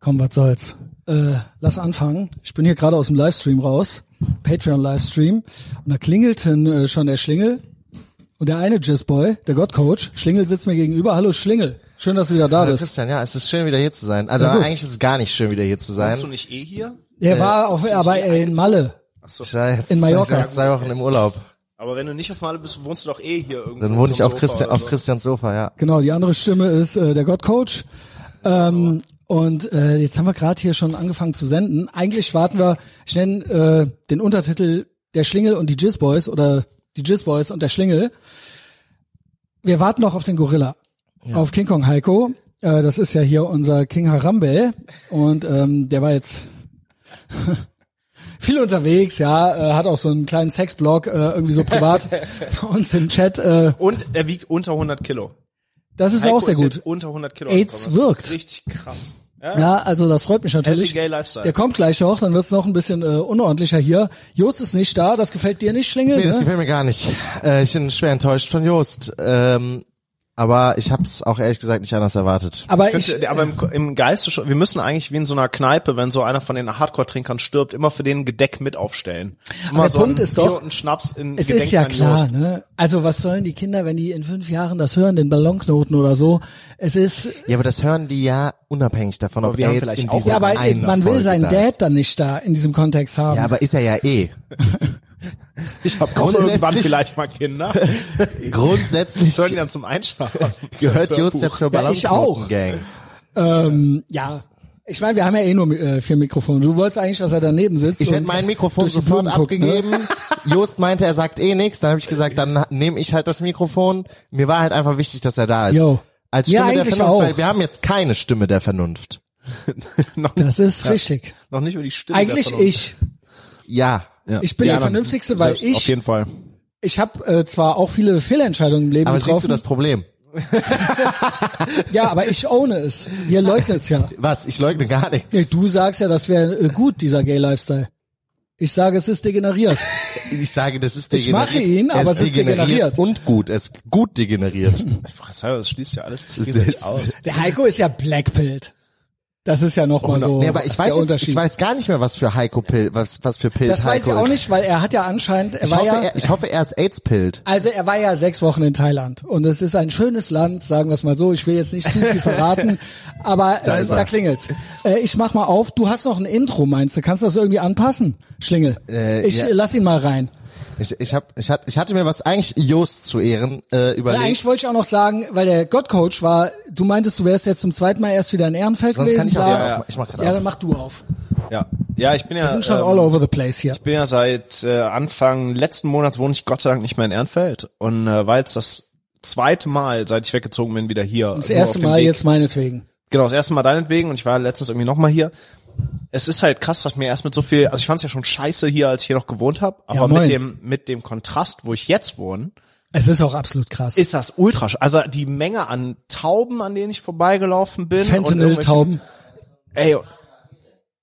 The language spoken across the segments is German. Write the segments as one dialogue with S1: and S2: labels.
S1: Komm, was soll's. Äh, lass anfangen. Ich bin hier gerade aus dem Livestream raus, Patreon-Livestream, und da klingelten äh, schon der Schlingel und der eine Jazzboy, der Gottcoach. Schlingel sitzt mir gegenüber. Hallo Schlingel, schön, dass du wieder da
S2: Hallo
S1: bist.
S2: Christian, ja, es ist schön, wieder hier zu sein. Also
S1: gut.
S2: eigentlich ist es gar nicht schön, wieder hier zu
S3: Bist du
S2: sein.
S3: nicht eh hier?
S1: Er war auch, aber äh, in Malle.
S3: Achso.
S2: Ich war jetzt
S1: In Mallorca.
S2: ich war jetzt zwei Wochen im Urlaub.
S3: Aber wenn du nicht auf Male bist, wohnst du doch eh hier irgendwo.
S2: Dann wohne ich
S3: unterm
S2: auf,
S3: Sofa also.
S2: Christian,
S3: oder
S2: auf
S3: so.
S2: Christians Sofa, ja.
S1: Genau, die andere Stimme ist äh, der Gottcoach. Ähm, und äh, jetzt haben wir gerade hier schon angefangen zu senden. Eigentlich warten wir, ich nenne äh, den Untertitel Der Schlingel und die Jizz Boys oder die Jizz Boys und der Schlingel. Wir warten noch auf den Gorilla, auf King Kong Heiko. Äh, das ist ja hier unser King Harambe und ähm, der war jetzt viel unterwegs, ja, äh, hat auch so einen kleinen Sexblog äh, irgendwie so privat bei uns im Chat. Äh,
S3: Und er wiegt unter 100 Kilo.
S1: das ist
S3: Heiko
S1: auch sehr
S3: ist
S1: gut.
S3: jetzt unter 100 Kilo.
S1: AIDS
S3: angekommen. Das ist
S1: wirkt.
S3: Richtig krass.
S1: Ja, also das freut mich
S3: Healthy
S1: natürlich.
S3: Gay Lifestyle.
S1: Der kommt gleich noch, dann wird's noch ein bisschen äh, unordentlicher hier. Jost ist nicht da, das gefällt dir nicht, Schlingel?
S2: Nee, das
S1: ne?
S2: gefällt mir gar nicht. Äh, ich bin schwer enttäuscht von Joost. Ähm, aber ich hab's auch ehrlich gesagt nicht anders erwartet.
S1: Aber
S3: Ich
S1: ich,
S3: finde, aber im, im Geiste schon, wir müssen eigentlich wie in so einer Kneipe, wenn so einer von den Hardcore-Trinkern stirbt, immer für den ein Gedeck mit aufstellen. Immer
S1: der
S3: so ein
S1: Punkt ist
S3: Bier
S1: doch,
S3: und einen Schnaps in
S1: es
S3: Gedenk
S1: ist ja
S3: an
S1: klar,
S3: Joost.
S1: ne? Also was sollen die Kinder, wenn die in fünf Jahren das hören, den Ballonknoten oder so? Es ist,
S2: Ja, aber das hören die ja unabhängig davon, ob
S3: wir
S2: er
S3: haben
S2: jetzt
S3: vielleicht
S2: in
S3: auch-
S2: dieser
S1: ja, aber
S2: einen
S1: man will
S2: Folge
S1: seinen
S2: da
S1: Dad
S2: ist.
S1: dann nicht da in diesem Kontext haben.
S2: Ja, aber ist er ja eh.
S3: Ich habe auch irgendwann
S2: grundsätzlich-
S3: vielleicht mal Kinder.
S2: Grundsätzlich
S3: Sollen die dann zum Einschlafen.
S2: gehört
S3: Zum
S2: Joost ja
S3: Hörbuch.
S2: zur
S1: Ja, ich auch.
S2: Ballonknoten-Gang.
S1: ähm, ja. Ich meine, wir haben ja eh nur äh, vier Mikrofone. Du wolltest eigentlich, dass er daneben sitzt.
S2: Ich hätte
S1: und
S2: mein Mikrofon
S1: durch die
S2: sofort
S1: Blumen guckt, Ne?
S2: abgegeben. Joost meinte, er sagt eh nichts. Dann habe ich gesagt, dann nehme ich halt das Mikrofon. Mir war halt einfach wichtig, dass er da ist.
S1: Jo.
S2: Als
S1: Ja,
S2: Stimme der
S1: eigentlich
S2: Vernunft,
S1: auch.
S2: weil wir haben jetzt keine Stimme der Vernunft.
S3: noch,
S1: Das ist richtig.
S3: noch nicht über die Stimme.
S1: Eigentlich
S3: davon.
S1: ich.
S2: Ja.
S1: Ich bin
S3: Die
S1: der
S3: anderen.
S1: Vernünftigste, weil
S3: Selbst-
S1: ich-
S3: Auf jeden Fall.
S1: Ich habe äh, zwar auch viele Fehlentscheidungen im Leben
S2: Aber siehst du
S1: getroffen.
S2: das Problem?
S1: Ja, aber ich ohne es. Ihr leugnet's ja.
S2: Was? Ich leugne gar nichts.
S1: Nee, du sagst ja, das wäre äh, gut, dieser Gay-Lifestyle. Ich sage, es ist degeneriert.
S2: Ich sage, das ist
S1: Ich
S2: degeneriert.
S1: mache ihn,
S2: Er
S1: aber es ist degeneriert.
S2: Und gut. Es ist gut degeneriert.
S3: Das das schließt ja alles
S2: Es
S3: gegenseitig
S2: ist-
S3: aus.
S1: Der Heiko ist ja blackpilled. Das ist ja nochmal so
S2: Oh, nee, aber ich weiß,
S1: Also, der
S2: jetzt,
S1: Unterschied.
S2: ich weiß gar nicht mehr, was für Heiko Pil, was, was für Pilz
S1: das weiß
S2: Heiko
S1: ich auch
S2: ist.
S1: nicht, weil er hat ja anscheinend, er
S2: Ich
S1: war
S2: hoffe,
S1: ja,
S2: er, ich hoffe, er ist AIDS-Pilt.
S1: also er war ja sechs Wochen in Thailand und es ist ein schönes Land, sagen wir es mal so. Ich will jetzt nicht zu viel verraten, aber da, äh,
S2: ist er.
S1: da klingelt's. Äh, ich mach mal auf. Du hast noch ein Intro, meinst du? Kannst du das irgendwie anpassen, Schlingel?
S2: Äh,
S1: ich
S2: ja.
S1: äh, lass ihn mal rein.
S2: Ich, ich, hab, ich, hat, ich hatte mir was eigentlich Joost zu Ehren
S1: Ja,
S2: äh, überlegt.
S1: eigentlich wollte ich auch noch sagen, weil der Gottcoach war, du meintest, du wärst jetzt zum zweiten Mal erst wieder in Ehrenfeld
S2: Sonst
S1: gewesen.
S2: kann ich auch
S1: bla.
S2: wieder
S3: ja.
S2: aufmachen. Ich mach grad
S1: Ja,
S2: auf.
S1: dann mach du auf.
S3: Ja. Ja, ich bin ja.
S1: Wir sind schon
S3: ähm,
S1: all over the place hier.
S3: Ich bin ja seit äh, Anfang letzten Monats wohne ich Gott sei Dank nicht mehr in Ehrenfeld und äh, war jetzt das zweite Mal, seit ich weggezogen bin, wieder hier.
S1: Das erste Mal jetzt meinetwegen.
S3: Genau, das erste Mal deinetwegen und ich war letztens irgendwie nochmal hier. Es ist halt krass, dass mir erst mit so viel, also ich fand's ja schon scheiße hier, als ich hier noch gewohnt habe,
S1: Ja,
S3: aber
S1: moin.
S3: mit dem mit dem Kontrast, wo ich jetzt wohne,
S1: Es ist auch absolut krass.
S3: ist das ultra. sch- Also die Menge an Tauben, an denen ich vorbeigelaufen bin, und irgendwelchen-
S1: Fentanyl-Tauben.
S3: ey,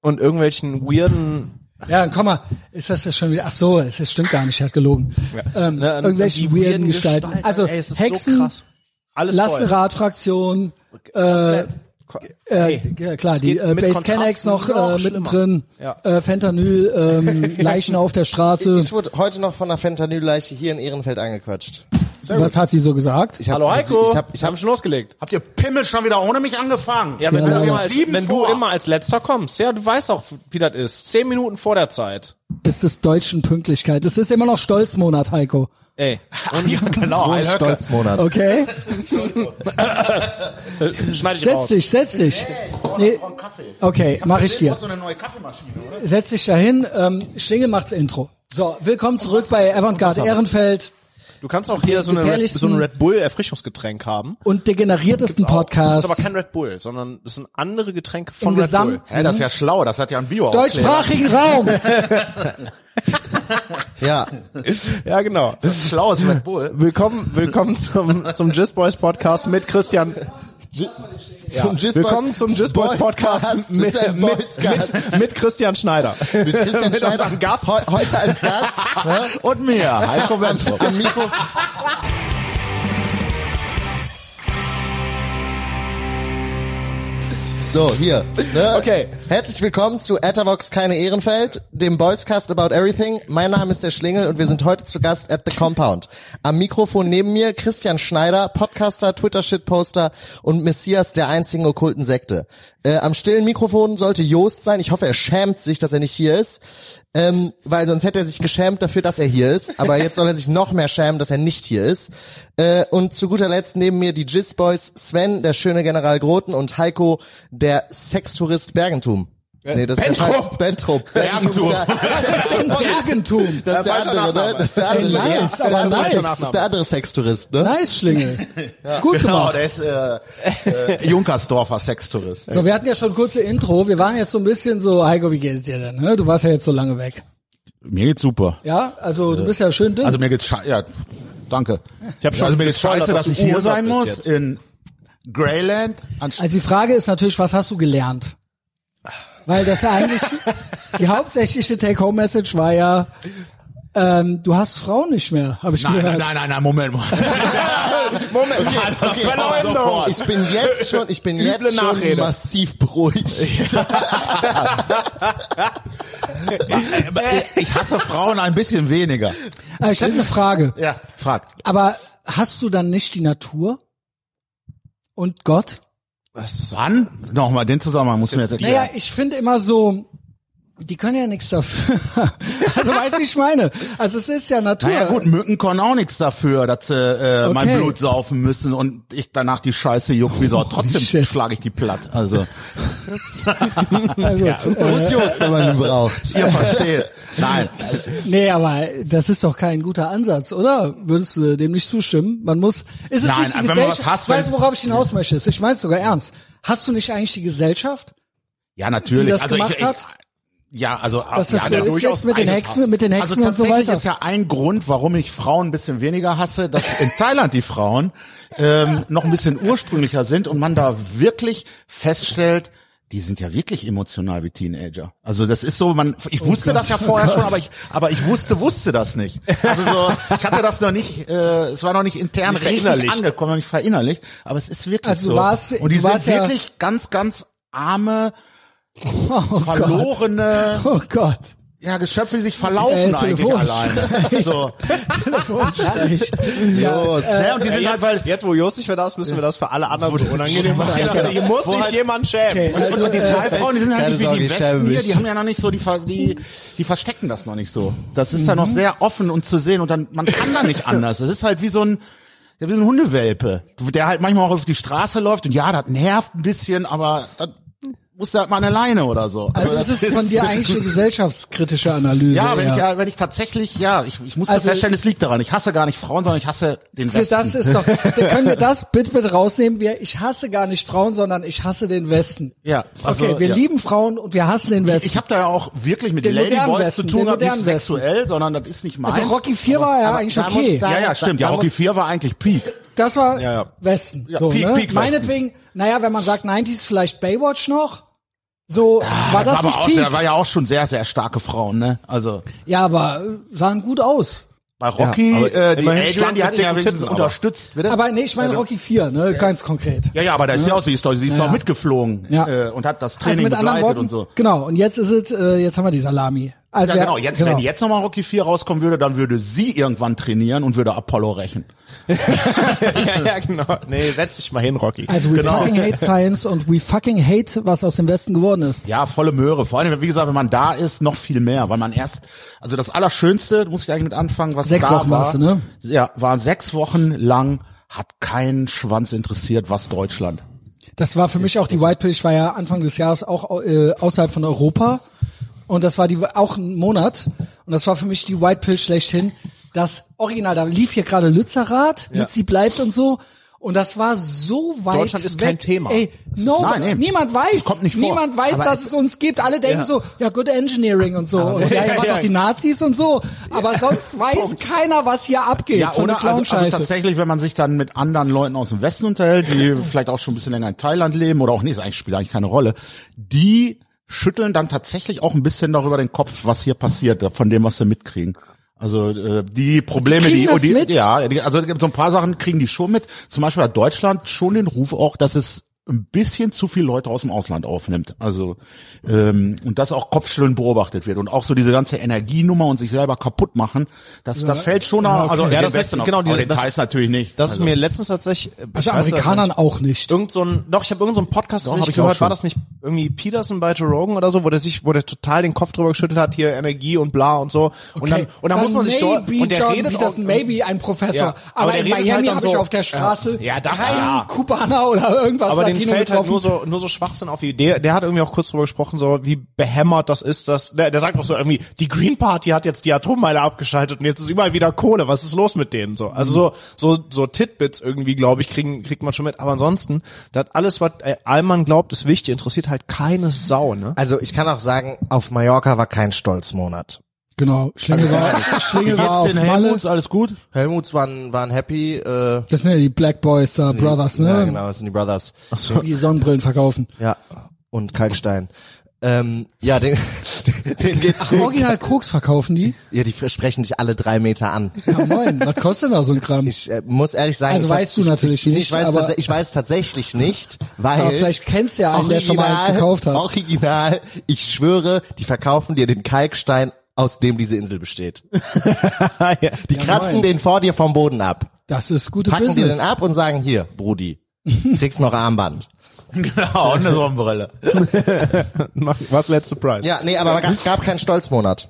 S3: und irgendwelchen weirden,
S1: Ja, dann komm mal. Ist das jetzt schon wieder? Ach so, es ist, stimmt gar nicht. Er hat gelogen. Ähm,
S3: ne, und-
S1: irgendwelche
S3: und die
S1: weirden Gestalten. Also
S3: ey, es ist so
S1: Hexen,
S3: krass. alles voll.
S1: Lastenradfraktion, äh,
S3: Ko-
S1: äh,
S3: ey,
S1: ja, klar,
S3: es
S1: die
S3: geht
S1: äh,
S3: mit
S1: Base
S3: Kontrasten
S1: Kennex noch,
S3: noch
S1: äh,
S3: schlimmer.
S1: mittendrin,
S3: Ja.
S1: äh, Fentanyl, ähm, Leichen auf der Straße.
S2: Ich wurde heute noch von einer Fentanyl-Leiche hier in Ehrenfeld angequatscht.
S1: Was hat sie so gesagt?
S2: Ich hab,
S3: Hallo Heiko,
S2: Ich hab, ich hab,
S3: schon losgelegt.
S4: Habt ihr Pimmel schon wieder ohne mich angefangen?
S3: Ja, wenn,
S1: Ja,
S3: du,
S1: ja.
S3: immer als,
S4: Sieben
S3: wenn du
S4: vor.
S3: immer als letzter kommst, ja, du weißt auch, wie das ist. Zehn Minuten vor der Zeit.
S1: ist des deutschen Pünktlichkeit. Es ist immer noch Stolzmonat, Heiko.
S3: Ey, und
S4: Ja, genau.
S2: wohl
S4: Alter.
S2: Stolzmonat.
S1: Okay?
S3: schneide ich
S1: Setz
S3: raus.
S1: dich, setz dich.
S4: brauch
S1: Nee.
S4: noch einen Kaffee.
S1: Okay,
S4: Ich hab
S1: mach
S4: gesehen,
S1: ich
S4: Du
S1: dir.
S4: hast so eine neue Kaffeemaschine, oder?
S1: Setz dich dahin. Ähm, Schlingel macht's Intro. So, willkommen zurück bei Avantgarde Ehrenfeld
S3: Du kannst auch hier so, eine,
S1: gefährlichsten-
S3: so ein Red Bull Erfrischungsgetränk haben.
S1: und degeneriertesten
S3: Ist aber
S1: Podcast
S3: kein Red Bull, sondern das sind andere Getränke von
S1: Im
S3: Red
S1: Gesamt-
S3: Bull.
S4: Hä, das ist ja schlau, das hat ja ein bio
S1: deutschsprachigen Raum.
S2: ja,
S3: Ja, genau.
S4: Das ist schlau, ist Red Bull.
S3: Willkommen, willkommen zum, zum Jizz Boys Podcast mit Christian.
S2: zum Jizz
S3: Willkommen zum Jizz Boys Podcast mit,
S2: mit,
S3: mit, mit, mit Christian Schneider.
S2: mit Christian
S3: mit
S2: Schneider.
S3: unserem Gast.
S2: Heu- heute als Gast. ne?
S4: Und mir, Heiko Wendrup.
S2: Am Mikro. So, hier. Ne?
S3: Okay.
S2: Herzlich willkommen zu Etavox Keine Ehrenfeld, dem Boyscast About Everything. Mein Name ist der Schlingel und wir sind heute zu Gast at The Compound. Am Mikrofon neben mir Christian Schneider, Podcaster, Twitter-Shitposter und Messias der einzigen okkulten Sekte. Äh, am stillen Mikrofon sollte Joost sein. Ich hoffe, er schämt sich, dass er nicht hier ist. Ähm, weil sonst hätte er sich geschämt dafür, dass er hier ist. Aber jetzt soll er sich noch mehr schämen, dass er nicht hier ist. Äh, und zu guter Letzt neben mir die Jizz Boys Sven, der schöne General Groten und Heiko, der Sextourist Bergentum. Nee, das ist der
S3: Bentrup.
S2: falsche- Bentrup. Bergentum. ist der-
S1: Bergentum.
S2: Das ist der
S3: Falscher
S2: andere, ne?
S3: Nachname.
S2: Das ist der
S1: Nice,
S2: andere. Das ist der
S1: aber
S2: andere
S1: nice.
S2: Sex- Das ist der andere Sextourist, ne?
S1: Nice, Schlingel. Gut
S4: Genau,
S1: gemacht.
S4: der ist äh, äh, Junkersdorfer Sextourist.
S1: So, wir hatten ja schon kurze Intro. Wir waren jetzt so ein bisschen so, Heiko, wie geht es dir denn? Ne? Du warst ja jetzt so lange weg.
S4: Mir geht's super.
S1: Ja, also du bist ja schön dünn.
S4: Also mir geht's scheiße. Ja, danke.
S3: Ich hab schon
S4: also mir geht's
S3: gespoilert,
S4: scheiße,
S3: dass
S4: dass,
S3: du
S4: ich hier
S3: Urlaub
S4: sein
S3: bist
S4: muss
S3: jetzt.
S4: in Greyland. anst-
S1: Also die Frage ist natürlich, was hast du gelernt? Weil das ja eigentlich die hauptsächliche Take-Home-Message war ja, ähm, du hast Frauen nicht mehr, habe ich
S4: Nein,
S1: gehört.
S4: nein, nein, nein, nein, Moment.
S3: Moment, Verleumdung.
S2: Ich bin jetzt schon, ich bin
S3: Üble
S2: jetzt schon
S3: Nachrede.
S2: massiv beruhigt.
S3: Äh,
S4: Ich hasse Frauen ein bisschen weniger.
S1: Ah, ich habe eine Frage.
S4: Ja, frag.
S1: Aber hast du dann nicht die Natur und Gott?
S4: Wann? Nochmal, den Zusammenhang muss mir jetzt erklären.
S1: Naja, ich finde immer so, die können ja nichts dafür. Also weißt du, wie ich meine? Also es ist ja Natur.
S4: Naja gut, Mücken können auch nichts dafür, dass sie äh, mein
S1: Okay.
S4: Blut saufen müssen und ich danach die Scheiße juckt wie
S2: Oh,
S4: so. Trotzdem
S1: shit.
S4: schlage ich die platt. Also,
S1: Also, äh,
S2: Muss Joost, wenn man ihn braucht.
S4: ihr versteht. Nein,
S1: nee, aber das ist doch kein guter Ansatz, oder? Würdest du dem nicht zustimmen? Man muss, ist es
S4: Nein,
S1: nicht die
S4: also wenn man was
S1: Gesellschaft?
S4: hasst,
S1: ich weiß,
S4: wenn-
S1: worauf ich hinaus möchte. Ich meine es sogar ernst. Hast du nicht eigentlich die Gesellschaft,
S4: ja natürlich.
S1: die das
S4: also
S1: gemacht
S4: ich, ich,
S1: hat?
S4: Ja, also
S1: Dass
S4: ja,
S1: das so ist jetzt mit den
S4: eines
S1: Hexen,
S4: Hass.
S1: mit den Hexen
S4: also
S1: und so
S4: tatsächlich
S1: weiter.
S4: ist ja ein Grund, warum ich Frauen ein bisschen weniger hasse, dass in Thailand die Frauen ähm, noch ein bisschen ursprünglicher sind und man da wirklich feststellt, die sind ja wirklich emotional wie Teenager. Also das ist so, man
S1: Oh
S4: ich wusste das ja vorher schon, aber ich aber ich wusste wusste das nicht. Also so, ich hatte das noch nicht, äh, es war noch nicht intern
S3: Nicht
S4: richtig
S3: verinnerlicht.
S4: angekommen, noch nicht verinnerlicht, aber es ist wirklich
S1: Also du
S4: so.
S1: warst-
S4: und die
S1: du warst
S4: sind
S1: ja-
S4: wirklich ganz ganz arme
S1: Oh
S4: verlorene
S1: Gott. Oh Gott.
S4: ja, Geschöpfe, die sich verlaufen
S1: Äh,
S4: eigentlich
S1: Telefon-
S4: allein. So.
S1: Telefonstreich.
S2: Joost.
S1: Äh,
S4: Ne, und die sind
S3: Äh, jetzt,
S4: halt, weil,
S3: jetzt, wo Just nicht mehr da ist, müssen wir das für alle anderen so unangenehm machen.
S1: Alter.
S3: dass Hier muss
S4: Wo
S3: sich
S4: halt-
S3: jemand
S1: Okay.
S3: schämen.
S4: und, und die
S1: Also, äh,
S4: Teilfrauen, die sind halt
S2: keine
S4: nicht wie
S2: Sorge,
S4: die
S2: ich schäme
S4: Westen hier, die
S2: mich.
S4: haben ja noch nicht so, die, ver- die, die verstecken das noch nicht so. Das ist da
S1: Mhm.
S4: noch sehr offen und zu sehen und dann, man kann da nicht anders. Das ist halt wie so ein, ja, wie so ein Hundewelpe, der halt manchmal auch auf die Straße läuft und ja, das nervt ein bisschen, aber dann muss er halt mal an der Leine oder so.
S1: Also es ist von dir eigentlich eine gesellschaftskritische Analyse.
S4: ja, wenn
S1: eher.
S4: ich, ja, wenn ich tatsächlich, ja, ich, ich muss
S1: Also-
S4: feststellen, es liegt daran. Ich hasse gar nicht Frauen, sondern ich hasse den
S1: Das-
S4: Westen.
S1: Also, Das ist doch, können wir das bitte bitte rausnehmen? Wir, ich hasse gar nicht Frauen, sondern ich hasse den Westen.
S4: Ja, also,
S1: okay, wir
S4: ja.
S1: lieben Frauen und wir hassen den Westen.
S4: Ich habe da ja auch wirklich mit
S1: Den modernen
S4: Ladyboys
S1: Westen,
S4: zu tun,
S1: den
S4: gehabt, nicht
S1: modernen Westen.
S4: sexuell, sondern das ist nicht mein.
S1: also Rocky 4 war ja eigentlich
S2: da muss
S1: okay.
S2: ich sagen-
S4: ja, ja, stimmt. Ja,
S2: Da
S4: Rocky
S2: muss-
S4: 4 war eigentlich Peak.
S1: Das war
S3: Ja, ja.
S1: Westen. so,
S4: Peak-
S1: ne?
S4: Peak Westen.
S1: Meinetwegen, naja, wenn man sagt 90s, vielleicht Baywatch noch. So, war das
S4: Ah, aber
S1: nicht
S4: auch,
S1: Peak?
S4: Da war ja auch schon sehr, sehr starke Frauen, ne? Also
S1: ja, aber äh, sahen gut aus.
S4: bei Rocky,
S3: aber
S4: äh, die
S3: immerhin
S4: Adrian,
S3: stand mit
S4: die hat ihn ja
S3: dicken
S4: wenigstens
S3: Titten, aber-
S4: unterstützt. Bitte?
S1: Aber nee, ich meine Rocky 4, ne? Ganz konkret.
S4: ja, ja, aber da ist ja auch, sie ist doch, sie ist doch mitgeflogen
S1: Ja.
S4: äh, und hat das
S1: Also
S4: Training
S1: mit anderen
S4: begleitet
S1: Worten,
S4: und so.
S1: genau, und jetzt ist es, äh, jetzt haben wir die Salami. Also
S4: Ja,
S1: wir-
S4: genau. Jetzt,
S1: genau.
S4: wenn jetzt nochmal Rocky 4 rauskommen würde, dann würde sie irgendwann trainieren und würde Apollo rächen.
S3: ja, ja, genau. Nee, setz dich mal hin, Rocky.
S1: Also we
S4: Genau.
S1: fucking hate science und we fucking hate, was aus dem Westen geworden ist.
S4: Ja, volle Möhre. Vor allem, wie gesagt, wenn man da ist, noch viel mehr, weil man erst, also das Allerschönste, muss ich eigentlich mit anfangen, was
S1: Sechs
S4: da
S1: Wochen
S4: war.
S1: warst du, ne?
S4: Ja, war sechs Wochen lang, hat keinen Schwanz interessiert, was Deutschland.
S1: Das war für mich auch die White Pill. Ich war ja Anfang des Jahres auch äh, außerhalb von Europa und das war die auch ein Monat und das war für mich die White Pill schlechthin. Das Original, da lief hier gerade Lützerath, Lützi bleibt und so. Und das war so weit
S3: Deutschland ist
S1: weg.
S3: kein Thema.
S1: Ey, no,
S4: nein, eben.
S1: niemand weiß.
S4: Kommt nicht vor.
S1: Niemand weiß,
S4: Aber
S1: dass es, uns gibt. Alle denken so, ja, good engineering und so. und ja, ihr wart
S3: ja.
S1: doch die Nazis und so. Aber sonst weiß keiner, was hier abgeht.
S4: Ja,
S1: von der
S4: oder also, also
S1: Clown-Scheiße.
S4: tatsächlich, wenn man sich dann mit anderen Leuten aus dem Westen unterhält, die vielleicht auch schon ein bisschen länger in Thailand leben oder auch nicht, das spielt eigentlich keine Rolle, die schütteln dann tatsächlich auch ein bisschen darüber den Kopf, was hier passiert, von dem, was sie mitkriegen. Also äh, die Probleme,
S1: Die
S4: die,
S1: kriegen das
S4: die
S1: mit?
S4: ja, die, also so ein paar Sachen kriegen die schon mit. Zum Beispiel hat Deutschland schon den Ruf auch, dass es ein bisschen zu viel Leute aus dem Ausland aufnimmt. Also ähm, und das auch kopfschütteln beobachtet wird und auch so diese ganze Energienummer und sich selber kaputt machen, das das fällt schon
S1: Ja,
S4: ja,
S1: okay.
S4: also
S3: Ja,
S4: den
S3: das
S4: Besten
S3: heißt-
S4: auf.
S3: genau,
S4: Aber
S3: diese-
S4: Details
S3: das-
S4: natürlich nicht.
S3: Das
S4: also,
S3: ist mir letztens tatsächlich.
S1: Also Amerikanern auch nicht.
S3: Irgend so ein, doch, ich habe irgendeinen so einen Podcast
S4: Doch,
S3: den
S4: hab
S3: ich
S4: ich auch
S3: gehört,
S4: schon.
S3: war das nicht irgendwie Peterson bei Joe Rogan oder so, wo der sich, wo der total den Kopf drüber geschüttelt hat, hier Energie und bla und so. Und dann, und dann, muss man sich dort
S1: maybe
S3: und der
S1: John
S3: redet
S1: Peterson,
S3: auch,
S1: maybe ein Professor.
S3: Ja,
S1: aber
S3: aber der
S1: in
S3: redet
S1: Miami
S3: halt dann
S1: habe ich
S3: so-
S1: auf der Straße
S3: Ja, das-
S1: keinen
S3: ja.
S1: Kubaner oder irgendwas
S3: aber den
S1: Latino
S3: fällt halt
S1: getroffen.
S3: nur so, nur so Schwachsinn auf. Die- Der, der hat irgendwie auch kurz drüber gesprochen, so wie behämmert das ist, dass der, der sagt auch so irgendwie, die Green Party hat jetzt die Atommeile abgeschaltet und jetzt ist überall wieder Kohle. Was ist los mit denen so? Also so so so Titbits irgendwie, glaube ich, kriegen kriegt man schon mit. Aber ansonsten, da hat alles, was äh, Allmann glaubt, ist wichtig, interessiert halt keine Sau. Ne?
S2: Also ich kann auch sagen, auf Mallorca war kein Stolzmonat.
S1: genau, Schlingel war, Schlingel war
S4: geht's
S1: auf
S4: den
S1: Malle.
S4: Helmuts alles gut?
S2: Helmuts waren, waren happy. Äh,
S1: Das sind ja die Black Boys da, Brothers, ne?
S2: Ja, genau, das sind die Brothers.
S1: Die Sonnenbrillen verkaufen.
S2: Ja, und Kalkstein. Ähm, ja, den, den geht's gut.
S1: Original Koks verkaufen die?
S2: Ja, die sprechen dich alle drei Meter an.
S1: Ja, moin. Was kostet denn da so ein Kram?
S2: Ich äh, muss ehrlich sagen,
S1: Also
S2: ich hab-
S1: weißt du
S2: ich,
S1: natürlich
S2: ich,
S1: nicht,
S2: Ich weiß,
S1: aber-
S2: tatsä- ich weiß tatsächlich nicht, weil
S1: aber vielleicht kennst du ja einen, der schon mal eins gekauft hat.
S2: Original, ich schwöre, die verkaufen dir den Kalkstein, aus dem diese Insel besteht. Die kratzen
S1: moin.
S2: den vor dir vom Boden ab,
S1: Das ist gute
S2: packen dir
S1: Business.
S2: den ab und sagen hier, Brudi, kriegst noch Armband.
S4: genau, und eine Sonnenbrille.
S3: Mach- Was letzte Price?
S2: Ja, nee, aber gab, gab keinen Stolzmonat.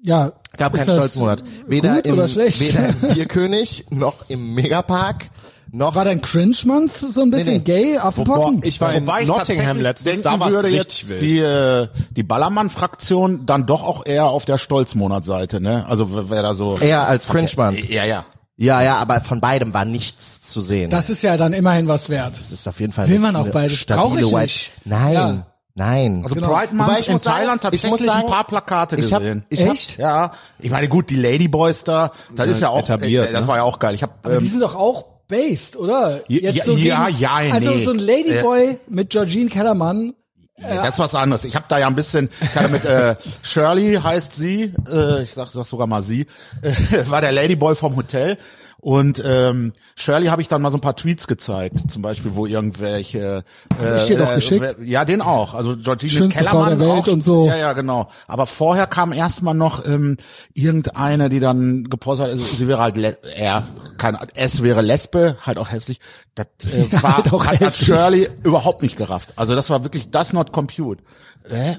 S1: Ja.
S2: Gab
S1: ist
S2: keinen
S1: das
S2: Stolzmonat. Weder
S1: gut
S2: im,
S1: oder schlecht?
S2: weder im Bierkönig noch im Megapark noch
S1: War dein Cringe Month so ein bisschen
S2: Nee, nee.
S1: gay, Affenpocken?
S3: ich war in
S4: Wobei ich
S3: Nottingham
S4: tatsächlich
S3: letztens,
S4: denken
S3: da war es
S4: würde
S3: richtig
S4: jetzt
S3: wild.
S4: die äh, die Ballermann-Fraktion dann doch auch eher auf der Stolzmonat-Seite, ne? Also w- wer da so
S2: eher als Fringemann.
S4: ja ja
S2: Ja, ja, aber von beidem war nichts zu sehen.
S1: Das ist ja dann immerhin was wert.
S2: Das ist auf jeden Fall
S1: Will
S2: eine-
S1: man auch
S2: eine
S1: beides.
S2: stabile
S1: Brauch ich
S2: White-
S1: nicht.
S2: Nein,
S1: Ja.
S2: nein.
S4: Also Pride Month
S2: Wobei ich
S4: in
S2: muss sagen,
S4: Thailand
S2: ich muss
S4: tatsächlich
S2: sagen,
S4: ein paar Plakate
S2: ich hab-
S4: gesehen.
S2: ich hab-
S1: Echt?
S4: ja, ich meine gut, die Ladyboys da, das ist ja auch
S3: etabliert,
S4: äh, das
S3: ne?
S4: war ja auch geil. Ich ähm, habe
S1: die sind doch auch based, oder?
S4: Ja, ja, ja, ja,
S1: Also
S4: nee.
S1: so ein Ladyboy mit Georgine Kellermann.
S4: Ja, das ist was anderes. Ich habe da ja ein bisschen, ich hatte mit äh, Shirley heißt sie, äh, ich sag, sag sogar mal sie, äh, war der Ladyboy vom Hotel. Und ähm, Shirley habe ich dann mal so ein paar Tweets geigt, zum Beispiel, wo irgendwelche äh,
S1: ich dir doch
S4: äh,
S1: geschickt?
S4: wer- ja, den auch. Also Georgine
S1: Schönste Frau
S4: Kellermann
S1: der Welt
S4: auch,
S1: und so.
S4: Ja, ja, genau. Aber vorher kam erstmal noch ähm, irgendeine, die dann gepostet hat, also sie wäre halt le- er, kein es wäre Lesbe, halt auch hässlich. Das äh, war
S1: Halt auch
S4: hat, hat
S1: hässlich.
S4: Shirley überhaupt nicht gerafft. Also das war wirklich das not compute. Hä?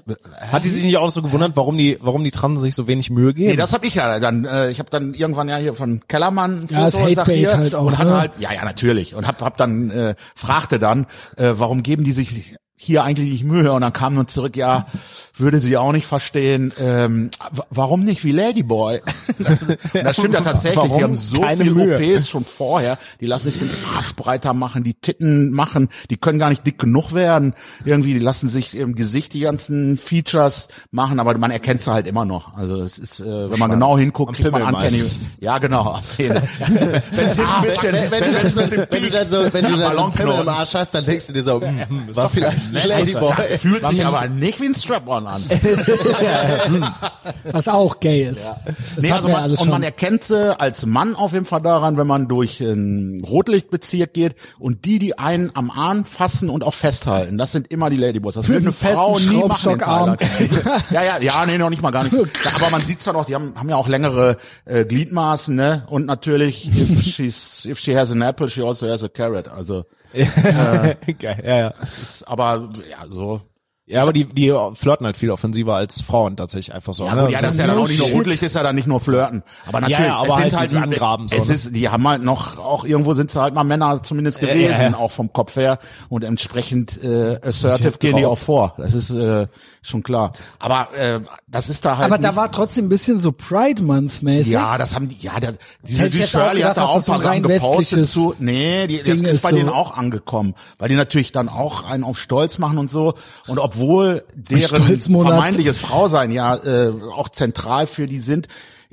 S3: Hat die sich nicht auch so gewundert, warum die, warum die Transen sich so wenig Mühe geben?
S4: Nee, das habe ich ja dann. Äh, ich habe dann irgendwann ja hier von Kellermann ein
S1: Ja, das
S4: ich
S1: Hatebait
S4: hier,
S1: halt auch,
S4: und hatte
S1: ne?
S4: halt, ja, ja, natürlich. Und hab, hab dann äh, fragte dann, äh, warum geben die sich hier eigentlich nicht Mühe? Und dann kam nun zurück, ja, würde sie auch nicht verstehen. Ähm, w- warum nicht wie Ladyboy? das stimmt ja tatsächlich.
S3: Warum
S4: Die haben so
S3: keine
S4: viel
S3: Mühe?
S4: OPs schon vorher. Die lassen sich den Arsch breiter machen, die Titten machen, die können gar nicht dick genug werden. Irgendwie, die lassen sich im Gesicht die ganzen Features machen, aber man erkennt sie halt immer noch. Also es ist, äh, wenn man genau hinguckt,
S3: Am
S4: kriegt man
S3: Pimmel
S4: Uncanny.
S3: meistens.
S4: Ja, genau. am Pimmel. Wenn's ein bisschen- wenn's ein bisschen
S2: wenn du dann so, wenn du dann so einen
S4: Ballonknoten.
S2: Pimmel im Arsch hast, dann denkst du dir so, hm, war vielleicht ein Ladyboy.
S4: Das fühlt sich aber nicht wie ein Strap-on an.
S1: Was auch gay ist. Das
S4: Nee,
S1: hatten
S4: also
S1: wir
S4: man,
S1: alles
S4: und
S1: schon.
S4: man erkennt sie als Mann auf jeden Fall daran, wenn man durch einen Rotlichtbezirk geht und die, die einen am Arm fassen und auch festhalten, das sind immer die Ladyboys. Das wird eine
S1: festen
S4: Frau nie machen in
S1: Schraubstockarm.
S4: Thailand. ja, ja, ja, nee, noch nicht mal gar nicht. Aber man sieht's dann auch, die haben, haben ja auch längere äh, Gliedmaßen, ne? Und natürlich, if, she's, if she has an apple, she also has a carrot. Also,
S3: Geil, ja, ja.
S4: ist, aber ja, so.
S3: Ja, aber die, die flirten halt viel offensiver als Frauen tatsächlich einfach so.
S4: Ja,
S3: ne?
S4: gut, ja, das ist ja dann auch nicht nur
S3: Shit.
S4: Rotlicht, ist ja dann nicht nur Flirten. Aber natürlich,
S3: ja, aber
S4: es
S3: halt
S4: sind halt,
S3: diesen Angraben so,
S4: es
S3: ne?
S4: ist, die haben halt noch, auch irgendwo sind sie halt mal Männer zumindest gewesen,
S3: ja, ja.
S4: auch vom Kopf her. Und entsprechend äh, assertive
S3: Tief
S4: gehen die
S3: drauf.
S4: auch vor. Das ist äh, schon klar. Aber äh, das ist da halt
S1: aber da
S4: nicht-
S1: war trotzdem ein bisschen so Pride Month mäßig.
S4: ja, das haben die, ja, das, diese
S1: hätte ich
S4: die
S1: jetzt auch
S4: Shirley
S1: gedacht,
S4: hat da
S1: dass
S4: auch ein
S1: das so
S4: paar
S1: ein
S4: Sachen
S1: rein
S4: gepostet
S1: westliches
S4: zu. Nee, die, das
S1: Ding
S4: ist
S1: ist
S4: bei
S1: so.
S4: denen auch angekommen, weil die natürlich dann auch einen auf Stolz machen und so. Und obwohl deren
S1: Stolzmonat.
S4: vermeintliches Frausein ja äh, auch zentral für die sind,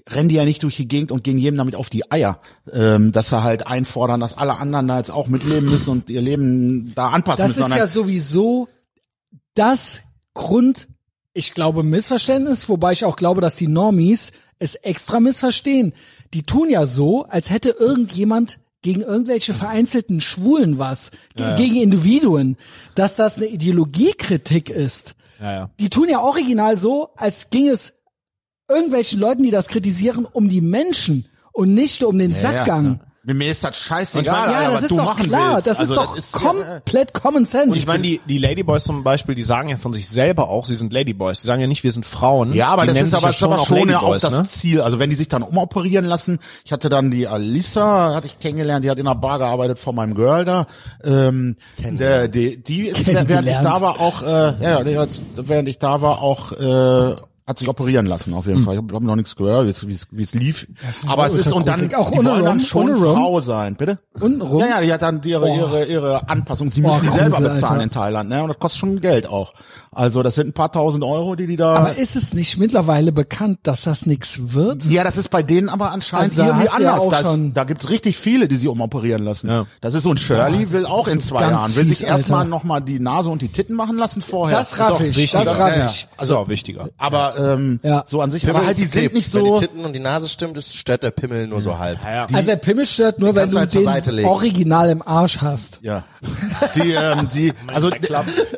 S4: rennen die ja nicht durch die Gegend und gehen jedem damit auf die Eier, ähm, dass sie halt einfordern, dass alle anderen da jetzt auch mitleben müssen und ihr Leben da anpassen
S1: Das
S4: müssen.
S1: ist
S4: sondern-
S1: ja sowieso das Grund, ich glaube, Missverständnis, wobei ich auch glaube, dass die Normies es extra missverstehen. Die tun ja so, als hätte irgendjemand gegen irgendwelche vereinzelten Schwulen was, ge- gegen Individuen, dass das eine Ideologiekritik ist.
S3: Ja, ja.
S1: Die tun ja original so, als ging es irgendwelchen Leuten, die das kritisieren, um die Menschen und nicht um den Sackgang.
S4: Ja. Mir ist das scheißegal,
S1: Ja,
S4: Alter,
S1: das
S4: was
S1: ist
S4: du
S1: doch
S4: machen
S1: klar.
S4: willst.
S1: Das
S4: Also,
S1: ist doch
S4: ja,
S1: komplett Common Sense.
S3: Und ich meine, die, die Ladyboys zum Beispiel, die sagen ja von sich selber auch, sie sind Ladyboys. Die sagen ja nicht, wir sind Frauen.
S4: Ja, aber
S3: die
S4: das
S3: nennen
S4: ist
S3: sich
S4: aber
S3: ja
S4: schon, aber schon ja auch
S3: Ladyboys,
S4: das
S3: ne?
S4: Ziel. Also wenn die sich dann umoperieren lassen, ich hatte dann die Alissa, hatte ich kennengelernt, die hat in einer Bar gearbeitet von meinem Girl da. Ähm, der, die, die ist, während ich
S1: Kennengelernt.
S4: da war, auch, äh, ja, die hat- während ich da war, auch äh, hat sich operieren lassen auf jeden Fall. Ich habe noch nichts gehört, wie es- wie es- wie es lief. Aber es ist und dann
S1: gruselig. Auch
S4: die wollen dann
S1: untenrum,
S4: schon
S1: untenrum.
S4: Frau sein, bitte.
S1: Untenrum?
S4: Ja, ja, die hat dann ihre ihre ihre Anpassung. Sie müssen die
S1: Grusel,
S4: selber bezahlen
S1: Alter.
S4: in Thailand, ne? Und das kostet schon Geld auch. Also das sind ein paar tausend Euro, die die da.
S1: aber ist es nicht mittlerweile bekannt, dass das nichts wird?
S4: Ja, das ist bei denen aber anscheinend
S1: Also da
S4: irgendwie
S1: hast du ja
S4: anders.
S1: auch
S4: Da ist-
S1: schon-
S4: da gibt's richtig viele, die sie umoperieren lassen.
S3: Ja.
S4: Das ist so ein Shirley, will auch in zwei
S1: ganz
S4: Jahren, will
S1: fies,
S4: sich erstmal
S1: Alter.
S4: nochmal die Nase und die Titten machen lassen vorher.
S1: Das raff
S3: Ist auch
S1: ich,
S3: wichtiger.
S1: das
S4: Ja, ja.
S1: raff ich.
S3: Also auch wichtiger.
S4: aber ähm,
S1: Ja.
S4: so an sich,
S2: Pimmel
S4: aber halt,
S2: ist
S4: die sind
S2: geklebt.
S4: nicht
S2: Wenn
S4: so.
S2: die Titten und die Nase stimmt, ist, stört der Pimmel nur so halb.
S3: Ja,
S1: also der Pimmel stört nur, wenn
S2: kannst
S1: du
S2: du halt zur Seite
S1: den
S2: legen.
S1: original im Arsch hast.
S4: Ja. Die, ähm, die, also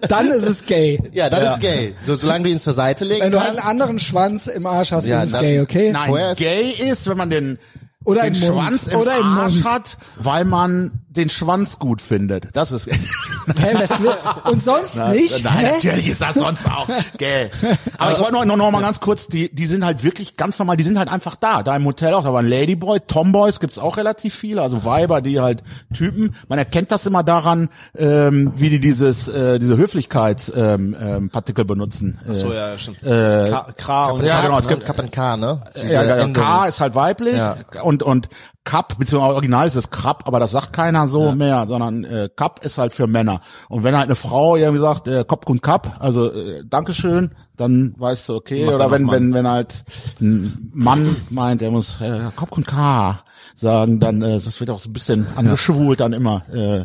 S1: Dann ist es gay.
S2: Ja, das ist gay. So, solange du ihn zur Seite legen
S1: Wenn du halt
S2: kannst.
S1: einen anderen Schwanz im Arsch hast,
S2: Ja,
S1: ist es
S2: dann-
S1: gay, okay?
S2: Vorher
S4: nein,
S2: ist-
S4: gay ist, wenn man den
S1: Oder
S4: den
S1: im Mund.
S4: Schwanz im
S1: Oder im
S4: Arsch
S1: Mund.
S4: hat, weil man den Schwanz gut findet. Das ist
S1: Hä, was will, und sonst nicht?
S4: Nein,
S1: Hä?
S4: natürlich ist das sonst auch. Gell. Aber ich wollte nur, nur noch mal ganz kurz, die, die sind halt wirklich ganz normal, die sind halt einfach da. Da im Hotel auch, da waren Ladyboy, Tomboys gibt's auch relativ viele, also Weiber, die halt Typen. Man erkennt das immer daran, ähm, wie die dieses, äh, diese Höflichkeitspartikel ähm, ähm, Partikel benutzen. Äh,
S3: so, ja, stimmt. Äh, Kra, Kra und
S4: ja, genau, es
S2: ne?
S4: gibt-
S2: Kap und K, ne? Diese
S4: ja, ja, ja,
S2: Endung.
S4: K ist halt weiblich
S2: Ja.
S4: und und Cup beziehungsweise original ist es Krab, aber das sagt keiner so mehr, sondern äh, Cup ist halt für Männer. Und wenn halt eine Frau irgendwie sagt äh, Kopf und Cup, also äh, Dankeschön, dann weißt du okay.
S3: Macht
S4: Oder
S3: er
S4: wenn
S3: noch
S4: wenn wenn halt ein Mann meint, er muss äh, Kopf und K sagen, dann äh, das wird auch so ein bisschen angeschwult dann immer. Äh,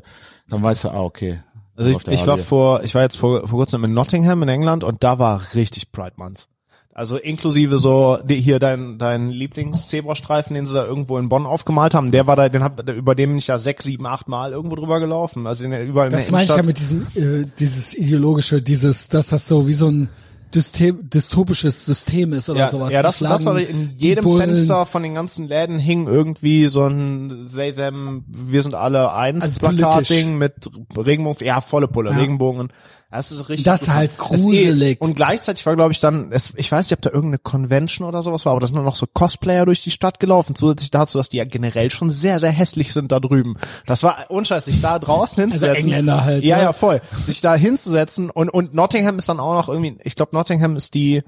S4: dann weißt du ah okay.
S3: Also
S4: Auf
S3: ich,
S4: der
S3: ich war
S4: Harley.
S3: vor, ich war jetzt vor, vor kurzem in Nottingham in England und da war richtig Pride Month. Also inklusive so die, hier dein dein Lieblings Zebrastreifen, den sie da irgendwo in Bonn aufgemalt haben, der war da, den hab, über den bin ich ja sechs, sieben, acht Mal irgendwo drüber gelaufen. Also in, der- überall in
S1: Das
S3: der
S1: meine ich ja
S3: Innenstadt.
S1: mit diesem, äh, dieses ideologische, dieses, dass das so wie so ein System, dystopisches System ist oder
S3: ja,
S1: sowas.
S3: ja,
S1: Die
S3: das, das
S1: Flaggen,
S3: war in
S1: die
S3: jedem
S1: Bullen.
S3: Fenster von den ganzen Läden hing irgendwie so ein They Them, wir sind alle eins
S1: Also politisch.
S3: Plakatding mit Regenbogen, ja volle Pulle
S1: Ja.
S3: Regenbogen. Das ist richtig.
S1: Das halt
S3: Das ist eh
S1: gruselig.
S3: und gleichzeitig war glaube ich dann, es, ich weiß nicht, ob da irgendeine Convention oder sowas war, aber da sind nur noch so Cosplayer durch die Stadt gelaufen. Zusätzlich dazu, dass die ja generell schon sehr sehr hässlich sind da drüben. Das war unscheiß, sich da draußen hinzusetzen.
S1: Also Engländer halt,
S3: Ja
S1: ne?
S3: ja voll, sich da hinzusetzen und und Nottingham ist dann auch noch irgendwie, ich glaube Nottingham ist die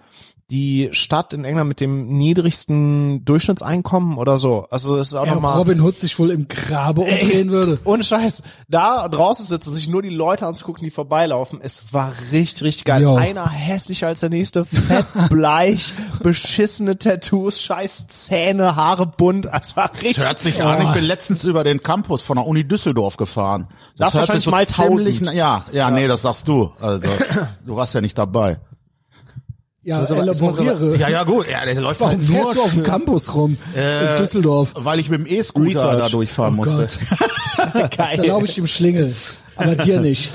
S3: die Stadt in England mit dem niedrigsten Durchschnittseinkommen oder so. Also das ist auch
S1: Ja,
S3: nochmal
S1: Robin Hood sich wohl im Grabe umdrehen würde.
S3: ohne Scheiß, da draußen sitzen, sich nur die Leute anzugucken, die vorbeilaufen. Es war richtig, richtig geil.
S1: Jo.
S3: Einer hässlicher als der nächste, fett, bleich, beschissene Tattoos, scheiß Zähne, Haare bunt. Es war richtig.
S4: Das hört sich an. Ich bin letztens über den Campus von der Uni Düsseldorf gefahren.
S3: Das
S4: hört
S3: wahrscheinlich
S4: sich so
S3: mal
S4: ziemlich
S3: 1000.
S4: na- Ja, ja, nee, das sagst du. Also, du warst ja nicht dabei.
S1: Ja,
S2: es muss aber-
S1: elaboriere.
S4: Ja, ja, gut. Ja, der läuft
S1: Äh. Warum
S4: halt nur
S1: fährst du auf dem
S4: schön,
S1: Campus rum?
S3: Äh,
S1: in Düsseldorf. Oh
S4: weil ich mit dem E-Scooter
S3: Research.
S4: da durchfahren musste.
S1: Gott, das erlaube ich dem Schlingel. Aber dir nicht.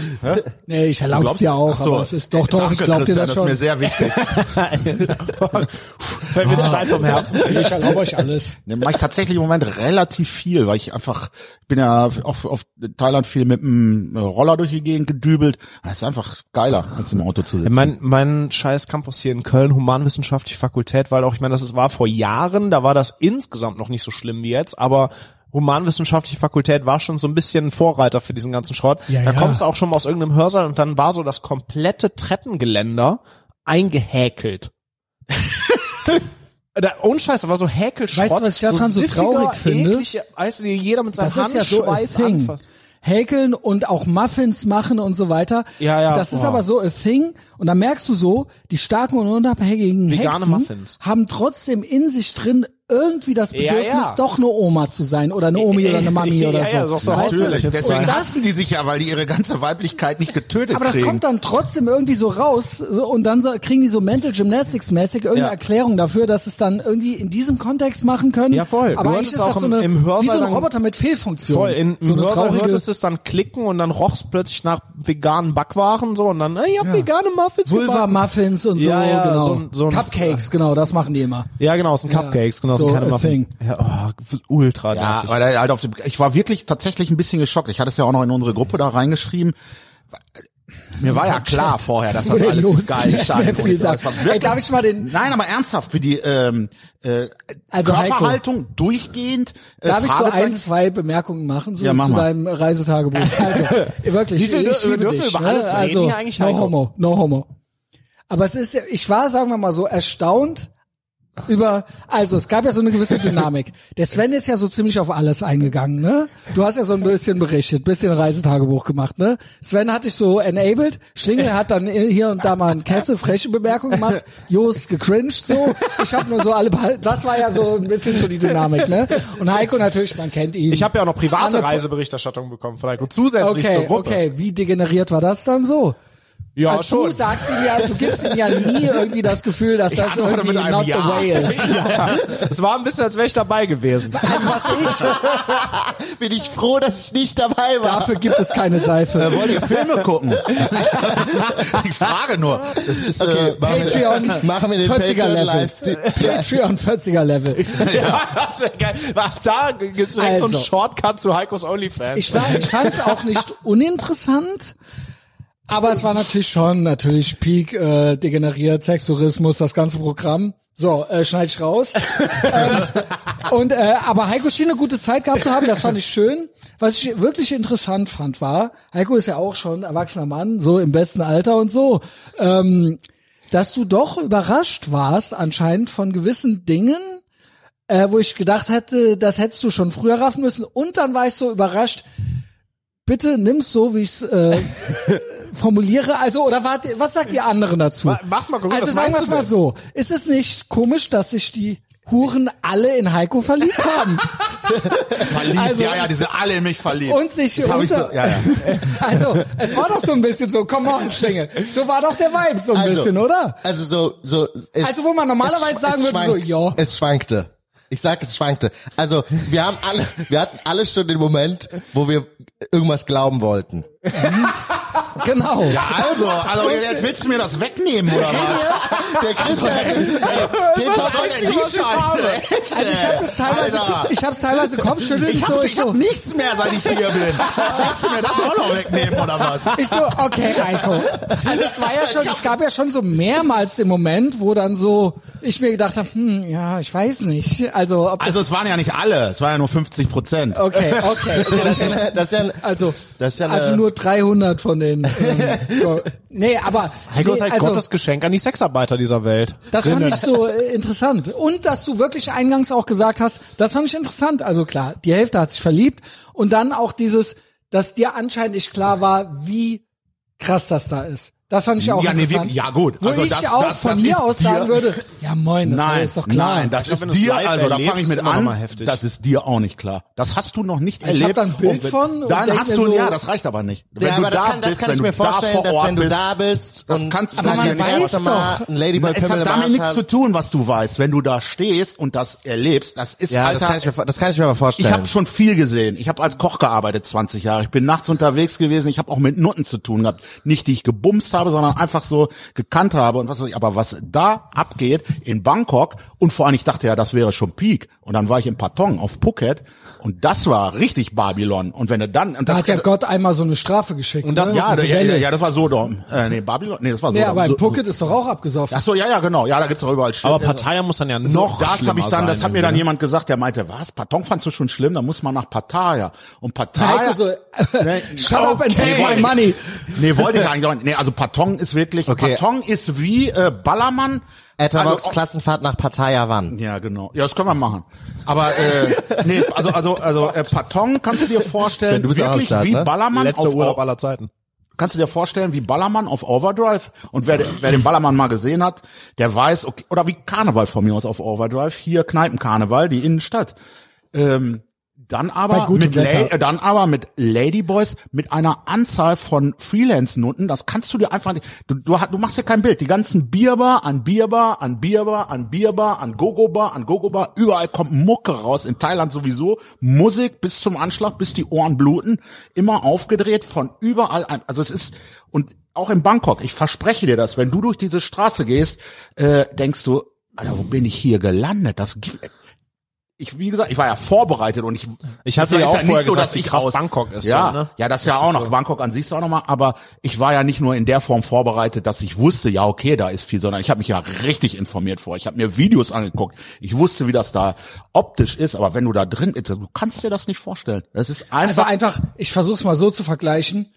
S1: Nee, ich erlaub's dir auch,
S4: Ach so.
S1: aber es ist doch, doch,
S4: Danke,
S1: ich glaub dir
S4: Christian,
S1: das
S4: das ist mir
S1: schon.
S4: sehr wichtig.
S3: Fällt
S4: Ah.
S3: mir Stein vom Herzen.
S1: Ich erlaube euch alles.
S4: Ne, mache ich tatsächlich im Moment relativ viel, weil ich einfach, ich bin ja auf, auf Thailand viel mit dem Roller durch die Gegend gedübelt. Das ist einfach geiler, als im Auto zu sitzen.
S3: Mein, mein scheiß Campus hier in Köln, Humanwissenschaftliche Fakultät, weil auch, ich meine, das ist- war vor Jahren, da war das insgesamt noch nicht so schlimm wie jetzt, aber Humanwissenschaftliche Fakultät war schon so ein bisschen ein Vorreiter für diesen ganzen Schrott.
S1: Ja, ja.
S3: da kommst du auch schon mal aus irgendeinem Hörsaal und dann war so das komplette Treppengeländer eingehäkelt. Da, ohne Scheiß, da war so Häkelschrott.
S1: Weißt du, was ich daran so
S3: siffiger,
S1: traurig finde?
S3: eklige- Weißt du, die jeder mit seinem
S1: Das ist ja so ein
S3: Handschweiß
S1: Thing.
S3: anfasst.
S1: Häkeln und auch Muffins machen und so weiter.
S3: Ja, ja,
S1: Das ist
S3: boah.
S1: aber so a thing. Und da merkst du so, die starken und unabhängigen
S3: Vegane
S1: Hexen
S3: Muffins.
S1: haben trotzdem in sich drin irgendwie das
S3: ja.
S1: Bedürfnis, doch eine Oma zu sein oder eine Omi oder eine Mami oder
S3: Ja,
S1: so.
S3: ja, das ist doch
S1: Weißt du?
S3: natürlich
S1: Und
S3: jetzt
S4: Deswegen
S1: das
S4: hassen die sich ja, weil die ihre ganze Weiblichkeit nicht getötet
S1: aber das
S4: kriegen.
S1: kommt dann trotzdem irgendwie so raus so, und dann so, kriegen die so Mental Gymnastics mäßig irgendeine
S3: Ja.
S1: Erklärung dafür, dass es dann irgendwie in diesem Kontext machen können.
S3: Ja, voll.
S1: Aber
S3: Du
S1: eigentlich
S3: hattest
S1: ist das
S3: auch
S1: so
S3: im-
S1: eine,
S3: im Hörsaal
S1: wie so ein
S3: dann-
S1: Roboter mit Fehlfunktion.
S3: Voll, in,
S1: so
S3: im
S1: eine
S3: Hörsaal
S1: traurige,
S3: hörtest du es dann klicken und dann roch's plötzlich nach veganen Backwaren so und dann, ey, ich hab vegane Muffins gebacken.
S1: Pulvermuffins und so,
S3: Ja, ja,
S1: genau.
S3: so ein- so ein-
S1: Cupcakes, genau, das machen die immer.
S3: Ja, genau, aus den Cupcakes, genau, aus
S1: so
S3: den keine
S1: a
S3: Muffins.
S1: thing.
S3: Ja, oh, ultra
S4: Ja,
S3: nervig.
S4: weil er halt auf dem, ich war wirklich tatsächlich ein bisschen geschockt. Ich hatte es ja auch noch in unsere Gruppe da reingeschrieben. Mir war ja klar vorher, dass das alles nicht geil scheint.
S1: Viel sagen. Ey, darf ich mal den
S4: Nein, aber ernsthaft, wie die ähm, äh,
S1: Also, Heiko.
S3: halt
S4: Körperhaltung durchgehend. Äh,
S1: Darf ich so
S4: Fragezeichen-
S1: ein, zwei Bemerkungen machen so
S4: Ja, mach
S1: zu
S4: mal.
S1: deinem Reisetagebuch? Also, wirklich,
S3: Wie viel
S1: ich
S3: dür-
S1: liebe
S3: dürfen wir
S1: dich.
S3: über
S1: Ne?
S3: alles reden
S1: Also,
S3: hier eigentlich,
S1: no
S3: Heiko?
S1: homo, no homo. Aber es ist, ja- ich war, sagen wir mal so, erstaunt über, also es gab ja so eine gewisse Dynamik. Der Sven ist ja so ziemlich auf alles eingegangen, ne? Du hast ja so ein bisschen berichtet, bisschen Reisetagebuch gemacht, ne? Sven hat dich so enabled, Schlingel hat dann hier und da mal einen Kessel freche Bemerkung gemacht, Joost gecringed so. Ich habe nur so alle, paar- das war ja so ein bisschen so die Dynamik, ne? Und Heiko natürlich, man kennt ihn.
S3: Ich habe ja auch noch private
S1: Andere-
S3: Reiseberichterstattung bekommen von Heiko, zusätzlich zur
S1: Okay,
S3: Gruppe.
S1: okay, wie degeneriert war das dann so?
S3: Ja,
S1: Also
S3: schon.
S1: du sagst ihm ja, du gibst ihm ja nie irgendwie das Gefühl, dass das
S4: antworte
S1: irgendwie
S4: mit einem
S1: not
S4: Ja.
S1: the way ist.
S3: es war ein bisschen, als wäre ich dabei gewesen.
S1: Also was ich
S2: Bin ich froh, dass ich nicht dabei war.
S1: Dafür gibt es keine Seife.
S4: Äh, wollt ihr Filme gucken? ich frage nur. Das ist äh,
S1: Patreon,
S2: Machen wir den
S1: 40er
S2: Patreon
S1: Level.
S2: Livestream.
S1: Patreon 40er Level.
S3: ja. das wäre geil. Weil Da gibt's direkt so
S1: Also.
S3: einen Shortcut zu Heikos OnlyFans.
S1: Ich, war- ich fand es auch nicht uninteressant, aber es war natürlich schon, natürlich Peak, äh, degeneriert, Sexurismus, das ganze Programm. So, äh, schneid ich raus. ähm, und äh, aber Heiko schien eine gute Zeit gehabt zu haben, das fand ich schön. Was ich wirklich interessant fand war, Heiko ist ja auch schon ein erwachsener Mann, so im besten Alter und so, ähm, dass du doch überrascht warst anscheinend von gewissen Dingen, äh, wo ich gedacht hätte, das hättest du schon früher raffen müssen. Und dann war ich so überrascht. Bitte nimm's so, wie ich's äh, formuliere. Also oder wart, was sagt ihr anderen dazu?
S3: Ma- mach's mal konkret,
S1: Also
S3: was
S1: sagen
S3: meinst
S1: wir's
S3: du
S1: mal
S3: denn?
S1: so: Ist es nicht komisch, dass sich die Huren alle in Heiko verliebt haben
S4: verliebt.
S1: also-
S4: ja, ja, die sind alle in mich verliebt.
S1: und sich
S4: das hab ich so,
S1: unter?
S4: ja, ja.
S1: Also es war doch so ein bisschen so. Come on, Schlingel. So war doch der Vibe so ein bisschen, oder?
S2: Also so, so. Es,
S1: Also wo man normalerweise
S2: es-
S1: sagen
S2: es
S1: würde, so, ja.
S2: Es schwankte. Ich sag, es schwankte. Also wir haben alle, wir hatten alle schon den Moment, wo wir irgendwas glauben wollten.
S1: Genau.
S4: Also, also jetzt willst du mir das wegnehmen oder was?
S2: Der Christian, ey, den
S4: Was
S2: Top
S4: soll denn die Scheiße?
S1: Also ich habe das teilweise,
S4: Alter.
S1: ich habe teilweise Kopfschütteln
S4: Ich
S1: so,
S4: hab, ich
S1: so.
S4: hab nichts mehr, seit ich hier bin. Willst du mir das auch noch wegnehmen oder was?
S1: Ich so, okay, Heiko. Also es war ja schon, es gab ja schon so mehrmals den Moment, wo dann so ich mir gedacht habe, hm, ja, ich weiß nicht. Also ob das,
S4: Also es waren ja nicht alle, es waren ja nur 50 Prozent.
S1: okay, okay.
S2: Das ist ja, eine- das ist ja, eine-
S1: Also,
S2: Das ist ja eine-
S1: also nur 300 von den. Ähm, so. nee, aber
S3: Heiko
S1: nee,
S3: ist halt
S1: also,
S3: Gottes Geschenk an die Sexarbeiter dieser Welt.
S1: das fand ich so äh, interessant. Und dass du wirklich eingangs auch gesagt hast, das fand ich interessant. Also klar, die Hälfte hat sich verliebt. Und dann auch dieses, dass dir anscheinend nicht klar war, wie krass das da ist. Das fand ich auch
S4: Ja, nee,
S1: interessant.
S4: wirklich, ja, gut.
S1: Wo
S4: Also
S1: ich
S4: das-
S1: auch
S4: das-
S1: von
S4: das ist
S1: mir aus sagen
S4: dir-
S1: würde, ja moin, das war
S4: Nein,
S1: jetzt doch klar.
S4: nein, das
S3: glaub, wenn
S4: ist
S3: du's
S4: dir,
S3: live
S4: also da
S3: erlebst,
S4: fange ich
S3: ist
S4: mit
S3: immer noch
S4: an,
S3: mal heftig.
S4: das ist dir auch nicht klar. Das hast du noch nicht
S1: hab
S4: erlebt.
S1: da ein Bild
S4: Und wenn-
S1: von und denk
S4: Dann hast
S1: mir
S4: du,
S1: so-
S4: ja, das reicht aber nicht. Wenn
S2: ja,
S4: du
S2: aber das
S4: da
S2: kann, das
S4: bist,
S2: kann
S4: wenn
S2: ich mir
S4: du da
S2: vorstellen,
S4: vor
S2: dass
S4: Ort
S2: wenn du
S4: bist,
S2: da bist
S4: das
S2: und
S4: kannst du
S2: dann
S4: doch
S2: das
S1: nicht.
S2: erste
S1: Weiß
S2: Mal
S1: doch.
S2: ein Ladybird
S4: Es
S2: Pimmel
S4: hat
S2: im
S4: damit
S2: Arsch
S4: nichts zu
S2: hast.
S4: tun, was du weißt. Wenn du da stehst und das erlebst, das ist
S2: Ja, das
S4: Alter,
S2: kann, ich mir, vor- das kann ich mir aber vorstellen.
S4: Ich habe schon viel gesehen. Ich habe als Koch gearbeitet 20 Jahre. Ich bin nachts unterwegs gewesen. Ich habe auch mit Nutten zu tun gehabt. Nicht, die ich gebumst habe, sondern einfach so gekannt habe und was weiß ich. Aber was da abgeht in Bangkok und vor allem, ich dachte ja, das wäre schon Peak. Und dann war ich im Patong auf Phuket und das war richtig Babylon. Und wenn du dann... Und
S1: Da
S4: das,
S1: hat ja Gott einmal so eine Strafe geschickt. Und
S3: das
S1: ne?
S4: ja,
S1: Das
S4: ja,
S1: ist
S4: ja,
S1: Welle.
S4: ja, das war Sodom. Äh, nee, Babylon? Nee, das war
S1: Nee,
S4: Sodom.
S1: aber in
S4: So-
S1: Phuket ist doch auch abgesoffen.
S4: Ach so, ja, ja, genau. Ja, da gibt's auch überall Schilder.
S3: Aber Partei muss dann ja
S4: So,
S3: noch
S4: das habe ich
S3: schlimmer
S4: dann, das
S3: sein,
S4: hat mir dann
S3: irgendwie.
S4: jemand gesagt, der meinte, was? Patong fandst du schon schlimm, dann muss man nach Pattaya. Und Pattaya.
S1: Heiko so, äh,
S4: Nee,
S1: shut up and take
S4: wollte
S1: my
S4: ich-
S1: money.
S4: Nee, wollte ich eigentlich auch nicht. Nee, also Patong ist wirklich,
S2: Okay.
S4: Patong ist wie äh, Ballermann.
S2: Etherbox
S4: Also,
S2: Klassenfahrt nach Pattaya wann?
S4: ja, genau. Ja, das können wir machen. Aber äh, nee, also also also äh, Patong kannst du dir
S2: Sven,
S4: vorstellen,
S2: du bist
S4: wirklich
S2: auch am Start,
S4: wie
S2: ne?
S4: Ballermann
S3: Letzter
S4: auf,
S3: Urlaub aller Zeiten.
S4: Kannst du dir vorstellen, wie Ballermann auf Overdrive? Und wer, wer den Ballermann mal gesehen hat, der weiß, okay, oder wie Karneval von mir aus auf Overdrive, hier Kneipenkarneval, die Innenstadt. Ähm, dann
S1: Bei
S4: aber
S1: gutem
S4: mit La-
S1: Wetter.
S4: äh, dann aber mit Ladyboys mit einer Anzahl von Freelance-Noten, das kannst du dir einfach nicht, du, du, ha- du machst dir kein Bild. Die ganzen Bierbar an Bierbar an Bierbar an Bierbar an Gogobar an Gogobar, überall kommt Mucke raus, in Thailand sowieso, Musik bis zum Anschlag, bis die Ohren bluten, immer aufgedreht von überall, ein, also es ist, und auch in Bangkok, ich verspreche dir das, wenn du durch diese Straße gehst, äh, denkst du, Alter, wo bin ich hier gelandet? Das gibt, ich wie gesagt, ich war ja vorbereitet und ich
S3: Ich hatte
S4: das
S3: ja
S4: ist
S3: auch vorher
S4: so,
S3: gesagt,
S4: dass
S3: wie
S4: ich
S3: krass
S4: aus-
S3: Bangkok ist,
S4: Ja,
S3: so, ne?
S4: ja, das ist ja auch noch Bangkok an sich ist auch noch mal, aber ich war ja nicht nur in der Form vorbereitet, dass ich wusste, ja okay, da ist viel, sondern ich habe mich ja richtig informiert vor. Ich habe mir Videos angeguckt. Ich wusste, wie das da optisch ist, aber wenn du da drin bist, du kannst dir das nicht vorstellen. Das ist
S1: Also
S4: einfach
S1: einfach, ich versuch's mal so zu vergleichen.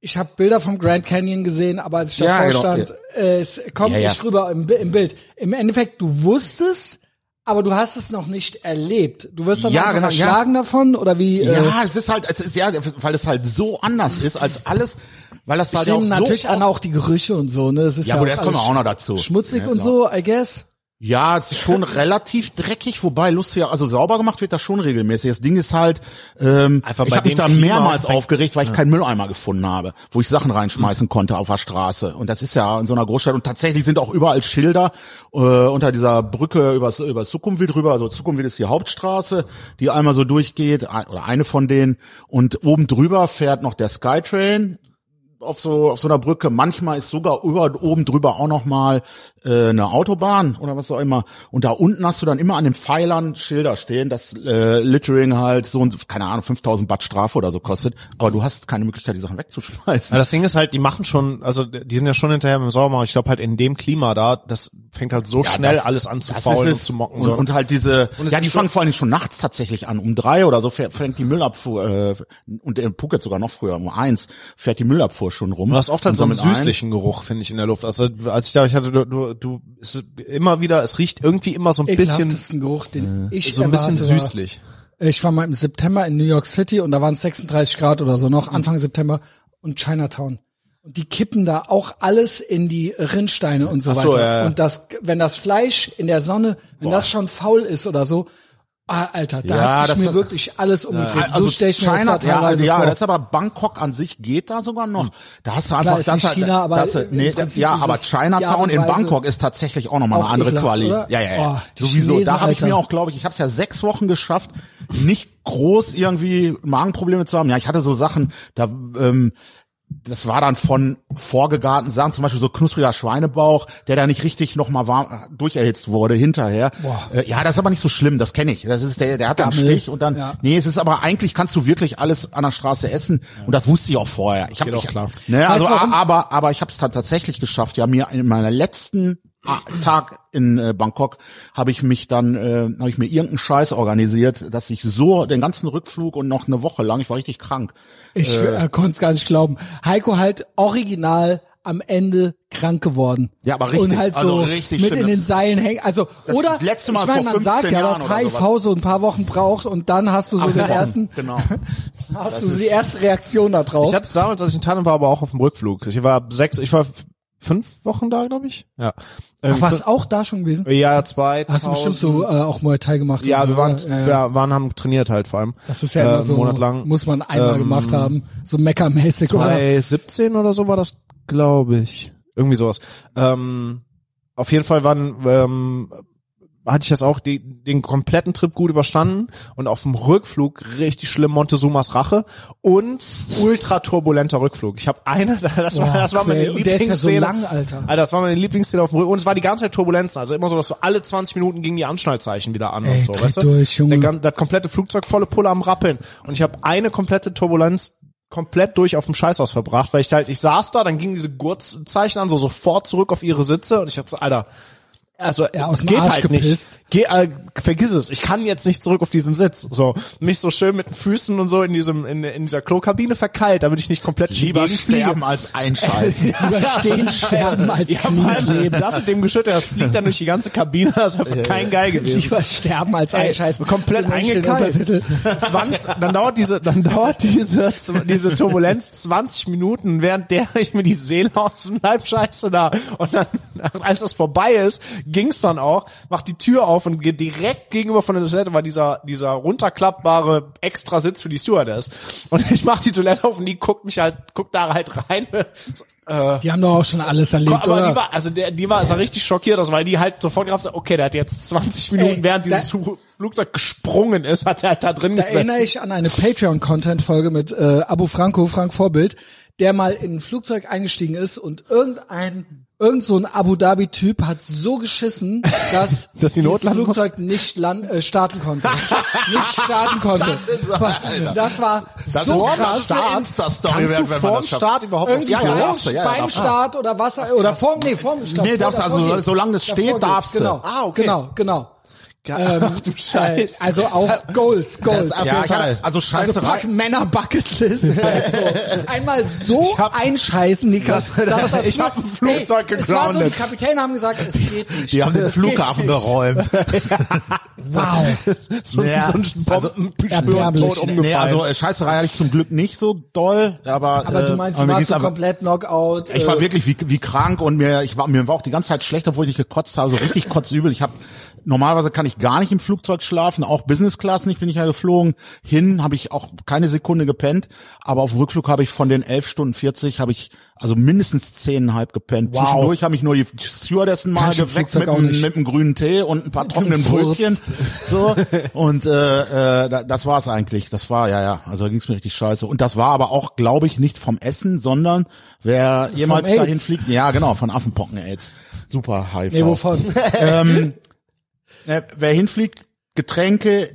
S1: Ich habe Bilder vom Grand Canyon gesehen, aber als ich
S4: Ja,
S1: davor
S4: genau,
S1: stand, äh, es kommt
S4: Ja, ja.
S1: nicht rüber im, Bi- im Bild. Im Endeffekt, du wusstest, aber du hast es noch nicht erlebt. Du wirst dann
S4: Ja,
S1: einfach
S4: genau, ja.
S1: erschlagen davon oder wie? äh,
S4: ja, es ist halt, es ist ja, weil es halt so anders ist als alles, weil das halt ja auch
S1: nehmen natürlich
S4: so
S1: an auch die Gerüche und so. Ne, das ist
S4: Ja,
S1: ja,
S4: aber das
S1: alles
S4: kommt auch noch dazu.
S1: Schmutzig
S4: Ja,
S1: und so, I guess.
S4: Ja, es ist schon relativ dreckig, wobei lustig, also sauber gemacht wird das schon regelmäßig. Das Ding ist halt, ähm,
S3: Einfach
S4: ich
S3: bei
S4: habe mich
S3: dem
S4: da
S3: Klima
S4: mehrmals
S3: fängt-
S4: aufgeregt, weil ich keinen Mülleimer gefunden habe, wo ich Sachen
S3: Hm.
S4: reinschmeißen konnte auf der Straße. Und das ist ja in so einer Großstadt. Und tatsächlich sind auch überall Schilder äh, unter dieser Brücke übers, über Sukhumvit rüber. Also Sukhumvit ist die Hauptstraße, die einmal so durchgeht, ein- oder eine von denen. Und oben drüber fährt noch der Skytrain, auf so auf so einer Brücke. Manchmal ist sogar über oben drüber auch noch mal äh, eine Autobahn oder was auch immer. Und da unten hast du dann immer an den Pfeilern Schilder stehen, dass äh, Littering halt so und keine Ahnung 5000 Baht Strafe oder so kostet. Aber du hast keine Möglichkeit, die Sachen
S3: Ja,
S4: wegzuschmeißen.
S3: das Ding ist halt, die machen schon, also die sind ja schon hinterher mit dem Sauermacher. Ich glaube halt in dem Klima da, das fängt halt so schnell
S4: das-
S3: alles an zu
S4: das
S3: faulen
S4: ist
S3: und
S4: es.
S3: zu mocken.
S4: Und,
S3: So.
S4: und halt diese,
S3: Und es
S4: ja,
S3: ist
S4: die
S3: schon-
S4: fangen vor allem schon nachts tatsächlich an. Um drei oder so fährt, fängt die Müllabfuhr, äh, und in Phuket sogar noch früher, um eins, fährt die Müllabfuhr schon rum.
S3: Du hast oft halt
S4: Und
S3: so einen
S4: sammelt ein.
S3: süßlichen Geruch, finde ich, in der Luft. Also als ich da, ich hatte, du, du, du es, immer wieder, es riecht irgendwie immer so ein bisschen,
S1: Ekelhaftesten Geruch, den ich
S3: so ein bisschen
S1: erwarte, war-
S3: süßlich.
S1: Ich war mal im September in New York City und da waren es 36 Grad oder so
S4: Mhm.
S1: noch, Anfang September und Chinatown. Und die kippen da auch alles in die Rinnsteine und so
S3: so,
S1: weiter.
S3: ja, ja.
S1: Und das, wenn das Fleisch in der Sonne, wenn das schon faul ist oder so, ah, Alter, da
S4: Ja,
S1: hat sich
S4: das- Also
S1: mir wirklich alles umgedreht. so stell ich mir
S4: Äh, China,
S1: das da
S4: ja,
S1: teilweise
S4: also, ja,
S1: vor.
S4: das ist aber Bangkok an sich geht da sogar noch. Da hast du einfach
S1: ist
S4: das
S1: nicht
S4: halt,
S1: China, aber
S4: das,
S1: im
S4: nee,
S1: Prinzip
S4: ja,
S1: dieses
S4: aber
S1: Art
S4: Chinatown
S1: und
S4: in
S1: Weise
S4: Bangkok ist tatsächlich auch nochmal eine
S1: auch
S4: andere
S1: ekelhaft,
S4: Quali.
S1: oder?
S4: Ja, ja, ja.
S1: Oh, die
S4: Sowieso,
S1: Chinesen,
S4: da habe ich
S1: Alter.
S4: mir auch, glaube ich, ich habe es ja sechs Wochen geschafft, nicht groß irgendwie Magenprobleme zu haben. Ja, ich hatte so Sachen, da ähm, das war dann von vorgegarten Sachen, zum Beispiel so knuspriger Schweinebauch, der da nicht richtig nochmal warm durcherhitzt wurde hinterher.
S1: Boah.
S4: Äh, ja, das ist aber nicht so schlimm, das kenne ich. Das ist der, der hat dann einen
S1: Gammel.
S4: Stich und dann.
S1: Ja.
S4: Nee, es ist aber eigentlich kannst du wirklich alles an der Straße essen und das wusste ich auch vorher. Ich hab,
S3: Geht auch
S4: ich,
S3: klar.
S4: Ne,
S1: Weißt
S4: also
S1: du warum?
S4: a- aber aber ich habe es dann tatsächlich geschafft. Ja, mir in meiner letzten a- Tag in äh, Bangkok habe ich mich dann äh, habe ich mir irgendeinen Scheiß organisiert, dass ich so den ganzen Rückflug und noch eine Woche lang, ich war richtig krank.
S1: Ich äh, konnte es gar nicht glauben. Heiko halt original am Ende krank geworden.
S4: Ja, aber richtig,
S1: Und halt so
S4: also richtig
S1: mit
S4: schlimm,
S1: in den
S4: das-
S1: Seilen hängen. Also,
S4: Das
S1: oder,
S4: ist das letzte Mal
S1: ich meine,
S4: vor
S1: man sagt
S4: 15
S1: ja,
S4: Jahren
S1: dass
S4: oder
S1: HIV
S4: sowas.
S1: so ein paar Wochen braucht und dann hast du so den
S4: Wochen,
S1: ersten,
S4: Genau.
S1: hast du so die erste Reaktion da drauf.
S3: Ich hatte es damals, als ich in Thailand war, aber auch auf dem Rückflug. Ich war sechs, ich war f- fünf Wochen da, glaube ich. Ja. Ähm,
S1: Ach, war's auch da schon gewesen?
S3: Ja, zwei.
S1: Hast du bestimmt so äh, auch Muay Thai gemacht? und
S3: Ja,
S1: so,
S3: wir waren,
S1: oder? Ja, ja.
S3: Wir waren, haben trainiert halt vor allem.
S1: Das ist ja immer
S3: Äh,
S1: so,
S3: monatelang.
S1: muss man einmal
S3: Ähm,
S1: gemacht haben, so meckermäßig, oder?
S3: 2017 oder so war das, glaube ich. Irgendwie sowas. Ähm, auf jeden Fall waren, ähm, hatte ich das auch die, den kompletten Trip gut überstanden und auf dem Rückflug richtig schlimm Montezumas Rache und ultra turbulenter Rückflug. Ich habe eine, das war,
S1: Boah,
S3: das war meine
S1: quäl. Und der ist ja so
S3: Lieblingsszene.
S1: lang, Alter.
S3: Alter, das war meine Lieblingsszene auf dem Rücken. Und es war die ganze Zeit Turbulenzen. Also immer so, dass so alle 20 Minuten gingen die Anschnallzeichen wieder an
S1: Ey,
S3: und so,
S1: dreh
S3: weißt du?
S1: durch, Junge.
S3: Der gan- das komplette Flugzeug volle Pulle am Rappeln. Und ich habe eine komplette Turbulenz komplett durch auf dem Scheißhaus verbracht, weil ich halt, ich saß da, dann gingen diese Gurtzeichen an, so sofort zurück auf ihre Sitze und ich dachte so, Alter, also
S1: Ja, aus dem
S3: geht
S1: Arsch
S3: halt
S1: gepisst.
S3: nicht. Geh, äh, vergiss es. Ich kann jetzt nicht zurück auf diesen Sitz. So mich so schön mit den Füßen und so in diesem in, in dieser Klokabine verkeilt, damit ich nicht komplett
S4: Lieber
S3: gegen fliege.
S4: sterben als einschalten.
S1: Überstehen, sterben als
S3: Ja, vor
S1: knien
S3: allem
S1: leben.
S3: das mit dem Geschütter, das fliegt dann durch die ganze Kabine, das ist einfach kein Geil gewesen.
S1: Lieber sterben als
S3: Ey,
S1: ein Scheiß.
S3: komplett eingekeilt. 20, dann dauert diese, dann dauert diese, diese Turbulenz 20 Minuten, während der ich mir die Seele aus dem Leib scheiße da. Und dann, als das vorbei ist, ging's dann auch, macht die Tür auf und geht direkt gegenüber von der Toilette war dieser, dieser runterklappbare extra Sitz für die Stewardess. Und ich mach die Toilette auf und die guckt mich halt, guckt da halt rein. So, äh,
S1: Die haben doch auch schon alles
S3: Komm,
S1: erlebt,
S3: aber
S1: oder?
S3: die war, also der, die war, sah richtig schockiert aus, weil die halt sofort gedacht hat, okay, der hat jetzt 20 Minuten,
S1: Ey,
S3: während dieses
S1: da-
S3: Hu- Flugzeug gesprungen ist, hat er halt da drin
S1: Da
S3: gesessen.
S1: erinnere ich an eine Patreon-Content-Folge mit äh, Abu Franco, Frank Vorbild, der mal in ein Flugzeug eingestiegen ist und irgendein irgend so ein Abu Dhabi-Typ hat so geschissen, dass,
S3: Dass die
S1: dieses
S3: notlanden
S1: Flugzeug nicht land, äh, starten konnte. nicht starten konnte. Das, das war so
S4: ist
S1: krass.
S4: Starmster-Story,
S3: Kannst du
S4: wenn- wenn man
S3: vorm
S4: das schafft.
S3: Start überhaupt
S1: Irgendwie
S4: Ja, ja,
S1: so,
S4: darfst du, ja, ja,
S1: beim
S4: darfst du.
S1: Start oder Wasser oder vorm, nee, vorm Start.
S4: Nee, darfst du, also,
S1: davor geht's.
S4: solange das
S1: Davor
S4: steht,
S1: geht's,
S4: darfst du.
S1: Genau,
S4: Ah, okay.
S1: genau, genau.
S3: Ach du Scheiß.
S1: Äh, Also auch Goals, Goals.
S2: auf
S4: ja,
S2: jeden
S4: ich
S2: Fall.
S4: hab, also
S1: Also
S4: scheiße
S1: pack Männer Bucketlist. Halt so. Einmal so einscheißen, Nikas. dass das
S3: ich hab ein Flugzeug
S1: Es war so, die
S3: gegroundet.
S1: Kapitäne haben gesagt, es geht nicht.
S4: die haben den Flughafen geräumt.
S1: Wow. Also
S3: so,
S4: Ja.
S3: so ein Bombenspür und
S1: erbärmlich.
S3: tot
S1: Nee,
S3: umgefallen.
S4: Nee, also äh, Scheißerei hatte ich zum Glück nicht so doll, aber,
S1: Aber
S4: äh,
S1: du meinst, du
S4: aber mir
S1: warst
S4: geht's
S1: so
S4: aber-
S1: komplett Knockout.
S4: Ich war
S1: äh,
S4: wirklich wie, wie krank und mir ich war mir war auch die ganze Zeit schlecht, obwohl ich gekotzt habe, so richtig kotzübel. Ich habe normalerweise kann ich gar nicht im Flugzeug schlafen, auch Business Class nicht, bin ich ja geflogen. Hin habe ich auch keine Sekunde gepennt, aber auf dem Rückflug habe ich von den 11 Stunden 40 habe ich also mindestens zehneinhalb gepennt.
S3: Wow.
S4: Zwischendurch habe ich nur die Stewardessen mal
S1: Kannst du im
S4: geweckt
S1: Flugzeug
S4: mit,
S1: auch
S4: einem-
S1: nicht.
S4: mit einem grünen Tee und ein paar trockenen
S1: einem Furz.
S4: Brötchen so und äh, äh, da- das war's eigentlich. Das war ja ja, also da ging's mir richtig scheiße und das war aber auch, glaube ich, nicht vom Essen, sondern wer jemals
S1: AIDS.
S4: dahin fliegt, ja genau, von Affenpocken AIDS. Super HIV.
S1: Nee, wovon?
S4: Ne, Ähm, wer hinfliegt, Getränke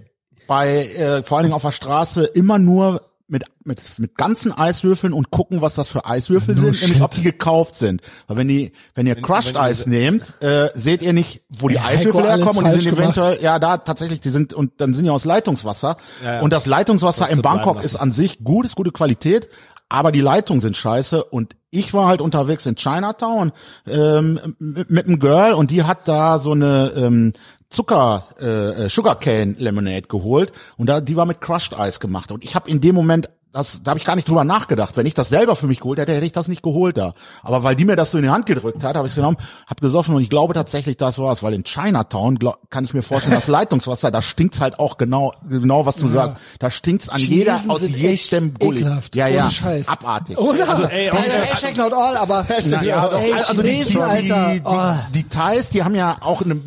S4: bei äh, vor allen Dingen auf der Straße immer nur mit, mit, mit ganzen Eiswürfeln und gucken, was das für Eiswürfel sind, nämlich ob die gekauft sind. Weil wenn die, wenn ihr Crushed Eis nehmt, äh, seht ihr nicht, wo die Eiswürfel
S1: alles
S4: herkommen und die
S1: falsch
S4: sind
S1: gemacht.
S4: eventuell, ja da tatsächlich, die sind und dann sind die aus Leitungswasser. Und das Leitungswasser in
S3: du bleiben
S4: Bangkok
S3: lassen.
S4: ist an sich gut, ist gute Qualität, aber die Leitungen sind scheiße und ich war halt unterwegs in Chinatown ähm, mit, mit einem Girl und die hat da so eine ähm, Zucker äh, äh, Sugarcane Lemonade geholt und da die war mit Crushed Eis gemacht und ich habe in dem Moment das, da habe ich gar nicht drüber nachgedacht. Wenn ich das selber für mich geholt hätte, hätte ich das nicht geholt da. Aber weil die mir das so in die Hand gedrückt hat, habe ich genommen, habe gesoffen und ich glaube tatsächlich, das war's. Weil in Chinatown glaub, kann ich mir vorstellen, das Leitungswasser, da stinkt's halt auch genau, genau was du sagst. Da stinkt's an jeder
S1: Chinesen
S4: aus
S1: sind
S4: jedem
S1: echt
S4: Gully.
S1: Ekelhaft.
S4: Ja,
S1: Ohne
S4: ja.
S1: Scheiß.
S4: Abartig.
S1: Oder? Also,
S3: ey,
S1: ey, Hashtag not all, aber
S4: Na, ja, doch.
S1: ey,
S4: also die, die,
S1: Chinesen, Alter.
S4: die, die,
S1: oh.
S4: die Thais, die haben ja auch eine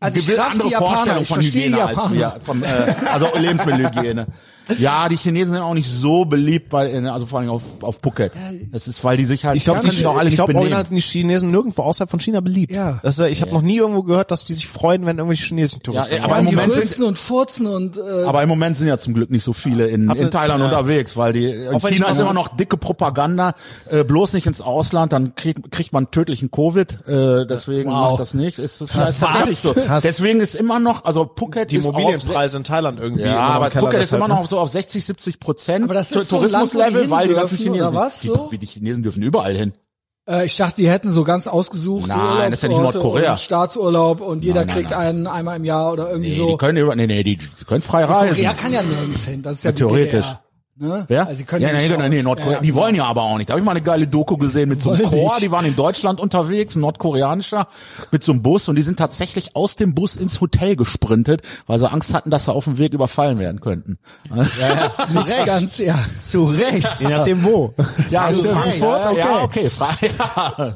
S1: Also ich
S4: gewisse
S1: raff die
S4: andere
S1: Japaner,
S4: Vorstellung
S1: ich
S4: von
S1: verstehe die
S4: Hygiene als wir,
S1: Japaner.
S4: vom, äh, also Lebensmittelhygiene. Ja, die Chinesen sind auch nicht so beliebt bei, in- also vor allem auf, auf Phuket. Das ist, weil die sich halt,
S3: Ich glaube,
S4: die sich auch alle
S3: ich
S4: nicht
S3: glaub, original
S4: benehmen.
S3: sind die Chinesen nirgendwo außerhalb von China beliebt.
S1: Ja.
S3: Das, ist, äh, ich habe noch nie irgendwo gehört, dass die sich freuen, wenn irgendwelche chinesischen Touristen.
S4: Ja, ey,
S3: kommen.
S4: aber im
S1: Oh, die
S4: Moment sind-
S1: rülpsen und furzen und äh,
S4: Aber im Moment sind ja zum Glück nicht so viele in, in Thailand unterwegs, weil die, in
S3: Auch wenn
S4: China
S3: ich-
S4: ist immer noch dicke Propaganda, äh, bloß nicht ins Ausland, dann kriegt, kriegt man tödlichen Covid, äh, deswegen macht das nicht. Ist, das heißt tatsächlich so. Deswegen ist immer noch, also Phuket
S3: die
S4: ist auf,
S3: Immobilienpreise in Thailand irgendwie.
S4: Ja,
S3: immer noch im
S4: aber
S3: Keller,
S4: Phuket ist
S3: deshalb,
S4: immer
S3: ne?
S4: noch auf so auf 60, 70 Prozent
S1: Aber das ist so ein Land, wo die
S4: Tourismuslevel, weil die ganzen
S1: hindürfen,
S4: Chinesen
S1: oder was,
S4: Die,
S1: so?
S4: wie die Chinesen dürfen überall hin.
S1: Äh, ich dachte, die hätten so ganz ausgesucht.
S4: Nein, das ist ja nicht Nordkorea.
S1: Und Staatsurlaub und jeder
S4: Nein, nein,
S1: kriegt
S4: nein.
S1: einen einmal im Jahr oder irgendwie
S4: Nee, die
S1: so.
S4: können über, nee, nee, die, die können frei reisen.
S1: Korea kann ja nirgends hin. Das ist ja wie
S4: Theoretisch.
S1: DDR, Ne?
S4: Wer?
S1: Also sie können
S4: ja,
S1: nicht
S4: nee, nee,
S1: raus.
S4: nee, Nordkorea.
S1: Ja,
S4: die wollen ja aber auch nicht. Da habe ich mal eine geile Doku gesehen mit so
S1: Wollen
S4: einem Chor,
S1: nicht.
S4: die waren in Deutschland unterwegs, ein nordkoreanischer, mit so einem Bus und die sind tatsächlich aus dem Bus ins Hotel gesprintet, weil sie Angst hatten, dass sie auf dem Weg überfallen werden könnten.
S1: Zu Recht. Ganz, ja. Zu Recht.
S3: Je nachdem wo.
S4: Ja,
S2: stimmt. Ja,
S4: Frankfurt, ja, okay, frei.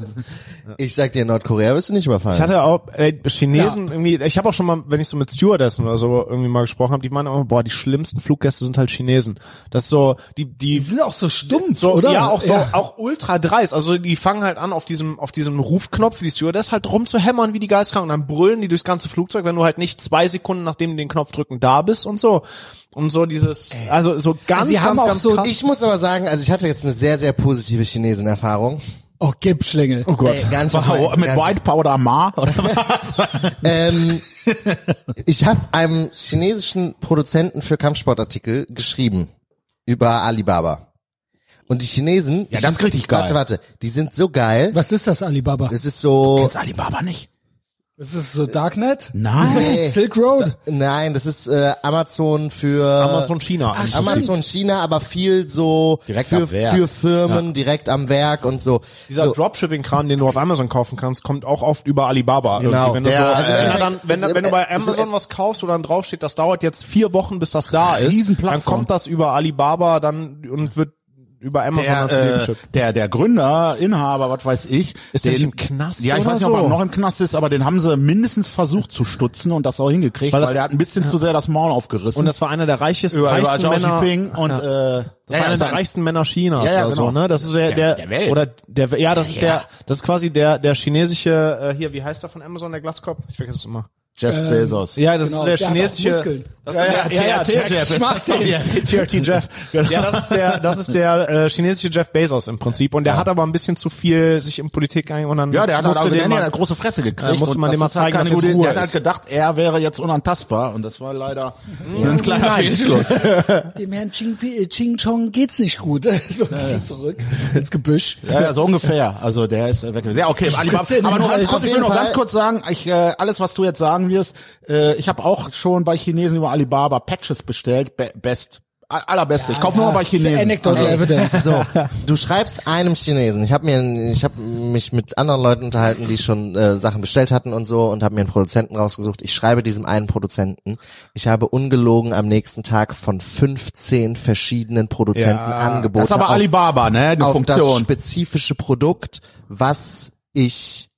S2: Ich sag dir, in Nordkorea wirst du nicht überfallen.
S3: Ich hatte auch ey, Chinesen irgendwie, ich habe auch schon mal, wenn ich so mit Stewardessen oder so irgendwie mal gesprochen habe, die meinen immer, boah, die schlimmsten Fluggäste sind halt Chinesen. Das ist so, die, die
S1: Die sind auch so stumpf,
S3: so,
S1: oder?
S3: Ja, auch so, auch ultra dreist. Also die fangen halt an, auf diesem, auf diesem Rufknopf für die Stewardess halt rumzuhämmern wie die Geistkranken. Und dann brüllen die durchs ganze Flugzeug, wenn du halt nicht zwei Sekunden, nachdem du den Knopf drücken, da bist und so. Und so dieses, also so ganz,
S1: Sie
S3: ganz,
S1: haben auch
S3: ganz
S1: so-
S3: krass.
S2: Ich muss aber sagen, also ich hatte jetzt eine sehr, sehr positive Chinesenerfahrung.
S1: Oh, gib Schlingel.
S3: Oh Gott.
S2: Ey, ganz
S4: Wow, mit
S2: ganz-
S4: White Powder Ma oder
S2: ähm, ich habe einem chinesischen Produzenten für Kampfsportartikel geschrieben über Alibaba. Und die Chinesen,
S4: Ja, das ist richtig geil.
S2: Warte, warte, die sind so geil.
S1: Was ist das, Alibaba?
S2: Das ist so
S4: Jetzt Alibaba nicht.
S1: Ist es so Darknet? Hm,
S4: Nein.
S2: Nee.
S1: Silk Road?
S2: Nein, das ist äh, Amazon für
S3: Amazon China.
S1: Ach,
S2: Amazon China, aber viel so
S4: Direkt
S2: für,
S4: am Werk.
S2: für Firmen direkt am Werk und so.
S3: Dieser
S2: so.
S3: Dropshipping-Kram, den du auf Amazon kaufen kannst, kommt auch oft über Alibaba.
S2: Genau.
S3: irgendwie. Wenn, du
S2: Der-
S3: so,
S2: also
S3: also wenn,
S2: im
S3: du dann,
S2: Endeffekt
S3: wenn,
S2: ist es-
S3: wenn du bei
S2: es ist-
S3: Amazon was kaufst oder dann draufsteht, das dauert jetzt vier Wochen, bis das da ist,
S4: Riesenplattform.
S3: dann kommt das über Alibaba dann und wird über Amazon ans Leben
S4: Der, äh,
S3: geschickt.
S4: der, der Gründer, Inhaber, was weiß ich.
S3: Ist der nicht im Knast
S4: Ja, ich
S3: oder
S4: weiß nicht, ob
S3: so?
S4: er noch im Knast ist, aber den haben sie mindestens versucht zu stutzen und das auch hingekriegt, weil,
S3: das-
S4: der hat ein bisschen zu sehr das Maul aufgerissen.
S3: Und das war einer der reichsten,
S4: über, über
S3: reichsten
S4: Zhao
S3: Männer.
S4: Jinping und äh,
S3: Das war einer der reichsten Männer Chinas
S4: Ja, ja,
S3: oder so,
S4: genau.
S3: ne? Das ist der, der,
S4: Der- der Welt.
S3: oder der ja, das ist
S4: Ja.
S3: der das ist quasi der der chinesische äh, hier, wie heißt der von Amazon der Glatzkopf? Ich vergesse es immer.
S4: Jeff Bezos.
S3: äh, Ja, das
S1: Genau,
S3: ist der
S1: der hat auch
S3: chinesische
S1: Muskeln.
S3: das ist der- ja, ja, Jeff- Jeff- TRT Jeff. Ja, das ist der, das ist der äh, chinesische Jeff Bezos im Prinzip. Und der hat aber ein bisschen zu viel sich in Politik ein und dann
S4: Ja, der hat halt
S3: musste
S4: auch
S3: den
S4: der hat
S3: mal,
S4: eine große Fresse gekriegt.
S3: Ja, musste
S4: und
S3: man
S4: das
S3: dem mal
S4: ist halt
S3: zeigen,
S4: keine
S3: dass jetzt
S4: gute-
S3: Ruhe
S4: Der hat halt
S3: ist.
S4: gedacht, er wäre jetzt unantastbar und das war leider ein kleiner Fehlschluss.
S1: Dem Herrn Ching, äh, Ching Chong geht's nicht gut. so ja. zurück ins Gebüsch.
S4: Ja, ja, so ungefähr. Also der ist weg. Ja, okay, Alibaba.
S1: kurz in den
S4: Aber nur
S2: ne?
S4: ganz kurz,
S1: Hals.
S4: ich will
S2: Auf jeden
S4: noch ganz
S2: Fall.
S4: kurz sagen, ich, äh, alles, was du jetzt sagen wirst, äh, ich habe auch schon bei Chinesen über Alibaba Patches bestellt. Be best. A- Allerbeste. ich kaufe nur noch bei Chinesen. Also,
S1: Anecdotal Evidence.
S2: So, du schreibst einem Chinesen. Ich habe mir, ich habe mich mit anderen Leuten unterhalten, die schon äh, Sachen bestellt hatten und so und habe mir einen Produzenten rausgesucht. Ich schreibe diesem einen Produzenten. Ich habe ungelogen am nächsten Tag von 15 verschiedenen Produzenten Angebote
S4: Das ist
S2: auf,
S4: aber Alibaba, ne? Die
S2: auf das
S4: Funktion.
S2: spezifische Produkt, was ich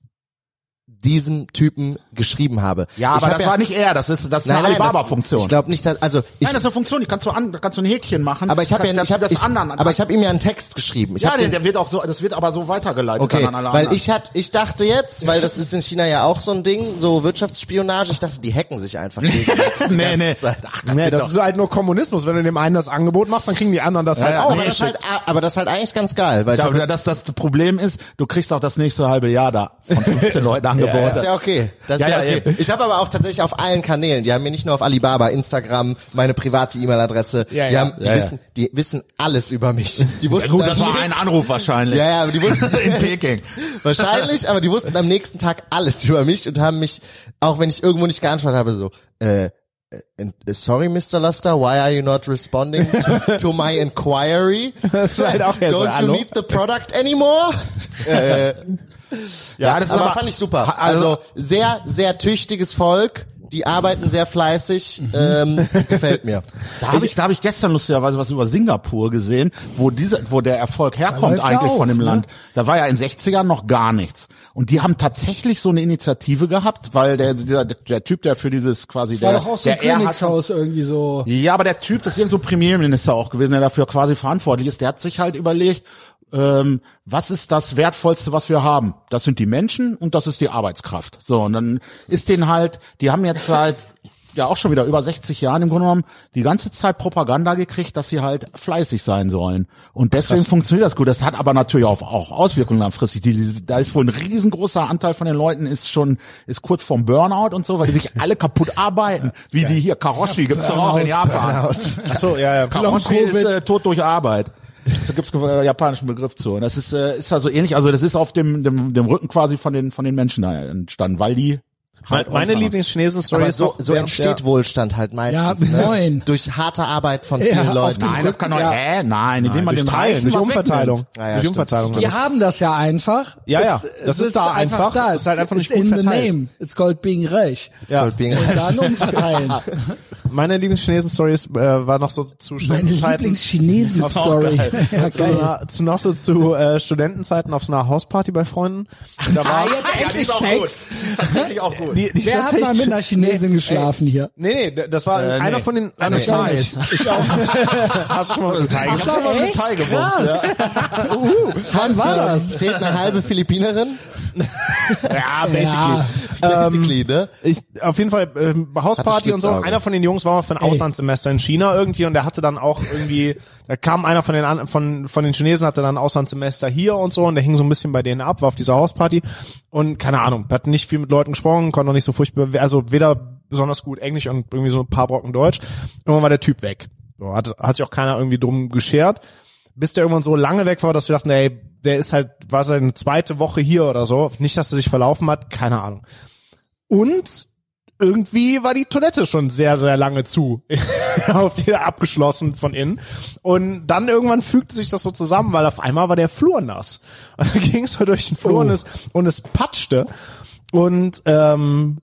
S2: diesem Typen geschrieben habe.
S4: Ja,
S2: ich
S4: aber
S2: hab
S4: das war nicht er. Das ist das ist eine
S2: Nein, nein,
S4: Alibaba-Funktion.
S2: das- Ich glaube nicht, dass, also ich,
S4: Nein, das ist eine Funktion. Die kannst du an, da kannst du ein Häkchen machen.
S2: aber ich habe
S4: Kannst-
S2: ja, ich
S4: das,
S2: habe
S4: das
S2: ich,
S4: anderen.
S2: aber ich habe ihm ja einen Text geschrieben. Ich
S4: ja,
S2: hab
S4: der,
S2: den-
S4: der wird auch so. Das wird aber so weitergeleitet
S2: Okay,
S4: dann an alle
S2: weil
S4: anderen.
S2: ich hat, ich dachte jetzt, weil das ist in China ja auch so ein Ding, so Wirtschaftsspionage, ich dachte, die hacken sich einfach gegenseitig. die
S4: Nee,
S2: ganze
S4: nee.
S2: Zeit.
S3: Nee, das ist halt nur Kommunismus. Wenn du dem einen das Angebot machst, dann kriegen die anderen das halt
S4: ja,
S3: auch.
S2: aber, das ist halt, aber das ist halt eigentlich ganz geil, weil ich
S4: Ja,
S2: hab
S4: aber
S2: jetzt,
S4: das, das Problem ist, du kriegst auch das nächste halbe Jahr da von 15 Leuten Angebote.
S2: das ist ja okay. Das ist ja,
S4: Ja, ja,
S2: okay. Ich habe aber auch tatsächlich auf allen Kanälen, die haben mir nicht nur auf Alibaba, Instagram, meine private E-Mail-Adresse,
S3: Ja,
S2: die
S3: ja.
S2: haben, die
S4: Ja, ja.
S2: wissen, die wissen alles über mich. Die
S4: Ja,
S2: wussten
S4: gut,
S2: dann
S4: das war
S2: nichts.
S4: ein Anruf wahrscheinlich.
S2: Ja, ja, aber die wussten
S4: In Peking.
S2: Wahrscheinlich, aber die wussten am nächsten Tag alles über mich und haben mich, auch wenn ich irgendwo nicht geantwortet habe, so, äh, äh, sorry, Mr. Luster, why are you not responding to, to my inquiry?
S3: Das ist halt auch ja so,
S2: Don't you
S3: hallo?
S2: need the product anymore?
S3: Ah,
S4: Ja, das
S2: aber, fand ich super. Also sehr, sehr tüchtiges Volk. Die arbeiten sehr fleißig.
S3: Mhm.
S2: Ähm, gefällt mir.
S4: da habe ich, da hab ich gestern lustigerweise was über Singapur gesehen, wo diese, wo der Erfolg herkommt
S1: läuft er
S4: eigentlich
S1: auf,
S4: von dem
S1: ne?
S4: Land. Da war ja in 60ern noch gar nichts. Und die haben tatsächlich so eine Initiative gehabt, weil der, der, der Typ, der für dieses quasi
S1: War
S4: der,
S1: doch auch so ein
S4: der Ehrhassel-
S1: Königshaus irgendwie so.
S4: Ja, aber der Typ, das ist irgend so ein Premierminister auch gewesen, der dafür quasi verantwortlich ist, der hat sich halt überlegt, ähm, was ist das Wertvollste, was wir haben? Das sind die Menschen und das ist die Arbeitskraft. So, und dann ist denen halt, die haben jetzt seit ja auch schon wieder über 60 Jahren im Grunde genommen die ganze Zeit Propaganda gekriegt, dass sie halt fleißig sein sollen. Und deswegen funktioniert das gut. Das hat aber natürlich auch, auch Auswirkungen langfristig. Die, die, da ist wohl ein riesengroßer Anteil von den Leuten ist schon, ist kurz vorm Burnout und so, weil die sich alle kaputt arbeiten, wie die hier Karoshi gibt's doch auch in Japan.
S3: Ach so, ja, ja.
S4: Karoshi
S1: Long
S4: ist
S1: Covid.
S4: äh, tot durch Arbeit. Da gibt's einen japanischen Begriff zu. Und das ist, äh, ist da so ähnlich. Also das ist auf dem, dem, dem Rücken quasi von den, von den Menschen da entstanden, weil die Halt
S3: Meine, meine Lieblings-Chinesen-Story
S2: Aber
S3: ist
S2: so,
S3: doch,
S2: so
S3: während
S2: entsteht
S3: der-
S2: Wohlstand halt meistens.
S1: Ja,
S2: ne?
S1: moin.
S2: Durch harte Arbeit von
S1: Ja,
S2: vielen
S1: auf
S2: Leuten.
S1: dem
S4: Nein, das kann doch,
S1: Ja.
S4: hä? Nein, indem man
S3: durch
S4: den
S3: Teilen,
S4: Reichen
S3: durch
S4: was
S3: Umverteilung.
S4: wegnimmt.
S2: Ja, ja,
S3: durch
S2: stimmt,
S3: Umverteilung.
S1: Die haben das ja einfach.
S3: Ja, ja.
S1: Es-
S3: Das
S1: es
S3: ist da einfach.
S1: da.
S3: Ist halt einfach nicht
S1: It's
S3: gut
S1: in
S3: verteilt.
S1: the name. It's called being reich.
S3: Ja.
S2: Gold Bing.
S1: Dann umverteilen.
S3: Meine Lieblings-Chinesen-Story ist, äh, war noch so zu
S1: Meine
S3: Studentenzeiten.
S1: Lieblings-Chinesen-Story. Ja,
S3: zu
S1: geil.
S3: einer, zu, noch so zu äh, Studentenzeiten auf so einer Hausparty bei Freunden. Da
S4: ah,
S3: war,
S1: jetzt
S4: Ja, die
S1: endlich
S4: ist auch gut.
S1: Sex.
S4: Die ist tatsächlich auch gut.
S3: die, die
S1: Wer hat mal mit einer Chinesin geschlafen hier?
S3: Nee, nee, d- das war
S4: Äh,
S3: einer
S4: nee.
S3: von den einer
S4: nee.
S3: Thai.
S4: Thais.
S3: Ich auch. Hast du schon mal mit einem Thai
S4: Ich hab mal mit
S1: echt?
S4: Thai gewumst,
S1: Krass.
S4: ja.
S1: Wann war das?
S2: Zählt eine halbe Philippinerin?
S3: Ja,
S1: Ja.
S2: Basically, ne?
S3: Ähm, Ich, auf jeden Fall ähm, Hausparty
S2: Hatte
S3: und so.
S2: Schlitzauge.
S3: Einer von den Jungs war für ein Auslandssemester in China irgendwie und der hatte dann auch irgendwie, da kam einer von den an- von von den Chinesen hatte dann ein Auslandssemester hier und so und der hing so ein bisschen bei denen ab, war auf dieser Hausparty und keine Ahnung, hat nicht viel mit Leuten gesprochen, konnte auch nicht so furchtbar, also weder besonders gut Englisch und irgendwie so ein paar Brocken Deutsch. Irgendwann war der Typ weg. So, hat, hat sich auch keiner irgendwie drum geschert bis der irgendwann so lange weg war, dass wir dachten, ey, der ist halt, war seine zweite Woche hier oder so. Nicht, dass er sich verlaufen hat, keine Ahnung. Und irgendwie war die Toilette schon sehr, sehr lange zu. auf die, abgeschlossen von innen. Und dann irgendwann fügte sich das so zusammen, weil auf einmal war der Flur nass. Und dann ging es so durch den Flur und, es, und es patschte. Und ähm,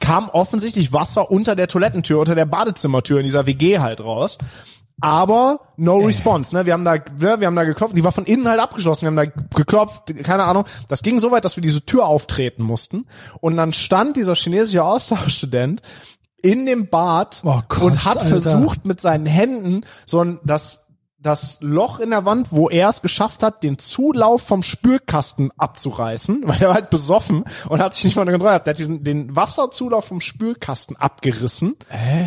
S3: kam offensichtlich Wasser unter der Toilettentür, unter der Badezimmertür in dieser WG halt raus. Aber no
S1: Äh.
S3: response, ne? Wir haben da, ne, wir haben da geklopft, die war von innen halt abgeschlossen, wir haben da geklopft, keine Ahnung. Das ging so weit, dass wir diese Tür auftreten mussten. Und dann stand dieser chinesische Austauschstudent in dem Bad
S1: Oh Gott,
S3: und hat
S1: Alter.
S3: versucht mit seinen Händen so ein, das, das Loch in der Wand, wo er es geschafft hat, den Zulauf vom Spülkasten abzureißen, weil er war halt besoffen und hat sich nicht mal eine Kontrolle gehabt. Der hat diesen, den Wasserzulauf vom Spülkasten abgerissen.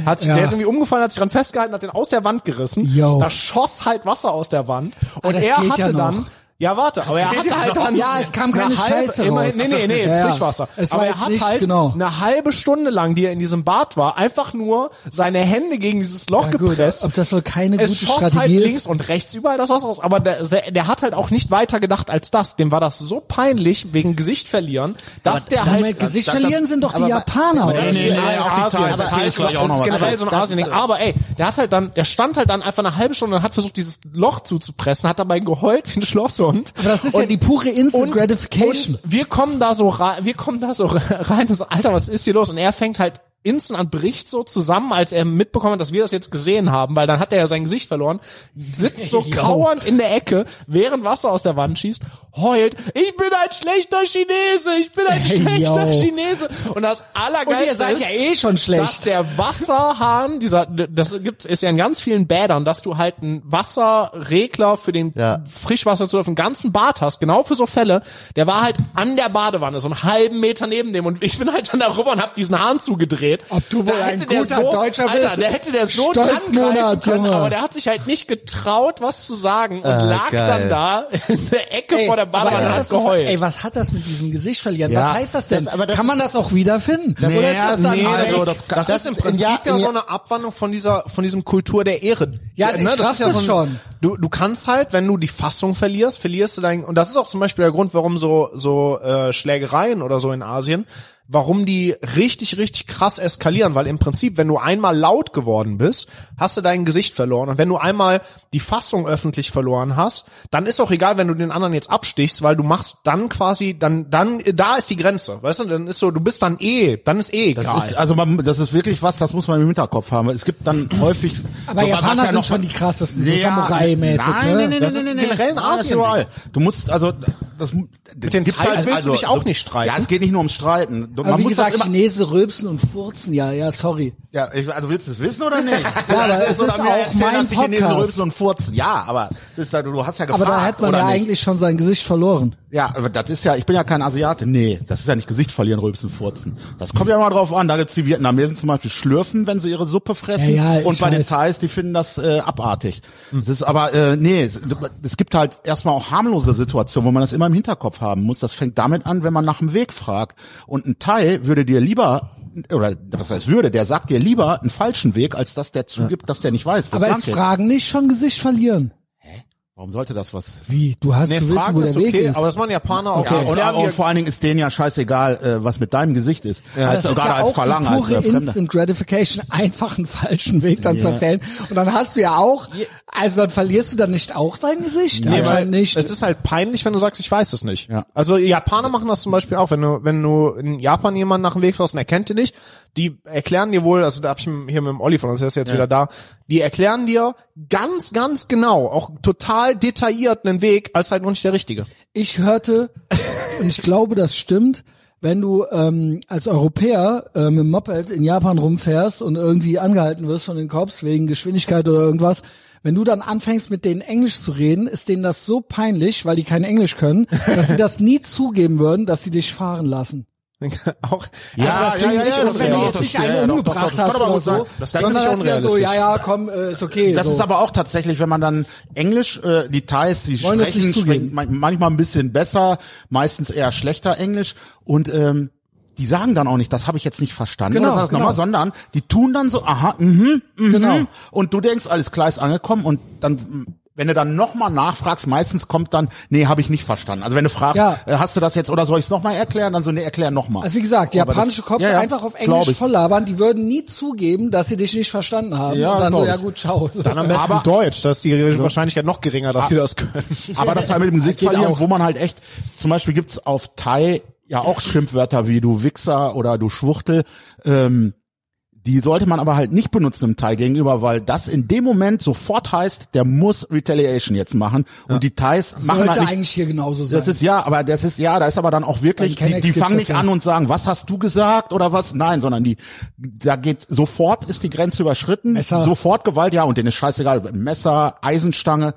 S3: Hat sich,
S1: Ja.
S3: Der ist irgendwie umgefallen, hat sich dran festgehalten, hat den aus der Wand gerissen.
S1: Yo. Ah,
S3: Da schoss halt Wasser aus der Wand. Und
S1: das
S3: er
S1: geht
S3: hatte
S1: ja noch.
S3: dann, ja warte, aber er hatte halt dann,
S1: Ja, es kam keine
S3: eine halbe-
S1: Scheiße raus.
S3: Nee, nee, nee,
S1: Ja, ja.
S3: Frischwasser.
S1: Es war
S3: aber er
S1: jetzt
S3: hat
S1: nicht-
S3: halt
S1: genau.
S3: eine halbe Stunde lang, die er in diesem Bad war, einfach nur seine Hände gegen dieses Loch
S1: Ja, gut,
S3: gepresst
S1: ob das wohl keine
S3: es
S1: gute
S3: schoss
S1: Strategie
S3: halt
S1: ist?
S3: links und rechts überall das Wasser raus. Aber der, der hat halt auch nicht weiter gedacht als das. Dem war das so peinlich wegen Gesicht verlieren, dass der
S1: Moment,
S3: halt
S1: Gesicht
S2: da- da-
S1: verlieren sind doch die
S2: aber-
S1: Japaner,
S2: aber-
S1: oder?
S4: Nee, nee,
S3: in
S4: nee,
S3: allen
S4: auch die
S3: Asien,
S4: Thais,
S3: aber
S4: das
S3: Thais
S4: ist gleich
S3: war-
S4: auch noch
S3: ist
S4: was.
S3: also generell so ein
S2: Das ist-
S3: Asien-Ding. Aber ey, der hat halt dann, der stand halt dann einfach eine halbe Stunde und hat versucht, dieses Loch zuzupressen, hat dabei geheult wie ein Schlosshund.
S1: Aber das ist ja die pure Instant Gratification.
S3: Und wir kommen da so rein, wir kommen da so rein, und so, Alter, was ist hier los? Und er fängt halt instant an, bricht so zusammen, als er mitbekommen hat, dass wir das jetzt gesehen haben, weil dann hat er ja sein Gesicht verloren, sitzt so kauernd in der Ecke, während Wasser aus der Wand schießt, heult, ich bin ein schlechter Chinese, ich bin ein
S1: Ey,
S3: schlechter
S1: yo.
S3: Chinese. Und das Allergeilste ist,
S1: eh schon
S3: dass der Wasserhahn, dieser, das gibt, ist ja in ganz vielen Bädern, dass du halt einen Wasserregler für den
S2: Ja.
S3: Frischwasser zu dem ganzen Bad hast, genau für so Fälle. Der war halt an der Badewanne, so einen halben Meter neben dem und ich bin halt dann darüber und hab diesen Hahn zugedreht.
S1: Ob du wohl
S3: Da hätte
S1: ein
S3: der
S1: guter
S3: so,
S1: Deutscher
S3: Alter,
S1: bist?
S3: der hätte der so
S1: Stolz
S3: drangreifen
S1: Monat,
S3: können,
S1: Junge. Ah,
S3: aber der hat sich halt nicht getraut, was zu sagen und lag
S2: geil.
S3: dann da in der Ecke
S1: Ey,
S3: vor der
S1: aber
S3: Badewanne
S1: ist
S3: und hat
S1: das so-
S3: geheult.
S1: Ey, was hat das mit diesem Gesicht verlieren?
S3: Ja.
S1: Was heißt das denn?
S2: Das- aber das
S1: Kann man
S2: ist-
S1: das auch wiederfinden?
S2: Das-
S1: Oder ist
S3: Ja,
S1: das dann
S3: nee,
S1: alles-
S3: also das, das,
S2: das
S3: ist im
S2: ist in
S3: Prinzip
S2: Ja-
S3: ja,
S2: in
S3: so
S2: Ja-
S3: eine Abwandlung von dieser von diesem Kultur der ne, Ehre.
S1: Ja, ich raff das
S3: ein-
S1: schon.
S3: Du, du kannst halt, wenn du die Fassung verlierst, verlierst du dein und das ist auch zum Beispiel der Grund, warum so so äh, Schlägereien oder so in Asien, warum die richtig richtig krass eskalieren, weil im Prinzip, wenn du einmal laut geworden bist, hast du dein Gesicht verloren und wenn du einmal die Fassung öffentlich verloren hast, dann ist auch egal, wenn du den anderen jetzt abstichst, weil du machst dann quasi dann dann da ist die Grenze, weißt du? Dann ist so, du bist dann eh, dann ist eh egal.
S4: Das ist, also man, das ist wirklich was, das muss man im Hinterkopf haben. Es gibt dann häufig.
S1: Aber
S4: so, was
S1: Japaner
S4: ja
S1: sind
S4: noch-
S1: schon die krassesten, so
S4: Ja,
S1: Samurai-mäßig,
S4: Nein,
S1: ne?
S4: nein, nein,
S3: Das
S4: nein,
S3: ist
S4: nein,
S3: generell ein Asien-Ding.
S4: Überall. Du musst, also, das, Mit
S3: den Thais willst du dich auch nicht streiten.
S4: Ja, es geht nicht nur um Streiten. Du,
S1: Aber
S4: man
S1: wie
S4: muss das
S1: gesagt,
S4: immer,
S1: Chinesen rülpsen und furzen, ja, ja, sorry.
S4: Ja, ich, also willst du es wissen oder nicht? Also, ja,
S1: aber es ist auch mein
S4: dass die Chinesen
S1: Podcast.
S4: rülpsen und furzen. Ja, aber es ist, halt- du hast ja
S1: Aber
S4: gefragt,
S1: da hat man
S4: oder
S1: ja
S4: nicht?
S1: eigentlich schon sein Gesicht verloren.
S4: Ja, aber das ist ja, ich bin ja kein Asiate. Nee, das ist ja nicht Gesicht verlieren, rülpsen, furzen. Das kommt ja mal drauf an. Da gibt's die Vietnamesen zum Beispiel schlürfen, wenn sie ihre Suppe fressen.
S1: Ja, ja, ich
S4: und bei den
S1: weiß.
S4: Thais, die finden das äh, abartig. Es ist aber, äh, nee, es, es gibt halt erstmal auch harmlose Situationen, wo man das immer im Hinterkopf haben muss. Das fängt damit an, wenn man nach dem Weg fragt. Und ein Thai würde dir lieber oder was heißt würde, der sagt dir lieber einen falschen Weg, als dass der zugibt, dass der nicht weiß, wo es
S1: Aber
S4: lang
S1: ist
S4: geht.
S1: Fragen nicht schon Gesicht verlieren?
S4: Warum sollte das was
S1: Wie? Du hast
S3: Nee,
S1: zu wissen,
S3: Fragen
S1: wo der
S3: ist
S1: Weg
S3: okay,
S1: ist.
S3: aber das machen Japaner auch.
S4: Ja,
S3: Die
S4: und,
S3: erklären
S4: aber- und
S3: dir-
S4: vor allen Dingen ist denen ja scheißegal, äh, was mit deinem Gesicht ist.
S3: halt
S1: Das ist ja auch
S4: äh,
S1: die pure Instant Gratification, einfach einen falschen Weg dann zu erzählen. Und dann hast du ja auch, also dann verlierst du dann nicht auch dein Gesicht?
S3: Nee, weil
S1: Anscheinend nicht.
S3: Es ist halt peinlich, wenn du sagst, ich weiß es nicht.
S4: Ja.
S3: Also Japaner machen das zum Beispiel auch, wenn du, wenn du in Japan jemanden nach dem Weg fährst und er kennt dich nicht, die erklären dir wohl, also da hab ich hier mit dem Olli von uns, der ist jetzt wieder da, die erklären dir ganz, ganz genau, auch total detailliert einen Weg, als halt nur nicht der richtige.
S1: Ich hörte, und ich glaube, das stimmt, wenn du ähm, als Europäer äh, mit dem Moped in Japan rumfährst und irgendwie angehalten wirst von den Cops wegen Geschwindigkeit oder irgendwas, wenn du dann anfängst, mit denen Englisch zu reden, ist denen das so peinlich, weil die kein Englisch können, dass sie das nie zugeben würden, dass sie dich fahren lassen.
S3: auch. Also
S4: Ja,
S3: das
S4: ja,
S3: finde
S4: ja,
S3: ich
S4: ja,
S1: wenn du
S4: das kann auch
S1: jetzt
S3: unrealistisch.
S1: nicht
S4: verstehen.
S1: eine
S4: Ja, doch,
S1: umgebracht
S4: doch, das
S1: hast
S4: kann aber
S1: oder
S4: gut
S1: so,
S4: sein. Das
S3: kann
S1: dann
S3: sich
S1: ist ja so,
S3: unrealistisch.
S1: ja, ja, komm, äh, ist okay.
S4: Das
S1: so.
S4: ist aber auch tatsächlich, wenn man dann Englisch, äh, die Thais, die
S1: Wollen das
S4: sprechen,
S1: nicht zugeben.
S4: sprechen man- manchmal ein bisschen besser, meistens eher schlechter Englisch und ähm, die sagen dann auch nicht, das habe ich jetzt nicht verstanden
S1: Genau,
S4: oder sag's
S1: genau.
S4: nochmal, sondern die tun dann so, aha, mhm, mhm,
S1: Genau.
S4: und du denkst, alles klar ist angekommen und dann wenn du dann nochmal nachfragst, meistens kommt dann, nee, habe ich nicht verstanden. Also wenn du fragst,
S1: Ja.
S4: äh, hast du das jetzt oder soll ich es nochmal erklären, dann so, nee, erklär nochmal.
S1: Also wie gesagt, japanische Cops
S4: ja, ja,
S1: einfach auf
S4: glaub
S1: Englisch
S4: ich.
S1: voll labern, die würden nie zugeben, dass sie dich nicht verstanden haben.
S4: Ja,
S1: und dann so,
S4: glaub ich.
S1: ja gut, ciao. So.
S3: Dann am besten
S4: Aber-
S3: Deutsch, dass die Wahrscheinlichkeit noch geringer, dass sie Also Ah, das können.
S4: Aber das halt mit dem Gesicht
S1: Geht
S4: verlieren,
S1: auch.
S4: wo man halt echt, zum Beispiel gibt's auf Thai ja auch Schimpfwörter wie du Wichser oder du Schwuchtel. Ähm, die sollte man aber halt nicht benutzen im Thai gegenüber, weil das in dem Moment sofort heißt, der muss Retaliation jetzt machen. Und die Thais machen
S1: Sollte
S4: halt nicht.
S1: eigentlich hier genauso sein.
S4: Das ist ja, aber das ist ja, da ist aber dann auch wirklich,
S1: Bei Kennex
S4: die, die
S1: gibt's
S4: fangen
S1: das
S4: nicht
S1: ja.
S4: an und sagen, was hast du gesagt oder was? Nein, sondern die, da geht sofort ist die Grenze überschritten,
S1: Messer.
S4: sofort Gewalt, ja, und denen ist scheißegal, Messer, Eisenstange,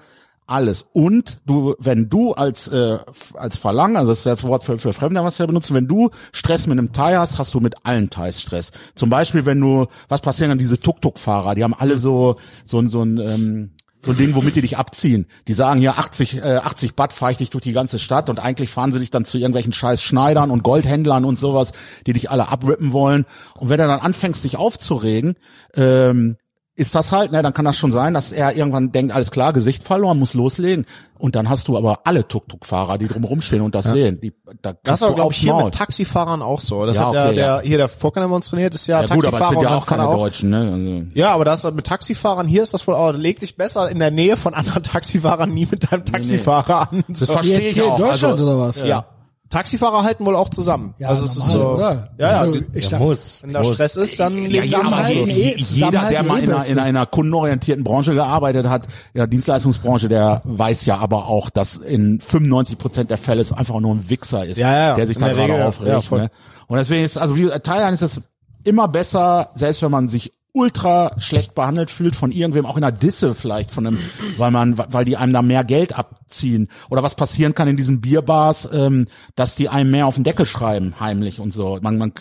S4: alles. Und du, wenn du als äh, als Verlangen, also das ist das Wort für, für Fremde, was wir benutzen, wenn du Stress mit einem Thai hast, hast du mit allen Thais Stress. Zum Beispiel, wenn du, was passieren dann diese Tuk-Tuk-Fahrer, die haben alle so so ein so ein ähm, so ein Ding, womit die dich abziehen. Die sagen hier 80, äh, 80 Baht fahre ich dich durch die ganze Stadt und eigentlich fahren sie dich dann zu irgendwelchen scheiß Schneidern und Goldhändlern und sowas, die dich alle abrippen wollen. Und wenn du dann anfängst, dich aufzuregen, ähm, ist das halt, ne, dann kann das schon sein, dass er irgendwann denkt, alles klar, Gesicht verloren, muss loslegen. Und dann hast du aber alle Tuk-Tuk-Fahrer, die drumherum stehen und das sehen. Die, da
S3: Das
S4: kannst
S3: ist aber,
S4: du
S3: glaube
S4: aufs
S3: ich, hier
S4: Maul.
S3: mit Taxifahrern auch so. Das
S4: Ja,
S3: hat der,
S4: okay, ja.
S3: der, hier der Vorgänger bei uns trainiert, ist ja,
S4: Ja gut,
S3: Taxifahrer
S4: aber es sind
S3: und
S4: ja auch
S3: sagt man
S4: keine Deutschen, ne? Also,
S3: Ja, aber das mit Taxifahrern hier ist das wohl auch. Leg dich besser in der Nähe von anderen Taxifahrern nie mit deinem Taxifahrer an.
S4: das
S3: So.
S4: verstehe
S1: Jetzt
S4: ich
S1: hier in
S4: auch.
S1: Deutschland
S4: Also,
S1: oder was?
S3: ja. Taxifahrer halten wohl auch zusammen.
S1: Ja,
S3: also es ist
S1: normal,
S3: so,
S1: oder?
S3: ja, ja.
S1: Also,
S3: die-
S1: ich
S3: ja,
S1: dachte-
S3: muss. Wenn da
S4: muss.
S3: Stress ist, dann
S4: ja,
S3: legen sie
S4: ja,
S3: am
S4: aber
S1: Zusammenhalten
S4: je-
S3: Halten.
S1: eh-
S4: je- jeder, der
S1: Zusammenhalten
S4: mal
S1: eh
S4: in einer, in
S1: beste.
S4: einer kundenorientierten Branche gearbeitet hat, in der Dienstleistungsbranche, der weiß ja aber auch, dass in 95 Prozent der Fälle es einfach nur ein Wichser ist,
S3: Ja, ja,
S4: der sich
S3: in
S4: da
S3: der
S4: gerade
S3: Regel, ja,
S4: aufregt.
S3: voll.
S4: ne? Und deswegen ist, also wie Thailand ist es immer besser, selbst wenn man sich ultra schlecht behandelt fühlt von irgendwem, auch in einer Disse vielleicht von einem, weil man, weil die einem da mehr Geld abziehen oder was passieren kann in diesen Bierbars, ähm, dass die einem mehr auf den Deckel schreiben heimlich und so. Man, man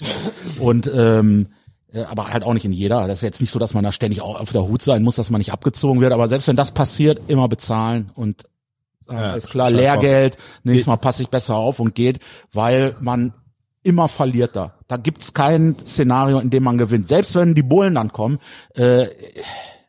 S4: und ähm, äh, aber halt auch nicht in jeder. Das ist jetzt nicht so, dass man da ständig au- auf der Hut sein muss, dass man nicht abgezogen wird. Aber selbst wenn das passiert, immer bezahlen und äh, alles klar,
S3: scheiß drauf.
S4: Lehrgeld. Nächstes Mal passe ich besser auf und geht, weil man immer verliert da. Da gibt's kein Szenario, in dem man gewinnt. Selbst wenn die Bullen dann kommen, äh,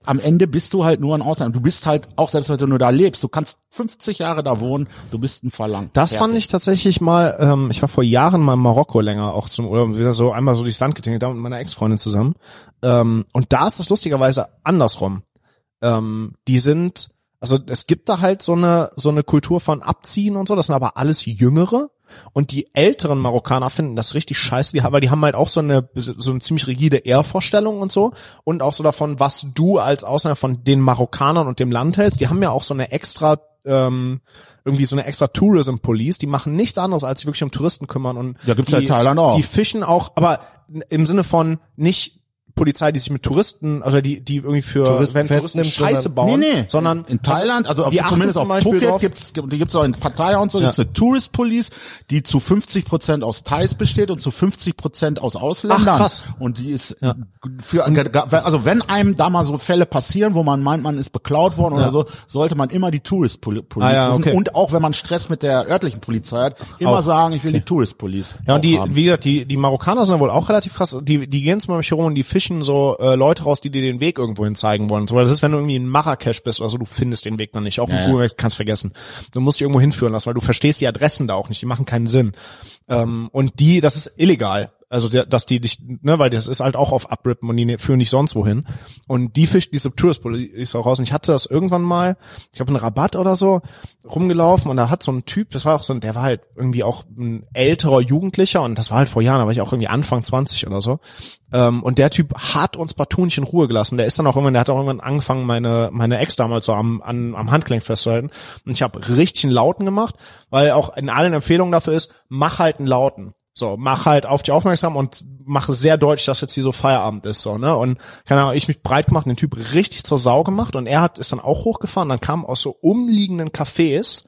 S4: am Ende bist du halt nur ein Ausland. Du bist halt, auch selbst wenn du nur da lebst, du kannst 50 Jahre da wohnen, du bist ein Verlangen.
S3: Das fand ich tatsächlich mal, ähm, ich war vor Jahren mal in Marokko länger auch zum Urlaub, und wieder so einmal so durchs Land getingelt, da mit meiner Ex-Freundin zusammen. Ähm, und da ist das lustigerweise andersrum. Ähm, die sind, also es gibt da halt so eine, so eine Kultur von Abziehen und so, das sind aber alles Jüngere. Und die älteren Marokkaner finden das richtig scheiße, die, haben- weil die haben halt auch so eine, so eine ziemlich rigide Ehrvorstellung und so. Und auch so davon, was du als Ausländer von den Marokkanern und dem Land hältst. Die haben ja auch so eine extra, ähm, irgendwie so eine extra Tourism Police. Die machen nichts anderes, als sich wirklich um Touristen kümmern. Und
S4: Ja, gibt's
S3: die,
S4: ja in Thailand auch.
S3: Die fischen auch, aber im Sinne von nicht Polizei, die sich mit Touristen, also die, die irgendwie für,
S2: Touristen
S3: wenn Touristen
S2: festnimmt,
S3: Scheiße
S2: sondern-
S3: bauen,
S4: Nee, nee.
S3: sondern
S4: in Thailand, also auf,
S3: die achten
S4: zumindest
S3: zum
S4: auf
S3: Beispiel
S4: Phuket
S3: drauf-
S4: gibt's, gibt es auch in Pattaya und so, gibt's eine Tourist Police, die zu 50 Prozent aus Thais besteht und zu 50 Prozent aus Ausländern.
S3: Ach, krass.
S4: Und die ist für also wenn einem da mal so Fälle passieren, wo man meint, man ist beklaut worden oder so, sollte man immer die Tourist Poli- Police
S3: Ah, ja,
S4: rufen.
S3: okay.
S4: Und auch wenn man Stress mit der örtlichen Polizei hat, immer
S3: Auch.
S4: sagen, ich will die Tourist Police.
S3: Ja,
S4: auch
S3: und die,
S4: haben.
S3: wie gesagt, die, die Marokkaner sind ja wohl auch relativ krass. Die, die gehen zum Beispiel rum und die fischen so äh, Leute raus, die dir den Weg irgendwo hin zeigen wollen. So, das ist, wenn du irgendwie in Marrakesch bist oder so, du findest den Weg dann nicht. Auch mit Google Maps kannst du vergessen. Du musst dich irgendwo hinführen lassen, weil du verstehst die Adressen da auch nicht. Die machen keinen Sinn. Ähm, und die, das ist illegal. Also der, dass die dich, ne, weil das ist halt auch auf Abrippen und die ne- führen nicht sonst wohin. Und die fischt diese Tourist Police auch raus. Und ich hatte das irgendwann mal, ich habe einen Rabatt oder so rumgelaufen und da hat so ein Typ, das war auch so ein, der war halt irgendwie auch ein älterer Jugendlicher und das war halt vor Jahren, da war ich auch irgendwie Anfang 20 oder so. Ähm, und der Typ hat uns partout nicht in Ruhe gelassen. Der ist dann auch irgendwann, der hat auch irgendwann angefangen, meine, meine Ex damals so am, an, am Handgelenk festzuhalten. Und ich habe richtig einen Lauten gemacht, weil auch in allen Empfehlungen dafür ist, mach halt einen Lauten. So, mach halt auf dich aufmerksam und mache sehr deutlich, dass jetzt hier so Feierabend ist, so, ne? Und keine Ahnung, ich mich breit gemacht, den Typ richtig zur Sau gemacht und er hat, ist dann auch hochgefahren, dann kam aus so umliegenden Cafés,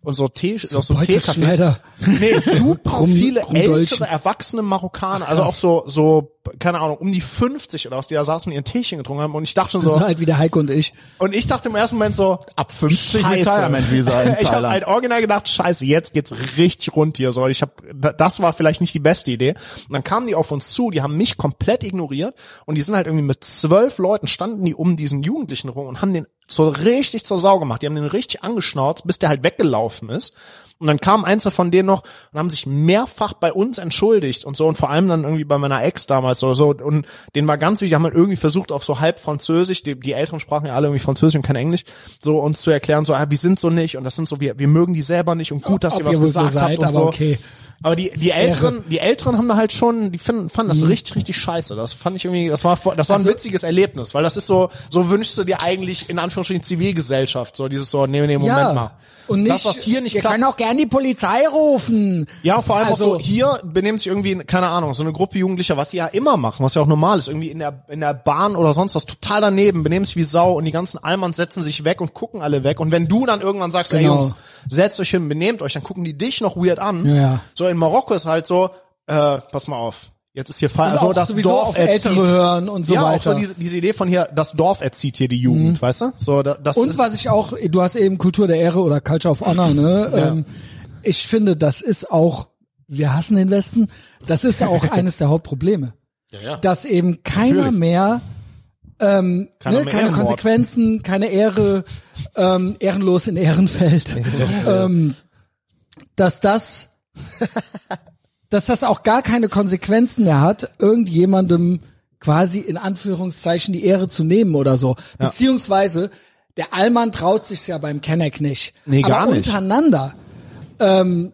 S3: und so Tee, so, so Teecafés.
S1: Beutelschneider.
S3: Nee, super
S1: Krumm-
S3: viele
S1: Krummdolchen.
S3: ältere, erwachsene Marokkaner, also auch so, so, keine Ahnung, um die 50 oder was, die da saßen und ihren Teechen getrunken haben und ich dachte schon
S1: So
S3: so,
S1: alt halt wie der Heiko und ich.
S3: und ich dachte im ersten Moment so,
S4: Ab 50
S3: Scheiße.
S4: Retirement Visa in
S3: Ich habe
S4: Thailand.
S3: halt original gedacht, scheiße, jetzt geht's richtig rund hier. So, ich habe, das war vielleicht nicht die beste Idee. Und dann kamen die auf uns zu, die haben mich komplett ignoriert und die sind halt irgendwie mit zwölf Leuten standen die um diesen Jugendlichen rum und haben den so richtig zur Sau gemacht. Die haben den richtig angeschnauzt, bis der halt weggelaufen ist. Und dann kamen einzelne von denen noch und haben sich mehrfach bei uns entschuldigt und so und vor allem dann irgendwie bei meiner Ex damals oder so und denen war ganz wichtig, haben halt irgendwie versucht auf so halb Französisch, die, die Älteren sprachen ja alle irgendwie Französisch und kein Englisch, so uns zu erklären, so, ah, wir sind so nicht und das sind so, wir, wir mögen die selber nicht und gut, dass
S1: Ob
S3: ihr was
S1: ihr wohl so
S3: gesagt habt
S1: seid,
S3: und
S1: aber
S3: so.
S1: okay.
S3: Aber die, die Älteren, die Älteren haben da halt schon, die finden, fanden das richtig, richtig scheiße. Das fand ich irgendwie, das war, voll- das war ein
S1: Mhm. Also-
S3: witziges Erlebnis, weil das ist so, so wünschst du dir eigentlich in Anführungsstrichen Zivilgesellschaft, so dieses so, nee, nee, Moment
S1: ja.
S3: mal.
S1: Und nicht,
S3: das, was hier nicht
S1: ihr
S3: klappt,
S1: könnt auch gern die Polizei rufen.
S3: ja, vor allem
S1: Also-
S3: auch so, hier benimmt sich irgendwie, keine Ahnung, so eine Gruppe Jugendlicher, was die ja immer machen, was ja auch normal ist, irgendwie in der, in der Bahn oder sonst was, total daneben, benehmen sich wie Sau und die ganzen Almans setzen sich weg und gucken alle weg und wenn du dann irgendwann sagst, ey
S1: Genau.
S3: Jungs, setzt euch hin, benehmt euch, dann gucken die dich noch weird an.
S1: Ja, ja.
S3: So in Marokko ist halt so, äh, pass mal auf, jetzt ist hier Fall, also
S1: auch
S3: das
S1: sowieso
S3: Dorf
S1: auf
S3: erzieht.
S1: Ältere hören und so
S3: ja, auch
S1: weiter. Mhm.
S3: so diese, diese Idee von hier, das Dorf erzieht hier die Jugend, weißt du? So, da, das
S1: Und
S3: ist,
S1: was ich auch, du hast eben Kultur der Ehre oder Culture of Honor, ne? Ähm, ich finde, das ist auch, wir hassen den Westen, das ist auch eines der Hauptprobleme. Dass eben keiner
S4: Natürlich.
S1: mehr, ähm,
S3: Keiner
S1: ne,
S3: mehr
S1: keine
S3: Ehrenmord.
S1: Konsequenzen, keine Ehre, ähm, ehrenlos in Ehrenfeld, ähm, dass das, dass das auch gar keine Konsequenzen mehr hat, irgendjemandem quasi in Anführungszeichen die Ehre zu nehmen oder so. Beziehungsweise der Allmann traut sich's ja beim Kenneck nicht.
S3: Nee, gar
S1: Aber
S3: nicht.
S1: untereinander ähm,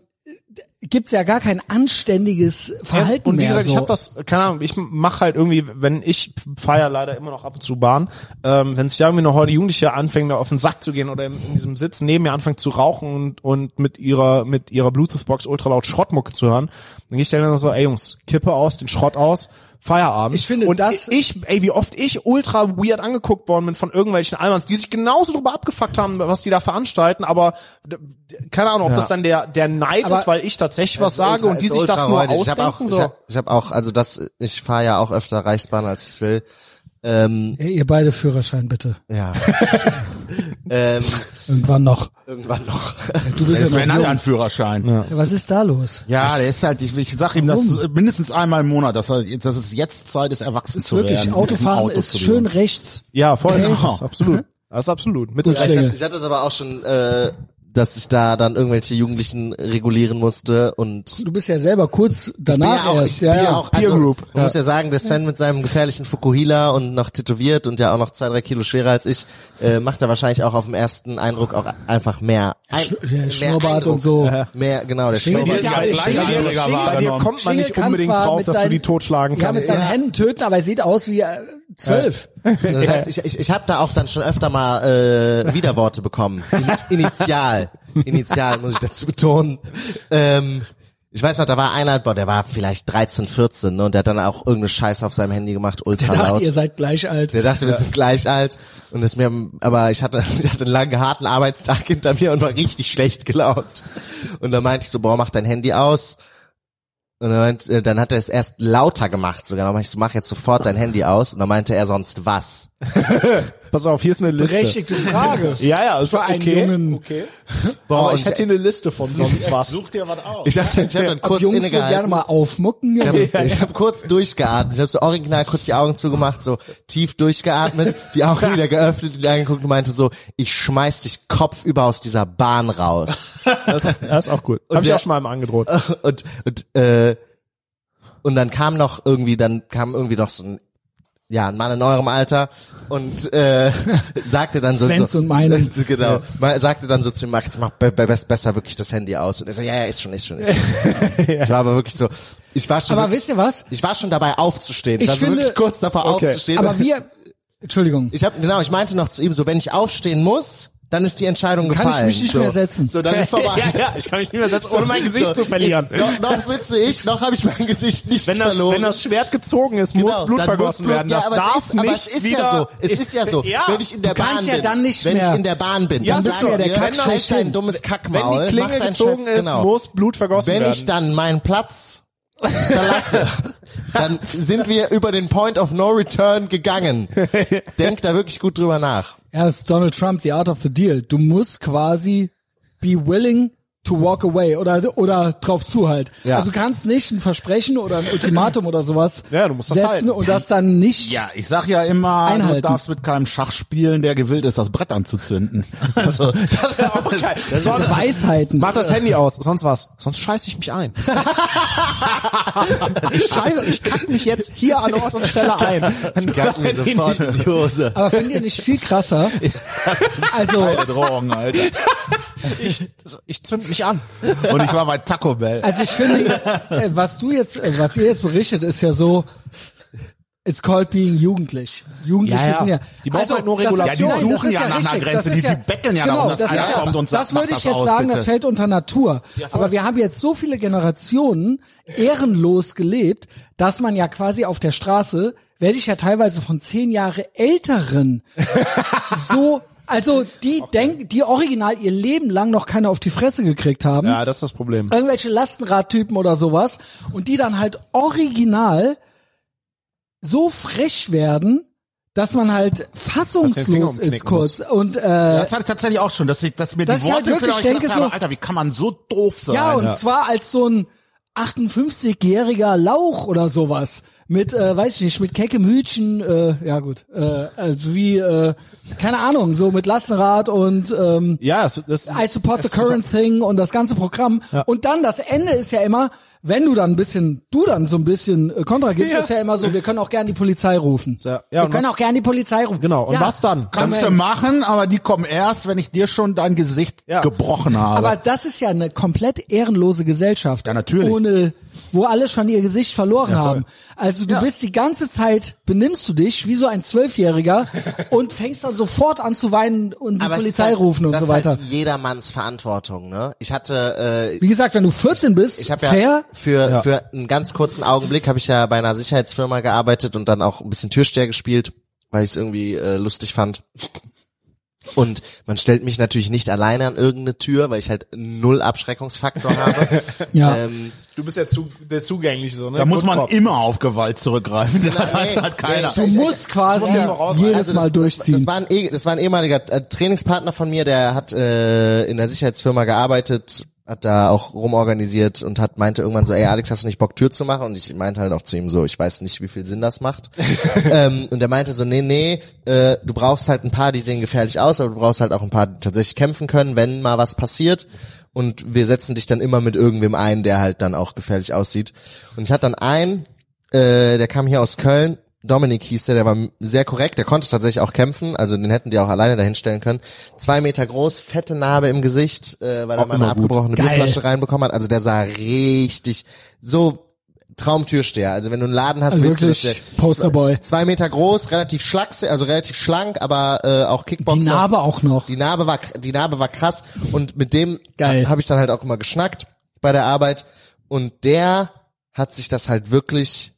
S1: gibt's ja gar kein anständiges Verhalten
S3: Ja, und wie
S1: mehr.
S3: gesagt,
S1: so.
S3: ich habe das, keine Ahnung, ich mache halt irgendwie, wenn ich feier leider immer noch ab und zu Bahn, ähm, wenn sich da irgendwie noch heute Jugendliche anfängt, da auf den Sack zu gehen oder in, in diesem Sitz neben mir anfängt zu rauchen und, und mit ihrer mit ihrer Bluetooth-Box ultralaut Schrottmucke zu hören, dann gehe ich dann so, ey Jungs, Kippe aus, den Schrott aus. Feierabend.
S1: Ich finde,
S3: und
S1: das-
S3: ich, ey, wie oft ich ultra weird angeguckt worden bin von irgendwelchen Almans, die sich genauso drüber abgefuckt haben, was die da veranstalten, aber d- d- keine Ahnung, ob das dann der der Neid
S1: Aber-
S3: ist, weil ich tatsächlich was
S2: Ist
S3: sage
S2: ultra-
S3: und die
S2: ist
S3: sich
S2: ultra
S3: das nur
S2: räudig.
S3: ausdenken.
S2: Ich habe auch,
S3: so.
S2: ich hab, ich hab auch, also das, ich fahre ja auch öfter Reichsbahn, als ich will. Ähm,
S1: Ey, ihr beide Führerschein bitte.
S2: Ja. ähm,
S1: Irgendwann noch.
S2: irgendwann noch.
S1: Du bist ja
S4: Wenn
S1: noch
S4: hat
S1: jung.
S4: er einen Führerschein. Ja.
S1: Was ist da los?
S4: der ist halt, ich, ich sag ihm das äh, mindestens einmal im Monat, dass, er, dass es jetzt Zeit ist, erwachsen zu
S1: Wirklich,
S4: werden. mit dem
S1: Autofahren
S4: Auto
S1: ist
S4: zu
S1: schön
S4: gehen.
S1: rechts.
S3: Ja, voll.
S1: Okay.
S3: Das ist absolut. Das ist absolut. Mit
S1: Gut,
S3: Recht.
S1: schlecht.
S2: Ich, ich hatte es aber auch schon, äh, dass ich da dann irgendwelche Jugendlichen regulieren musste und
S1: Du bist ja selber kurz danach
S2: ich bin ja auch,
S1: erst.
S2: ich
S1: ja,
S2: bin ja
S1: ja.
S2: auch also,
S3: Peer Group.
S2: Man muss ja sagen, der Sven mit seinem gefährlichen Fukuhila und noch tätowiert und ja auch noch zwei, drei Kilo schwerer als ich, äh, macht er wahrscheinlich auch auf dem ersten Eindruck auch einfach mehr, ein,
S1: Sch- der
S2: mehr
S1: Schnurrbart
S2: Eindruck.
S1: und so.
S2: Mehr, genau, der
S1: Schingel-
S2: Schnurrbart.
S1: Ja,
S3: als
S1: ich-
S3: Kleinjähriger
S4: ich-
S3: Bei dir
S4: wahrgenommen.
S3: kommt man nicht
S1: Schingel kann
S3: unbedingt
S1: zwar
S3: drauf,
S1: mit
S3: dass du
S1: seinen-
S3: die totschlagen
S1: Ja, mit
S3: kannst.
S1: seinen Händen töten, aber er sieht aus wie äh, zwölf.
S2: Das heißt, ich, ich, ich habe da auch dann schon öfter mal äh, Widerworte bekommen. In, initial. Initial muss ich dazu betonen. Ähm, ich weiß noch, da war einer, boah, der war vielleicht 13, 14 ne, und der hat dann auch irgendeine Scheiße auf seinem Handy gemacht, ultra
S1: Dachte,
S2: laut.
S1: ihr seid gleich alt.
S2: Der dachte, wir sind gleich alt und ist mir, aber ich hatte, ich hatte einen langen, harten Arbeitstag hinter mir und war richtig schlecht gelaunt. Und dann meinte ich so, boah, mach dein Handy aus. Und dann, meint, äh, dann hat er es erst lauter gemacht sogar. Dann meinte ich so, mach jetzt sofort dein Handy aus. Und dann meinte er sonst was.
S3: Pass auf, hier ist eine Liste.
S1: Berechtigte Frage.
S3: Ja, ja, ist
S1: Für einen
S3: okay.
S1: Jungen.
S3: Okay.
S2: Boah,
S3: Aber
S2: und
S3: ich hätte hier eine Liste von sonst was.
S4: Such dir was aus.
S2: ich hab, ich hab dann
S1: Ob
S2: kurz
S1: Jungs würden gerne
S2: innegehalten.
S1: mal aufmucken.
S2: Ich hab- Ich habe kurz durchgeatmet. Ich habe so original kurz die Augen zugemacht, so tief durchgeatmet, die Augen wieder geöffnet und angeguckt und meinte so, ich schmeiß dich kopfüber aus dieser Bahn raus.
S3: Das, das ist auch gut. Hab ich
S2: der-
S3: auch schon mal einem angedroht.
S2: und und äh, und dann kam noch irgendwie, dann kam irgendwie noch so ein ja ein Mann in eurem Alter und äh, sagte dann so,
S1: Svens
S2: so
S1: und meinen.
S2: genau mal, sagte dann so zu ihm mach jetzt mach be be best- besser wirklich das Handy aus und er so ja ja ist schon ist schon ist schon ich war aber wirklich so ich war schon
S1: Aber
S2: wirklich,
S1: wisst ihr was?
S2: ich war schon dabei aufzustehen ich
S1: Ich
S2: war so
S1: finde-
S2: wirklich kurz davor
S3: Okay.
S2: aufzustehen
S1: Aber wir, Entschuldigung,
S2: ich habe genau ich meinte noch zu ihm so wenn ich aufstehen muss dann ist die Entscheidung
S1: Kann
S2: gefallen.
S1: ich mich nicht
S2: so.
S1: mehr setzen.
S2: So, dann ist vorbei.
S3: ja, ja, ich kann mich nicht mehr setzen, ohne mein Gesicht
S2: So,
S3: zu verlieren.
S2: Ich, noch, noch sitze ich, noch habe ich mein Gesicht nicht
S3: Wenn das,
S2: verloren.
S3: wenn das Schwert gezogen ist,
S2: Genau,
S3: muss Blut
S2: dann
S3: vergossen
S2: muss Blut-
S3: werden.
S2: Ja,
S3: Das
S2: aber
S3: darf
S2: es ist,
S3: nicht
S2: aber es ist
S3: wieder.
S2: ja so. Es ist ja so.
S3: Ja.
S2: wenn ich in der
S1: kannst
S2: Bahn
S1: ja
S2: bin,
S1: dann nicht
S2: wenn
S1: mehr.
S2: ich in der Bahn bin,
S3: Ja,
S2: dann
S3: dann bist
S2: sage
S3: du
S2: ich
S3: ja
S2: dir,
S3: der Kack
S2: halt
S1: schlechthin.
S2: dein dummes
S3: Wenn
S2: Kackmaul,
S3: die
S2: mach
S3: Klinge
S2: dein
S3: gezogen
S2: Scheiß-
S3: ist,
S2: genau.
S3: muss Blut vergossen
S2: Wenn
S3: werden.
S2: ich dann meinen Platz verlasse, dann sind wir über den Point of No Return gegangen. Denk da wirklich gut drüber nach.
S1: Ja, das ist Donald Trump, the art of the deal. Du musst quasi be willing to walk away oder, oder drauf zu halt.
S2: Ja.
S1: Also du kannst nicht ein Versprechen oder ein Ultimatum oder sowas
S3: Ja, du musst das
S1: setzen
S3: halten.
S1: und das dann nicht.
S4: Ja, ich sag ja immer,
S1: Einhalten.
S4: du darfst mit keinem Schach spielen, der gewillt ist, das Brett anzuzünden. Also, das, ist,
S1: Das sind Weisheiten.
S3: Mach das Handy aus, sonst was. Sonst scheiß ich mich ein. ich scheiße, ich kack mich jetzt hier an Ort und Stelle ein. Wenn du das
S2: Mir
S3: Handy
S2: sofort in die Hose.
S1: Aber findet ihr nicht viel krasser? Also,
S4: Geile Drohung, Alter.
S3: nicht- Ich, ich zünd mich an.
S4: Und ich war bei Taco Bell.
S1: also ich finde, äh, was du jetzt, äh, was ihr jetzt berichtet, ist ja so, it's called being jugendlich. Jugendliche
S3: Ja, ja.
S1: sind ja. Also,
S3: Die brauchen halt nur
S1: das-
S3: Regulation.
S1: nein,
S4: Ja, die
S1: das
S4: suchen
S1: ist
S4: ja nach einer
S1: richtig.
S4: Grenze,
S1: Das ist
S4: die- die betteln ja
S1: genau,
S4: nach, um das
S1: ist
S4: einer kommt und sagt,
S1: Das würde
S4: mach
S1: ich
S4: das
S1: jetzt
S4: aus,
S1: sagen, das
S4: bitte.
S1: fällt unter Natur. Aber wir haben jetzt so viele Generationen ehrenlos gelebt, dass man ja quasi auf der Straße, werde ich ja teilweise von zehn Jahre älteren so, also die denken, die original ihr Leben lang noch keine auf die Fresse gekriegt haben
S3: Ja, das ist das Problem.
S1: irgendwelche Lastenradtypen oder sowas und die dann halt original so frech werden, dass man halt
S3: Dass den Finger
S1: fassungslos
S3: umknicken
S1: ist kurz und äh,
S4: Das hatte ich tatsächlich auch schon, dass ich, dass mir
S1: Dass
S4: die
S1: ich halt
S4: Worte
S1: wirklich
S4: vielleicht
S1: denke,
S4: gedacht habe,
S1: so-
S4: Alter, wie kann man so doof sein?
S1: ja und zwar als so ein 58-jähriger Lauch oder sowas mit äh, weiß ich nicht mit keckem Hütchen äh, ja gut äh, also wie äh, keine Ahnung so mit Lastenrad und ähm,
S3: Ja, es, es,
S1: I support the current thing und das ganze Programm. Und dann das Ende ist ja immer, wenn du dann ein bisschen, du dann so ein bisschen äh, Kontra gibst,
S3: Ja.
S1: ist ja immer so, wir können auch gern die Polizei rufen.
S3: Ja, ja,
S1: wir
S3: und
S1: können
S3: was-
S1: auch gern die Polizei rufen.
S3: Genau, und
S1: ja,
S3: was dann?
S4: Kannst du machen, aber die kommen erst, wenn ich dir schon dein Gesicht
S3: Ja.
S4: gebrochen habe.
S1: Aber das ist ja eine komplett ehrenlose Gesellschaft.
S4: Ja, natürlich.
S1: Ohne, wo alle schon ihr Gesicht verloren haben. Also du
S4: Ja.
S1: bist die ganze Zeit, benimmst du dich wie so ein Zwölfjähriger und fängst dann sofort an zu weinen und die
S2: es
S1: Polizei
S2: ist halt,
S1: rufen und
S2: das
S1: so
S2: ist
S1: weiter.
S2: Halt jedermanns Verantwortung. Ne? Ich hatte äh,
S1: wie gesagt, wenn du 14 bist,
S2: ich habe
S1: fair,
S2: ja für für einen ganz kurzen Augenblick habe ich ja bei einer Sicherheitsfirma gearbeitet und dann auch ein bisschen Türsteher gespielt, weil ich es irgendwie äh, lustig fand. Und man stellt mich natürlich nicht alleine an irgendeine Tür, weil ich halt null Abschreckungsfaktor habe.
S1: ja.
S2: Ähm,
S3: du bist ja zu, der zugänglich so, ne?
S4: da muss man
S3: Grundkopf.
S4: immer auf Gewalt zurückgreifen. Da weiß
S2: nee,
S4: halt keiner.
S2: nee,
S1: Du musst quasi
S3: muss ja voraus-
S1: jedes
S2: Also
S1: Mal
S2: das,
S1: durchziehen.
S2: Das, das, war ein, eh- das war ein ehemaliger äh, Trainingspartner von mir, der hat äh, in der Sicherheitsfirma gearbeitet, hat da auch rumorganisiert und hat meinte irgendwann so, ey Alex, hast du nicht Bock Tür zu machen? Und ich meinte halt auch zu ihm so, ich weiß nicht, wie viel Sinn das macht. ähm, und er meinte so, nee, nee, äh, du brauchst halt ein paar, die sehen gefährlich aus, aber du brauchst halt auch ein paar, die tatsächlich kämpfen können, wenn mal was passiert. Und wir setzen dich dann immer mit irgendwem ein, der halt dann auch gefährlich aussieht. Und ich hatte dann einen, äh, der kam hier aus Köln. Dominik hieß der, der war sehr korrekt, der konnte tatsächlich auch kämpfen, also den hätten die auch alleine dahinstellen können. Zwei Meter groß, fette Narbe im Gesicht, äh, weil er mal eine abgebrochene Bierflasche reinbekommen hat. Also der sah richtig so Traumtürsteher. Also wenn du einen Laden hast,
S1: Also
S2: willst du
S1: wirklich
S2: das, der-
S1: Posterboy.
S2: Zwei Meter groß, relativ schlachse, also relativ schlank, aber äh, auch Kickboxer.
S1: Die Narbe auch noch.
S2: Die Narbe war, die Narbe war krass und mit dem
S1: Geil.
S2: habe ich dann halt auch immer geschnackt bei der Arbeit und der hat sich das halt wirklich,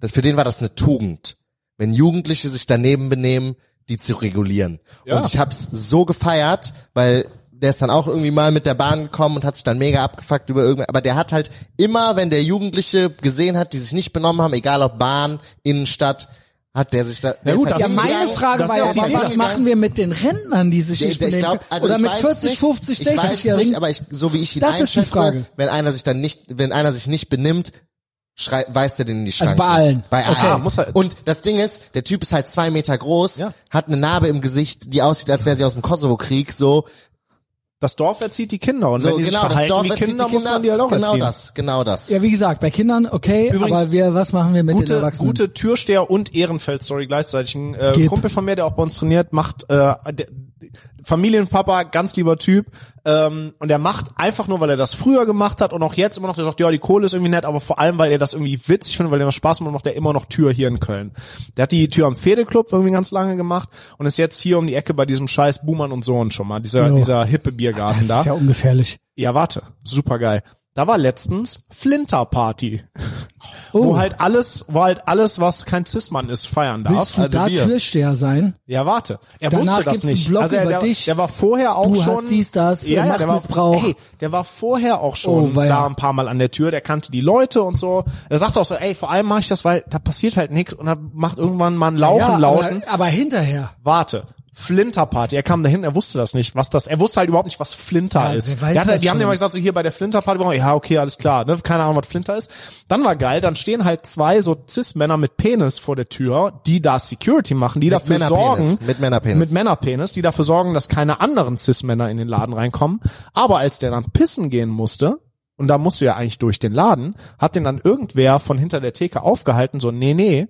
S2: das, für den war das eine Tugend, wenn Jugendliche sich daneben benehmen, die zu regulieren. Und ich hab's so gefeiert, weil der ist dann auch irgendwie mal mit der Bahn gekommen und hat sich dann mega abgefuckt über irgendwas. Aber der hat halt immer, wenn der Jugendliche gesehen hat, die sich nicht benommen haben, egal ob Bahn, Innenstadt, hat der sich da. der ist
S3: gut,
S2: halt
S3: das-
S1: Ja,
S2: hingegangen.
S1: meine Frage
S3: das
S1: war
S3: ist
S1: ja,
S3: ja
S1: aber,
S3: die
S1: was
S2: Idee.
S1: machen wir mit den Rentnern, die sich
S2: Ich,
S1: nicht
S2: ich
S1: benehmen
S2: glaub,
S1: können?
S2: also
S1: Oder
S2: ich
S1: mit
S2: weiß
S1: 40,
S2: nicht,
S1: 50,
S2: ich weiß
S1: 60-Jährigen?
S2: nicht, aber ich, so wie ich ihn
S1: Das ist die
S2: einschätze,
S1: Frage.
S2: wenn einer sich dann nicht, wenn einer sich nicht benimmt, schrei, weist er den in die Schranke.
S1: Also bei allen.
S2: Bei
S1: Okay.
S2: allen.
S3: Muss halt-
S2: Und das Ding ist, der Typ ist halt zwei Meter groß,
S3: Ja.
S2: hat eine Narbe im Gesicht, die aussieht, als wäre sie aus dem Kosovo-Krieg, so.
S3: Das Dorf erzieht die Kinder und
S2: So,
S3: wenn die
S2: genau,
S3: sich
S2: das
S3: verhalten
S2: Dorf
S3: wie
S2: erzieht
S3: Kinder,
S2: die
S3: muss man die halt auch
S2: Genau
S3: erziehen.
S2: das, genau das.
S1: Ja, wie gesagt, bei Kindern, okay,
S3: Übrigens-
S1: aber wir, was machen wir mit den
S3: gute,
S1: Erwachsenen?
S3: gute Türsteher und Ehrenfeld-Story gleichzeitig. Ein äh,
S1: Gib.
S3: Kumpel von mir, der auch bei uns trainiert, macht, äh, der, Familienpapa, ganz lieber Typ. Ähm, und er macht einfach nur, weil er das früher gemacht hat und auch jetzt immer noch, der sagt, ja, die Kohle ist irgendwie nett, aber vor allem, weil er das irgendwie witzig findet, weil er Spaß macht, macht er immer noch Tür hier in Köln. Der hat die Tür am Pferdeclub irgendwie ganz lange gemacht und ist jetzt hier um die Ecke bei diesem scheiß Buhmann und Sohn schon mal, dieser,
S1: Jo.
S3: dieser hippe Biergarten
S1: Das
S3: da.
S1: ist ja ungefährlich.
S3: Ja, warte, super geil. Da war letztens Flinterparty.
S1: Oh.
S3: Wo halt alles, wo halt alles, was kein Cis-Mann ist, feiern darf.
S1: Willst du
S2: also
S1: da
S2: wir.
S1: Türsteher sein?
S3: Ja, warte. Er
S1: Danach
S3: wusste das
S1: gibt's einen
S3: nicht.
S1: Blog
S3: also er,
S1: über
S3: der,
S1: dich.
S3: der war vorher auch
S1: Du
S3: schon.
S1: hast dies, das,
S3: ja, ja, der war,
S1: Machtmissbrauch.
S3: ey, der war vorher auch schon
S1: Oh, weia.
S3: da ein paar Mal an der Tür. Der kannte die Leute und so. Er sagte auch so, ey, vor allem mache ich das, weil da passiert halt nichts und da macht irgendwann mal ein Laufen lauten.
S1: aber, aber hinterher.
S3: Warte. Flinterparty. Er kam dahin, er wusste das nicht, was das. Er wusste halt überhaupt nicht, was Flinter
S1: Ja,
S3: ist.
S1: wer weiß
S3: Der hat, halt,
S1: das
S3: die haben
S1: schon?
S3: ja mal gesagt, so hier bei der Flinterparty, brauchen wir- ja okay, alles klar, ne, keine Ahnung, was Flinter ist. Dann war geil, dann stehen halt zwei so cis-Männer mit Penis vor der Tür, die da Security machen, die dafür
S2: Männerpenis,
S3: sorgen,
S2: mit Männerpenis.
S3: mit Männerpenis, die dafür sorgen, dass keine anderen cis-Männer in den Laden reinkommen. Aber als der dann pissen gehen musste und da musst du ja eigentlich durch den Laden, hat den dann irgendwer von hinter der Theke aufgehalten, so nee nee.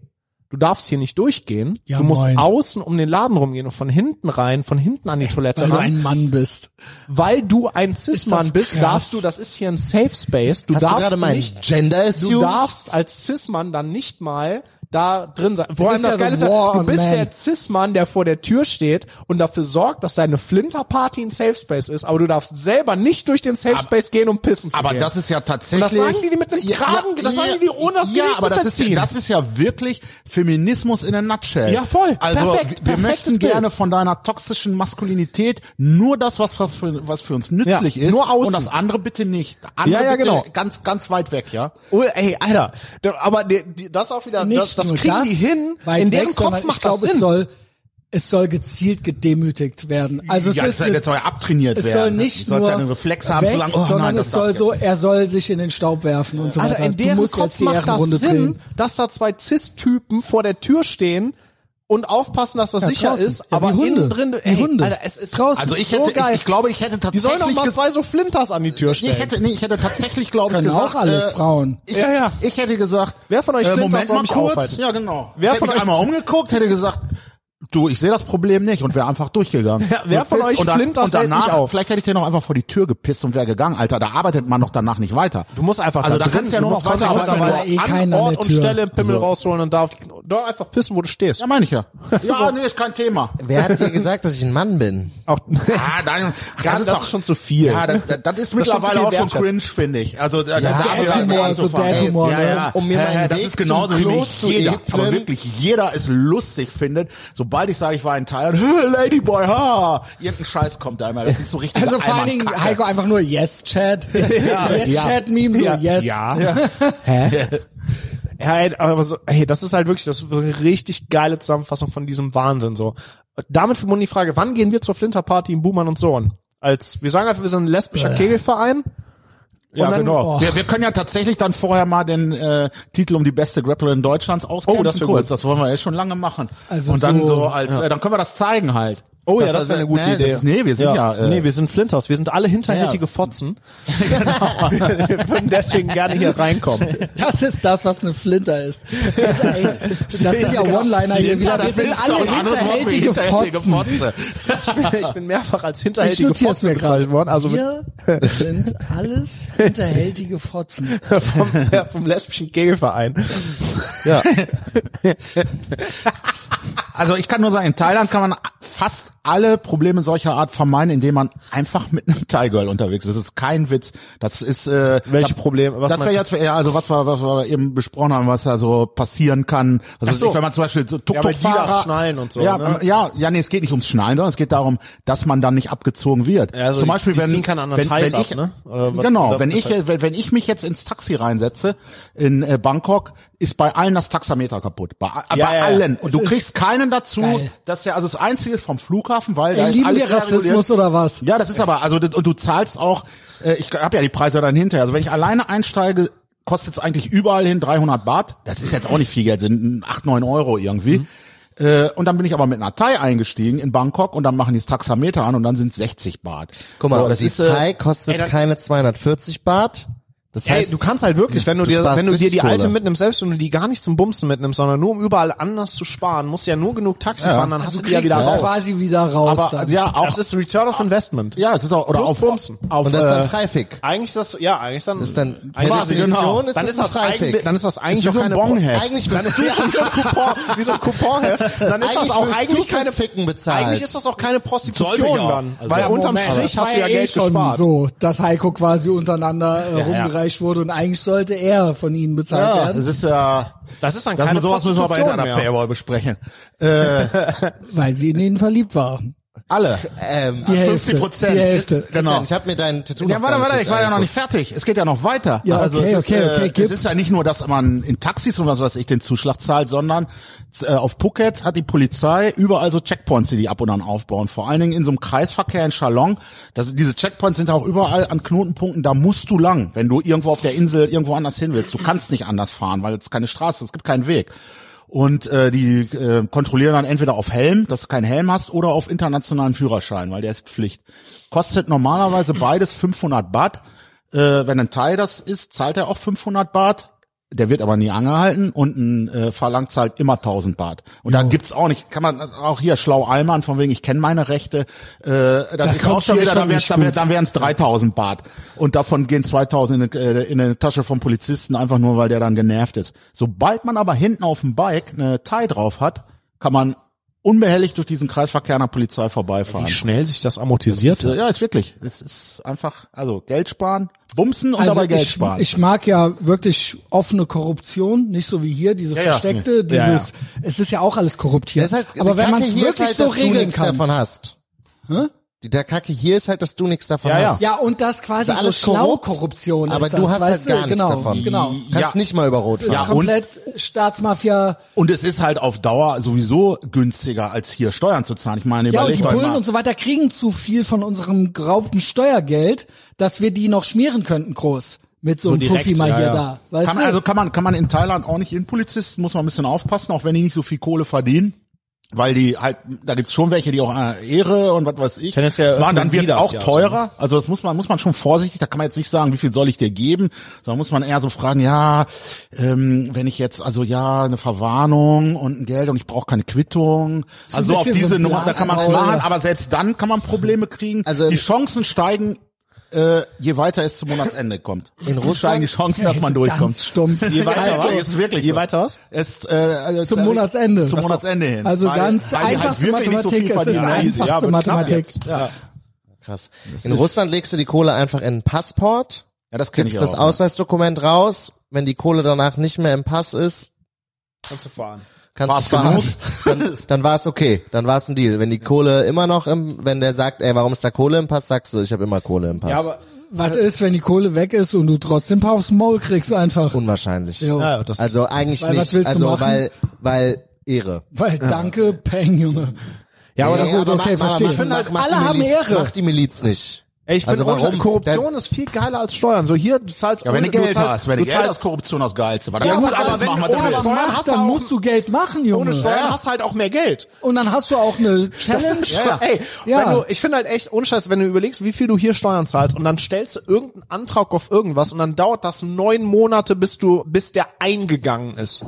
S3: Du darfst hier nicht durchgehen.
S1: Ja,
S3: du musst
S1: moin.
S3: außen um den Laden rumgehen und von hinten rein, von hinten an die Toilette
S1: Weil du
S3: ran.
S1: ein Mann bist.
S3: Weil du ein Cis-Mann
S1: das
S3: bist,
S1: krass.
S3: darfst du, das ist hier ein Safe Space, du
S2: Hast du
S3: darfst
S2: gerade mein
S3: nicht,
S2: Gender
S3: du
S2: assumed?
S3: darfst als Cis-Mann dann nicht mal da drin sein.
S1: Das
S3: Vor allem
S1: ist
S3: das
S1: ja
S3: Geile ist,
S1: so
S3: ja,
S1: War
S3: du
S1: on
S3: bist
S1: Man.
S3: der Cis-Mann, der vor der Tür steht und dafür sorgt, dass deine Flinterparty ein Safe Space ist, aber du darfst selber nicht durch den Safe Space gehen, um pissen zu
S4: Aber
S3: gehen.
S4: das ist ja tatsächlich.
S3: Und das sagen die, die mit einem Kragen- das sagen die, die ohne das
S4: Ja,
S3: Gesicht
S4: aber
S3: zu
S4: das ist,
S3: verziehen.
S4: das ist ja wirklich Feminismus in a nutshell.
S3: Ja, voll.
S4: Also
S3: Perfekt.
S4: wir
S3: Perfektes
S4: möchten
S3: Bild.
S4: gerne von deiner toxischen Maskulinität nur das, was, was, für, was für uns nützlich
S3: Ja,
S4: ist.
S3: nur außen.
S4: Und das andere bitte nicht. Andere
S3: Ja, ja,
S4: bitte
S3: genau.
S4: Ganz, ganz weit weg, ja.
S3: Oh, ey, Alter, da, aber die, die, das auch wieder,
S1: Nicht
S3: das, das
S1: nur
S3: kriegen
S1: das,
S3: die hin,
S1: weit
S3: in deren
S1: weg,
S3: Kopf
S1: sondern
S3: macht
S1: ich glaube,
S3: das
S1: Es
S3: Sinn.
S1: soll, es soll gezielt gedemütigt werden. Also es
S4: ja,
S1: ist
S4: das, das soll ja abtrainiert
S1: es
S4: werden.
S1: soll nicht
S4: du sollst
S1: nur
S4: ja einen Reflex haben,
S1: weg,
S4: zu sagen, oh
S1: sondern
S4: nein, das
S1: es
S4: darf
S1: soll
S4: ich
S1: so,
S4: jetzt
S1: er soll sich in den Staub werfen und so weiter.
S3: Alter, in
S1: du
S3: deren
S1: musst
S3: Kopf
S1: jetzt die
S3: macht
S1: Ehrenrunde
S3: das Sinn,
S1: drehen.
S3: dass da zwei Cis-Typen vor der Tür stehen und aufpassen, dass das
S1: Ja,
S3: sicher
S1: draußen.
S3: ist,
S1: Ja,
S3: aber
S1: wie Hunde.
S3: innen drin,
S1: Wie Hunde.
S3: Alter, es ist
S1: Draußen.
S3: draußen
S4: Also ich
S3: so
S4: hätte,
S3: geil.
S4: ich, ich glaube, ich hätte
S3: die
S4: tatsächlich
S3: sollen doch mal
S4: ges-
S3: zwei so Flinters an die Tür stellen.
S4: Ich hätte, nee, ich hätte tatsächlich, glaube ich,
S1: Können
S4: gesagt,
S1: auch alles,
S4: äh,
S1: Genau. Frauen.
S4: Ich,
S3: Ja, ja.
S4: ich hätte gesagt,
S3: Wer von euch
S4: äh,
S3: Flinters
S4: Moment
S3: soll
S4: mal
S3: mich
S4: kurz.
S3: aufhalten?
S4: Ja, genau.
S3: Wer
S4: hätte
S3: von
S4: mich
S3: euch-
S4: einmal umgeguckt, hätte gesagt, du, ich sehe das Problem nicht und wäre einfach durchgegangen.
S3: Ja, wer
S4: Und
S3: von
S4: piss-
S3: euch
S4: und dann-
S3: Flinters
S4: und danach,
S3: hält mich auf?
S4: Vielleicht hätte ich dir noch einfach vor die Tür gepisst und wäre gegangen, Alter. Da arbeitet man noch danach nicht weiter.
S3: Du musst einfach
S4: Also
S3: da
S4: da
S3: drin,
S4: kannst du ja
S3: du
S4: nur
S3: musst
S4: noch weiter
S1: konsequent
S4: arbeiten.
S1: sein, weil eh
S3: an
S1: keiner an
S3: Ort
S1: der
S3: und
S1: Tür.
S3: Stelle einen Pimmel rausholen und darf dort einfach pissen, wo du stehst.
S4: Ja, meine ich ja. Ja, nee, ich kann Thema.
S2: Wer hat dir gesagt, dass ich ein Mann bin?
S3: Auch,
S4: Ah, nein, ach,
S3: Ja, das ist schon zu viel.
S4: Ja, das, das, das ist mittlerweile
S3: viel
S4: auch schon
S3: Wertschätzung.
S4: cringe, finde ich. Also da, da, da
S2: Dad
S4: damit
S1: Humor, so
S4: anzufangen.
S1: Dad
S4: Ey,
S1: Humor,
S4: ja,
S1: ne?
S4: ja.
S2: Um mir
S4: ja, ja,
S2: meinen
S4: das
S2: Weg
S4: ist genauso
S2: zum
S4: wie
S2: Klo
S4: mich
S2: zu
S4: jeder,
S2: ebnen.
S4: aber wirklich jeder es lustig findet, sobald ich sage, ich war ein Teil, hey, Ladyboy, ha, irgendein Scheiß kommt da immer. Das ist so richtig
S1: Also vor allen Dingen Heiko einfach nur Yes Chat. yes
S4: Ja.
S1: Chat Meme so
S3: ja.
S1: Yes.
S3: Ja. Hä? ja, ey, aber so, hey, das ist halt wirklich, das ist eine richtig geile Zusammenfassung von diesem Wahnsinn, so. Damit verbunden die Frage, wann gehen wir zur Flinterparty in Buhmann und Sohn? Als, wir sagen einfach, wir sind ein lesbischer Kegelverein.
S4: Ja,
S3: Und dann-
S4: genau.
S1: oh.
S4: Wir, wir können ja tatsächlich dann vorher mal den äh, Titel um die beste Grapplerin Deutschlands auskämpfen.
S3: das wär
S4: kurz.
S3: gut.
S4: Das wollen wir ja schon lange machen.
S1: Also
S4: Und dann
S1: so-
S4: so, als, äh, dann können wir das zeigen halt.
S3: Oh ja, das, wäre eine
S4: also-
S3: gute
S4: nee,
S3: Idee.
S4: Das, nee, wir sind ja, äh,
S3: nee, wir sind Flinters. Wir sind alle hinterhältige
S4: ja.
S3: Fotzen. genau. wir würden deswegen gerne hier reinkommen.
S1: Das ist das, was eine Flinter ist. Das, ey, das sind ja One-Liner hier wieder. Das sind
S4: ist
S1: alle
S4: doch ein anderes Wort für
S1: hinterhältige
S4: hinterhältige
S1: Fotzen.
S4: Fotze.
S3: Ich bin, ich bin mehrfach als
S1: Ich
S3: hinterhältige
S1: notiere es
S3: Fotzen
S1: mir gerade.
S3: bezeichnet worden. Also mit,
S1: Wir sind alles hinterhältige Fotzen.
S3: vom, ja, vom lesbischen Kegelverein.
S2: Ja.
S4: Also ich kann nur sagen, in Thailand kann man fast alle Probleme solcher Art vermeiden, indem man einfach mit einem Thai Girl unterwegs ist. Das ist kein Witz. Das ist äh,
S3: Welche
S4: da-
S3: Probleme? Was
S4: das wäre
S3: meinst
S4: jetzt ja, also was wir, was wir eben besprochen haben, was da so passieren kann. Also
S3: Ach so.
S4: wenn man zum Beispiel so
S3: Ja, weil die das
S4: Tuk-Tuk-Fahrer
S3: schnallen und so,
S4: Ja,
S3: ne?
S4: ja, ja, nee, es geht nicht ums Schnallen, sondern es geht darum, dass man dann nicht abgezogen wird.
S3: Ja, also
S4: zum
S3: die-
S4: Beispiel
S3: die
S4: wenn
S3: ziehen keine anderen
S4: wenn,
S3: Thais
S4: wenn
S3: ab,
S4: ich,
S3: ne? Oder was-
S4: genau,
S3: oder
S4: wenn
S3: was
S4: ich wenn, wenn ich mich jetzt ins Taxi reinsetze in äh, Bangkok, ist bei allen das Taxameter kaputt. Bei,
S3: Ja,
S4: bei
S3: ja, ja.
S4: allen. Und
S1: Es
S4: du
S1: ist-
S4: kriegst keinen dazu,
S1: Geil.
S4: dass der also das einzige ist vom Flughafen, weil da
S1: Ey,
S4: ist
S1: lieben
S4: alles
S1: wir
S4: sehr reguliert.
S1: Rassismus oder was?
S4: Ja, das ist aber, also das- und du zahlst auch, äh, ich habe ja die Preise dann hinterher. Also wenn ich alleine einsteige, kostet es eigentlich überall hin 300 Baht. Das ist jetzt auch nicht viel Geld, sind 8, 9 Euro irgendwie. Äh, Und dann bin ich aber mit einer Thai eingestiegen in Bangkok und dann machen die das Taxameter an und dann sind 60 Baht.
S2: Guck mal, die
S4: So, äh,
S2: Thai kostet keine 240 Baht. Das
S3: Hey,
S2: heißt,
S3: du kannst halt wirklich, wenn du,
S2: du
S3: dir,
S2: sparst
S3: wenn du dir die
S2: richtig
S3: alte
S2: Kohle.
S3: mitnimmst, selbst wenn du die gar nicht zum Bumsen mitnimmst, sondern nur um überall anders zu sparen, musst du ja nur genug Taxi fahren, dann hast du die ja wieder
S1: das
S3: raus.
S1: Also quasi wieder raus.
S4: aber
S1: dann.
S4: ja auch
S3: Das ist Return of Investment.
S4: ja, es ist auch oder
S3: Plus
S4: auf
S3: Bumsen.
S4: auf
S2: und das ist
S4: äh,
S2: dann Freifick.
S3: Eigentlich ist das, ja, eigentlich dann,
S2: Ist dann-
S3: eigentlich
S2: quasi, genau.
S3: Ist dann,
S2: Dann
S3: ist
S2: ist das
S3: das
S2: ein
S3: eigentlich,
S2: Fake.
S3: dann ist das eigentlich
S4: wie
S3: auch
S4: so ein
S3: keine,
S4: Bonheft.
S2: Eigentlich willst du,
S3: wie so ein Coupon, wie so ein Couponheft. Dann ist
S2: Eigentlich
S3: das
S2: halt.
S3: auch
S2: wirst
S3: Äh, eigentlich
S2: du
S3: keine,
S2: fürs Ficken bezahlt.
S3: eigentlich ist das auch keine
S4: Sollte
S3: Prostitution
S4: ja.
S3: dann,
S4: Also-
S3: weil
S4: Ja,
S3: unterm
S4: Moment,
S3: Strich
S1: Das
S3: hast du ja
S1: war eh
S3: Geld
S1: schon
S3: gespart.
S1: so, dass Heiko quasi untereinander äh, rumgereicht wurde und eigentlich sollte er von ihnen bezahlt
S4: ja, das
S2: also
S1: werden,
S4: ist ja
S3: Das ist dann
S4: das
S3: keine
S4: sowas müssen wir aber in
S3: Prostitution
S4: einer
S3: mehr.
S4: Paywall besprechen.
S1: weil sie in ihn verliebt war.
S4: Alle.
S2: ähm,
S1: Die
S4: 50
S1: Hälfte. Die
S4: Prozent.
S1: Hälfte.
S4: Genau.
S2: Ich habe mir deinen Tattoo
S4: Ja,
S2: noch gar
S4: warte,
S2: nicht
S4: warte, ich war ja noch
S2: angeguckt.
S4: nicht fertig. Es geht ja noch weiter.
S1: Ja, okay,
S4: es ist,
S1: okay, okay,
S4: äh,
S1: gib.
S4: es ist ja nicht nur, dass man in Taxis und was weiß ich den Zuschlag zahlt, sondern äh, auf Phuket hat die Polizei überall so Checkpoints, die die ab und an aufbauen. Vor allen Dingen in so einem Kreisverkehr in Chalong. Das, diese Checkpoints sind auch überall an Knotenpunkten, da musst du lang, wenn du irgendwo auf der Insel irgendwo anders hin willst. Du kannst nicht anders fahren, weil es keine Straße, es gibt keinen Weg. Und äh, die äh, kontrollieren dann entweder auf Helm, dass du keinen Helm hast, oder auf internationalen Führerschein, weil der ist Pflicht. Kostet normalerweise beides 500 Baht. Äh, wenn ein Thai das ist, zahlt er auch 500 Baht. Der wird aber nie angehalten und ein äh, Verlangt zahlt immer 1000 Baht. Und da gibt's auch nicht, kann man auch hier schlau Alman von wegen, ich kenne meine Rechte. Äh, das ist
S1: kommt
S4: auch schon
S1: schon
S4: wieder, dann
S1: nicht
S4: wär's, dann wär-
S1: gut.
S4: dann wären es 3000 Baht. Und davon gehen 2000 in, eine- äh, in eine Tasche vom Polizisten, einfach nur, weil der dann genervt ist. Sobald man aber hinten auf dem Bike eine Thai drauf hat, kann man unbehelligt durch diesen Kreisverkehr einer Polizei vorbeifahren.
S3: Wie schnell sich das amortisiert hat.
S4: Ja, ist äh, wirklich. Es ist einfach, also Geld sparen, bumsen und dabei Geld
S1: Also ich,
S4: sparen.
S1: ich mag ja wirklich offene Korruption, nicht so wie hier, diese
S4: ja.
S1: versteckte,
S3: Ja,
S1: dieses, es ist ja auch alles korruptiert.
S2: Das ist halt,
S1: aber
S2: die
S1: wenn man
S2: Kacke
S1: es
S2: hier ist
S1: wirklich
S2: halt,
S1: so
S2: dass du
S1: regeln
S2: nichts
S1: kann.
S2: davon hast. Die Der Kacke hier ist halt, dass du nichts davon
S3: Ja, ja.
S2: hast.
S1: Ja, und das quasi
S2: Ist alles
S1: so schlau
S2: korrupt,
S1: Korruption.
S2: aber
S1: ist das,
S2: du hast halt
S1: weißt
S2: gar nichts
S1: genau,
S2: davon.
S1: Genau.
S2: Du kannst
S4: Ja.
S2: nicht mal über Rot
S1: Das ist
S2: fahren.
S4: und-
S1: komplett Staatsmafia.
S4: Und es ist halt auf Dauer sowieso günstiger, als hier Steuern zu zahlen. Ich meine,
S1: Ja, und die
S4: überlegt euch
S1: Bullen
S4: mal.
S1: und so weiter kriegen zu viel von unserem geraubten Steuergeld, dass wir die noch schmieren könnten groß. Mit so,
S3: So
S1: einem
S3: direkt,
S1: Fuffi mal
S3: ja,
S1: hier
S3: ja.
S1: da. Weißt
S4: kann,
S1: du?
S4: also kann man, kann man in Thailand auch nicht in Polizisten, muss man ein bisschen aufpassen, auch wenn die nicht so viel Kohle verdienen. Weil die halt, da gibt's schon welche, die auch äh, Ehre und was weiß ich.
S3: Tendenziell
S4: Das machen,
S3: öffnen
S4: dann
S3: die
S4: wird's
S3: das
S4: auch
S3: ja so,
S4: teurer. Also das muss man, muss man schon vorsichtig, da kann man jetzt nicht sagen, wie viel soll ich dir geben, sondern muss man eher so fragen, ja, ähm, wenn ich jetzt, also ja, eine Verwarnung und ein Geld und ich brauche keine Quittung. Also so auf
S1: bisschen so
S4: diese
S1: ein
S4: Nummer, da kann man
S1: Blasenmaul.
S4: machen, aber selbst dann kann man Probleme kriegen.
S2: Also-
S4: Also die Chancen steigen, äh, je weiter es zum Monatsende kommt.
S2: In Russland-
S4: steigen die Chancen, dass man durchkommt.
S1: halt Ganz stumpf.
S3: Je weiter
S4: Also,
S3: was?
S4: ist wirklich
S3: Je
S4: so.
S3: weiter was?
S4: Es, äh, also
S1: Zum
S4: äh,
S1: Monatsende.
S4: Zum
S1: Ach so.
S4: Monatsende hin.
S1: Also
S4: Weil-
S1: ganz
S4: weil die halt
S1: einfachste
S4: wirklich nicht
S1: Mathematik.
S4: viel
S1: Es ist
S4: verdienen.
S3: Ja, easy.
S1: einfachste
S3: Ja, aber knapp
S1: Mathematik.
S3: jetzt.
S2: Krass. In Russland legst du die Kohle einfach in einen Passport,
S4: Ja, das kenne ich
S2: gibst das
S4: auch.
S2: Ausweisdokument raus, wenn die Kohle danach nicht mehr im Pass ist,
S3: Kannst du fahren.
S2: kannst
S4: War's
S2: du fahren.
S4: genug?
S2: Dann, dann war es okay, dann war es ein Deal. Wenn die Kohle immer noch im, wenn der sagt, ey, warum ist da Kohle im Pass, sagst du, ich habe immer Kohle im Pass.
S3: Ja, aber,
S1: Was ist, wenn die Kohle weg ist und du trotzdem ein paar aufs Maul kriegst einfach?
S2: Unwahrscheinlich.
S1: Jo.
S3: ja, das,
S2: Also eigentlich
S1: Weil was
S2: nicht.
S1: willst du
S2: also
S1: machen?
S2: weil weil Ehre.
S1: Weil danke, Peng, Junge.
S3: ja, aber das,
S1: gut, okay, verstehe ich.
S2: mach- mach- mach
S1: Alle
S2: die
S1: haben
S2: Mili-
S1: Ehre.
S2: Macht die Miliz nicht.
S3: Ey, ich
S2: also
S3: finde,
S2: warum?
S3: Korruption ist viel geiler als Steuern. So hier, du zahlst
S4: Ja, wenn du Geld
S3: zahlst,
S4: hast, wenn du
S3: du
S4: Geld hast,
S3: zahlst,
S4: Korruption das Geilste. Weil
S3: Ja,
S4: dann kannst
S3: aber
S4: du alles
S3: wenn
S4: machen,
S3: du
S4: was du
S3: ohne
S4: willst.
S1: Aber
S3: Steuern hast
S1: machst,
S3: du
S1: dann
S3: auch-
S1: musst du Geld machen, Junge.
S3: ohne Steuern
S4: Ja.
S3: hast du halt auch mehr Geld.
S1: Und dann hast du auch eine Challenge.
S4: ja.
S3: Ey,
S1: Ja.
S3: wenn du, ich finde halt echt unscheiß, wenn du überlegst, wie viel du hier Steuern zahlst und dann stellst du irgendeinen Antrag auf irgendwas und dann dauert das neun Monate, bis du, bis der eingegangen ist.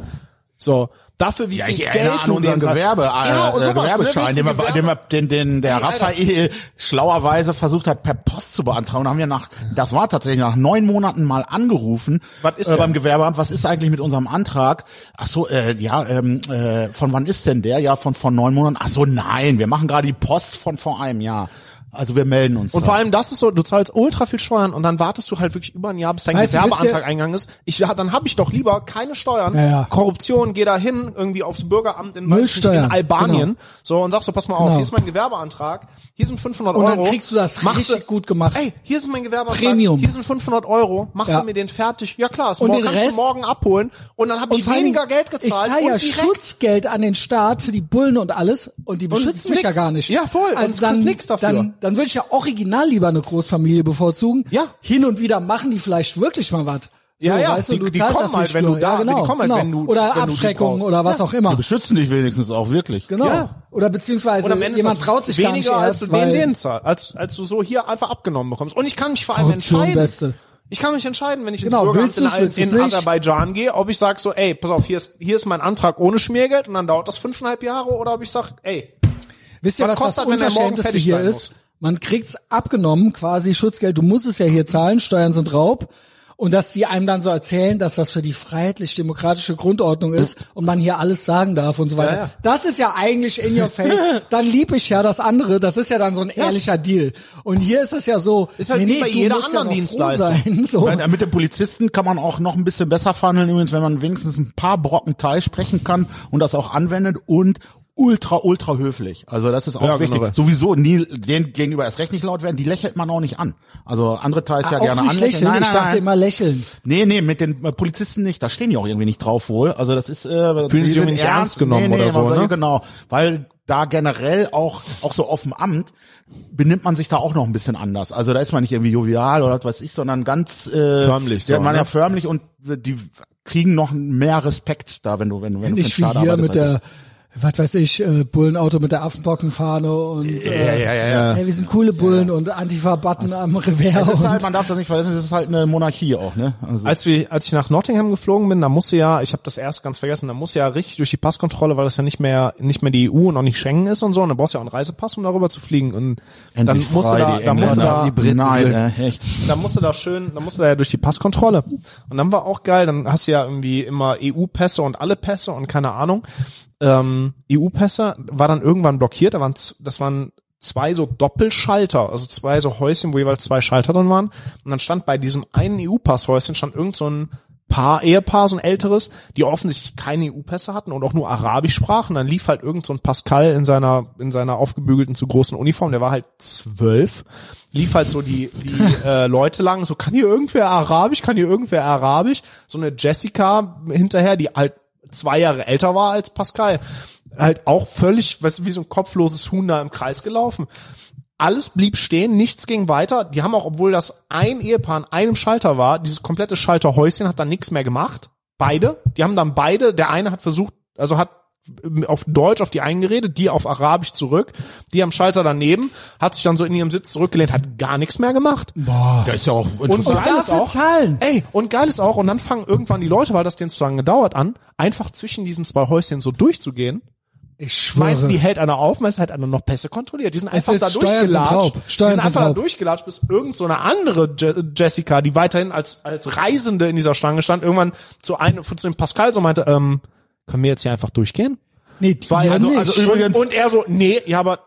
S3: So. Dafür, wie
S4: Ja,
S3: viel
S4: ich
S3: Geld
S4: erinnere an
S3: du
S4: unseren
S3: dann-
S4: Gewerbe,
S3: Ja,
S4: äh,
S3: und sowas,
S4: äh, Gewerbeschein,
S3: ne,
S4: den, wir,
S3: willst du
S4: den, wir, den, den der
S3: Alter.
S4: Raphael schlauerweise versucht hat, per Post zu beantragen. Da haben wir nach, das war tatsächlich nach neun Monaten mal angerufen
S3: Was ist
S4: äh,
S3: denn?
S4: beim Gewerbeamt, was ist eigentlich mit unserem Antrag? Ach so, äh, ja, ähm, äh, von wann ist denn der? Ja, von von neun Monaten. Ach so, nein, wir machen gerade die Post von vor einem Jahr. Also wir melden uns.
S3: Und
S4: da.
S3: vor allem das ist so, du zahlst ultra viel Steuern und dann wartest du halt wirklich über ein Jahr, bis dein
S1: Weißt du,
S3: Gewerbeantrag
S1: wisst ihr-
S3: eingegangen ist. Ich, ja, dann habe ich doch lieber keine Steuern.
S1: Ja, ja.
S3: Korruption, geh da hin, irgendwie aufs Bürgeramt in, weiß ich nicht,
S1: Nullsteuern,
S3: in Albanien. So, und sagst so, pass mal auf,
S1: Genau.
S3: hier ist mein Gewerbeantrag, hier sind 500
S1: Und
S3: Euro.
S1: dann kriegst du das
S3: machst
S1: richtig gut gemacht.
S3: Ey, hier ist mein Gewerbeantrag,
S1: Premium.
S3: hier sind 500 Euro, machst
S1: Ja.
S3: du mir den fertig. Ja klar, ist
S1: Und
S3: morgen,
S1: den
S3: kannst
S1: Rest-
S3: du morgen abholen. Und dann habe ich
S1: vor allen
S3: weniger
S1: Dingen,
S3: Geld gezahlt.
S1: Ich zahle ja
S3: und direkt
S1: Schutzgeld an den Staat für die Bullen und alles und die
S3: es
S1: beschützen mich
S3: nix.
S1: ja gar nicht.
S3: Ja, voll, und
S1: Also
S3: es
S1: dann,
S3: kriegst nix dafür.
S1: dann, dann würde ich ja original lieber eine Großfamilie bevorzugen.
S3: Ja.
S1: Hin und wieder machen die vielleicht wirklich mal was. So,
S3: Ja, ja,
S1: weißt du,
S3: die-
S1: du
S3: die
S1: zahlst
S3: kommen
S1: das
S3: halt,
S1: nicht
S3: wenn
S1: nur.
S3: du
S1: ja,
S3: da-
S1: genau,
S3: die kommen halt,
S1: genau.
S3: wenn du-
S1: Oder
S3: wenn du die
S1: Abschreckung
S3: brauchst.
S1: oder was auch immer.
S4: Die beschützen dich wenigstens auch wirklich.
S1: Genau.
S3: Ja.
S1: Oder beziehungsweise
S3: Oder wenn
S1: jemand
S3: es das
S1: traut sich
S3: weniger
S1: gar nicht
S3: als
S1: erst,
S3: du
S1: weil
S3: den, den zahl- als als du so hier einfach abgenommen bekommst. Und ich kann mich vor allem
S1: Korruption
S3: entscheiden.
S1: Beste.
S3: Ich kann mich entscheiden, wenn ich
S1: Genau,
S3: ins
S1: willst du's,
S3: Bürgeramt
S1: willst
S3: in,
S1: du's
S3: in
S1: nicht?
S3: Aserbaidschan gehe, ob ich sage so, ey, pass auf, hier ist, hier ist mein Antrag ohne Schmiergeld und dann dauert das fünfeinhalb Jahre oder ob ich sage, ey,
S1: Wisst ihr, was,
S3: Was
S1: das
S3: kostet, wenn er morgen
S1: Unverschämteste
S3: fertig
S1: hier
S3: sein
S1: ist?
S3: muss?
S1: Man kriegt's abgenommen, quasi Schutzgeld. Du musst es ja hier zahlen, Steuern sind Raub. Und dass die einem dann so erzählen, dass das für die freiheitlich-demokratische Grundordnung ist und man hier alles sagen darf und so weiter.
S3: Ja, ja.
S1: Das ist ja eigentlich in your face. Dann lieb ich ja das andere. Das ist ja dann so ein ehrlicher Deal. Und hier ist das ja so.
S3: Ist halt
S1: nee,
S3: wie
S1: nee,
S3: bei
S1: du
S3: jeder
S1: musst ja
S3: anderen
S1: noch froh
S3: Dienstleistung.
S1: Sein, so.
S4: Weil, äh, Mit dem Polizisten kann man auch noch ein bisschen besser verhandeln, übrigens, wenn man wenigstens ein paar Brocken Teil sprechen kann und das auch anwendet und ultra, ultra höflich. Also das ist auch
S3: Ja,
S4: wichtig.
S3: genau.
S4: Sowieso nie den gegenüber erst recht nicht laut werden, die lächelt man auch nicht an. Also andere Teils ja
S1: Ah, auch
S4: gerne
S1: nicht
S4: anlächeln.
S1: lächeln. ich dachte immer lächeln.
S4: Nee, nee, mit den äh, Polizisten nicht. Da stehen die auch irgendwie nicht drauf wohl. Also das ist äh, Fühlen
S3: sich irgendwie nicht ernst genommen
S4: nee, nee,
S3: oder
S4: man
S3: so,
S4: sagt,
S3: ne?
S4: ja, Genau, weil da generell auch auch so auf dem Amt benimmt man sich da auch noch ein bisschen anders. Also da ist man nicht irgendwie jovial oder was weiß ich, sondern ganz äh,
S3: Förmlich so,
S4: Ja, man
S3: ne?
S4: ja förmlich und die kriegen noch mehr Respekt da, wenn du wenn du wenn du
S1: Nicht wie
S4: für den Staat
S1: hier
S4: arbeitest. also.
S1: mit der, was weiß ich, äh, Bullenauto mit der Affenbockenfahne und äh,
S4: ja, ja, ja, ja. Also,
S1: Hey, wir sind coole Bullen und Antifa-Button am Revers.
S4: Es ist
S1: und-
S4: halt, man darf das nicht vergessen, es ist halt eine Monarchie auch, ne? Also,
S3: als wir als ich nach Nottingham geflogen bin, da musste ja, ich habe das erst ganz vergessen, da musste ja richtig durch die Passkontrolle, weil das ja nicht mehr nicht mehr die EU und auch nicht Schengen ist und so, und da brauchst du ja auch einen Reisepass, um darüber zu fliegen und dann
S4: endlich
S3: musste
S4: frei,
S3: da,
S4: die
S3: da musste
S4: Engländer.
S3: da,
S4: die Briten, nein, äh, echt.
S3: da musste da schön, da musste da ja durch die Passkontrolle. Und dann war auch geil, dann hast du ja irgendwie immer EU-Pässe und alle Pässe und keine Ahnung. Ähm, EU-Pässe war dann irgendwann blockiert, da waren z- das waren zwei so Doppelschalter, also zwei so Häuschen, wo jeweils zwei Schalter drin waren. Und dann stand bei diesem einen EU-Pass-Häuschen stand irgend so ein Paar, Ehepaar, so ein älteres, die offensichtlich keine EU-Pässe hatten und auch nur Arabisch sprachen. Dann lief halt irgend so ein Pascal in seiner, in seiner aufgebügelten zu großen Uniform, der war halt zwölf, lief halt so die, die äh, Leute lang, so kann hier irgendwer Arabisch, kann hier irgendwer Arabisch? So eine Jessica hinterher, die halt zwei Jahre älter war als Pascal, halt auch völlig, weißt du, wie so ein kopfloses Huhn da im Kreis gelaufen. Alles blieb stehen, nichts ging weiter. Die haben auch, obwohl das ein Ehepaar an einem Schalter war, dieses komplette Schalterhäuschen hat dann nichts mehr gemacht. Beide. Die haben dann beide, der eine hat versucht, also hat auf Deutsch auf die eingeredet, die auf Arabisch zurück, die am Schalter daneben, hat sich dann so in ihrem Sitz zurückgelehnt, hat gar nichts mehr gemacht.
S4: Da ist ja auch
S3: Und,
S4: interessant.
S3: geil ist
S1: dafür
S3: auch,
S1: zahlen.
S3: Ey, und geil ist auch, und dann fangen irgendwann die Leute, weil das denen zu lange gedauert an, einfach zwischen diesen zwei Häuschen so durchzugehen.
S1: ich
S3: Meinst du, die
S1: schwöre.
S3: hält einer auf, meinst du, hat einer noch Pässe kontrolliert. Die sind einfach
S1: ist
S3: da
S1: Steuern sind
S3: durchgelatscht.
S1: Raub.
S3: Die
S1: Steuern
S3: sind
S1: sind
S3: einfach da
S1: Raub.
S3: durchgelatscht, bis irgend so eine andere Je Jessica, die weiterhin als, als Reisende in dieser Schlange stand, irgendwann zu einem, zu dem Pascal so meinte, ähm, können wir jetzt hier einfach durchgehen?
S1: Nee, die
S4: Weil-
S1: ja
S4: also-
S1: nicht.
S4: also
S3: Und,
S4: Übrigens-
S3: und er so, nee, ja, aber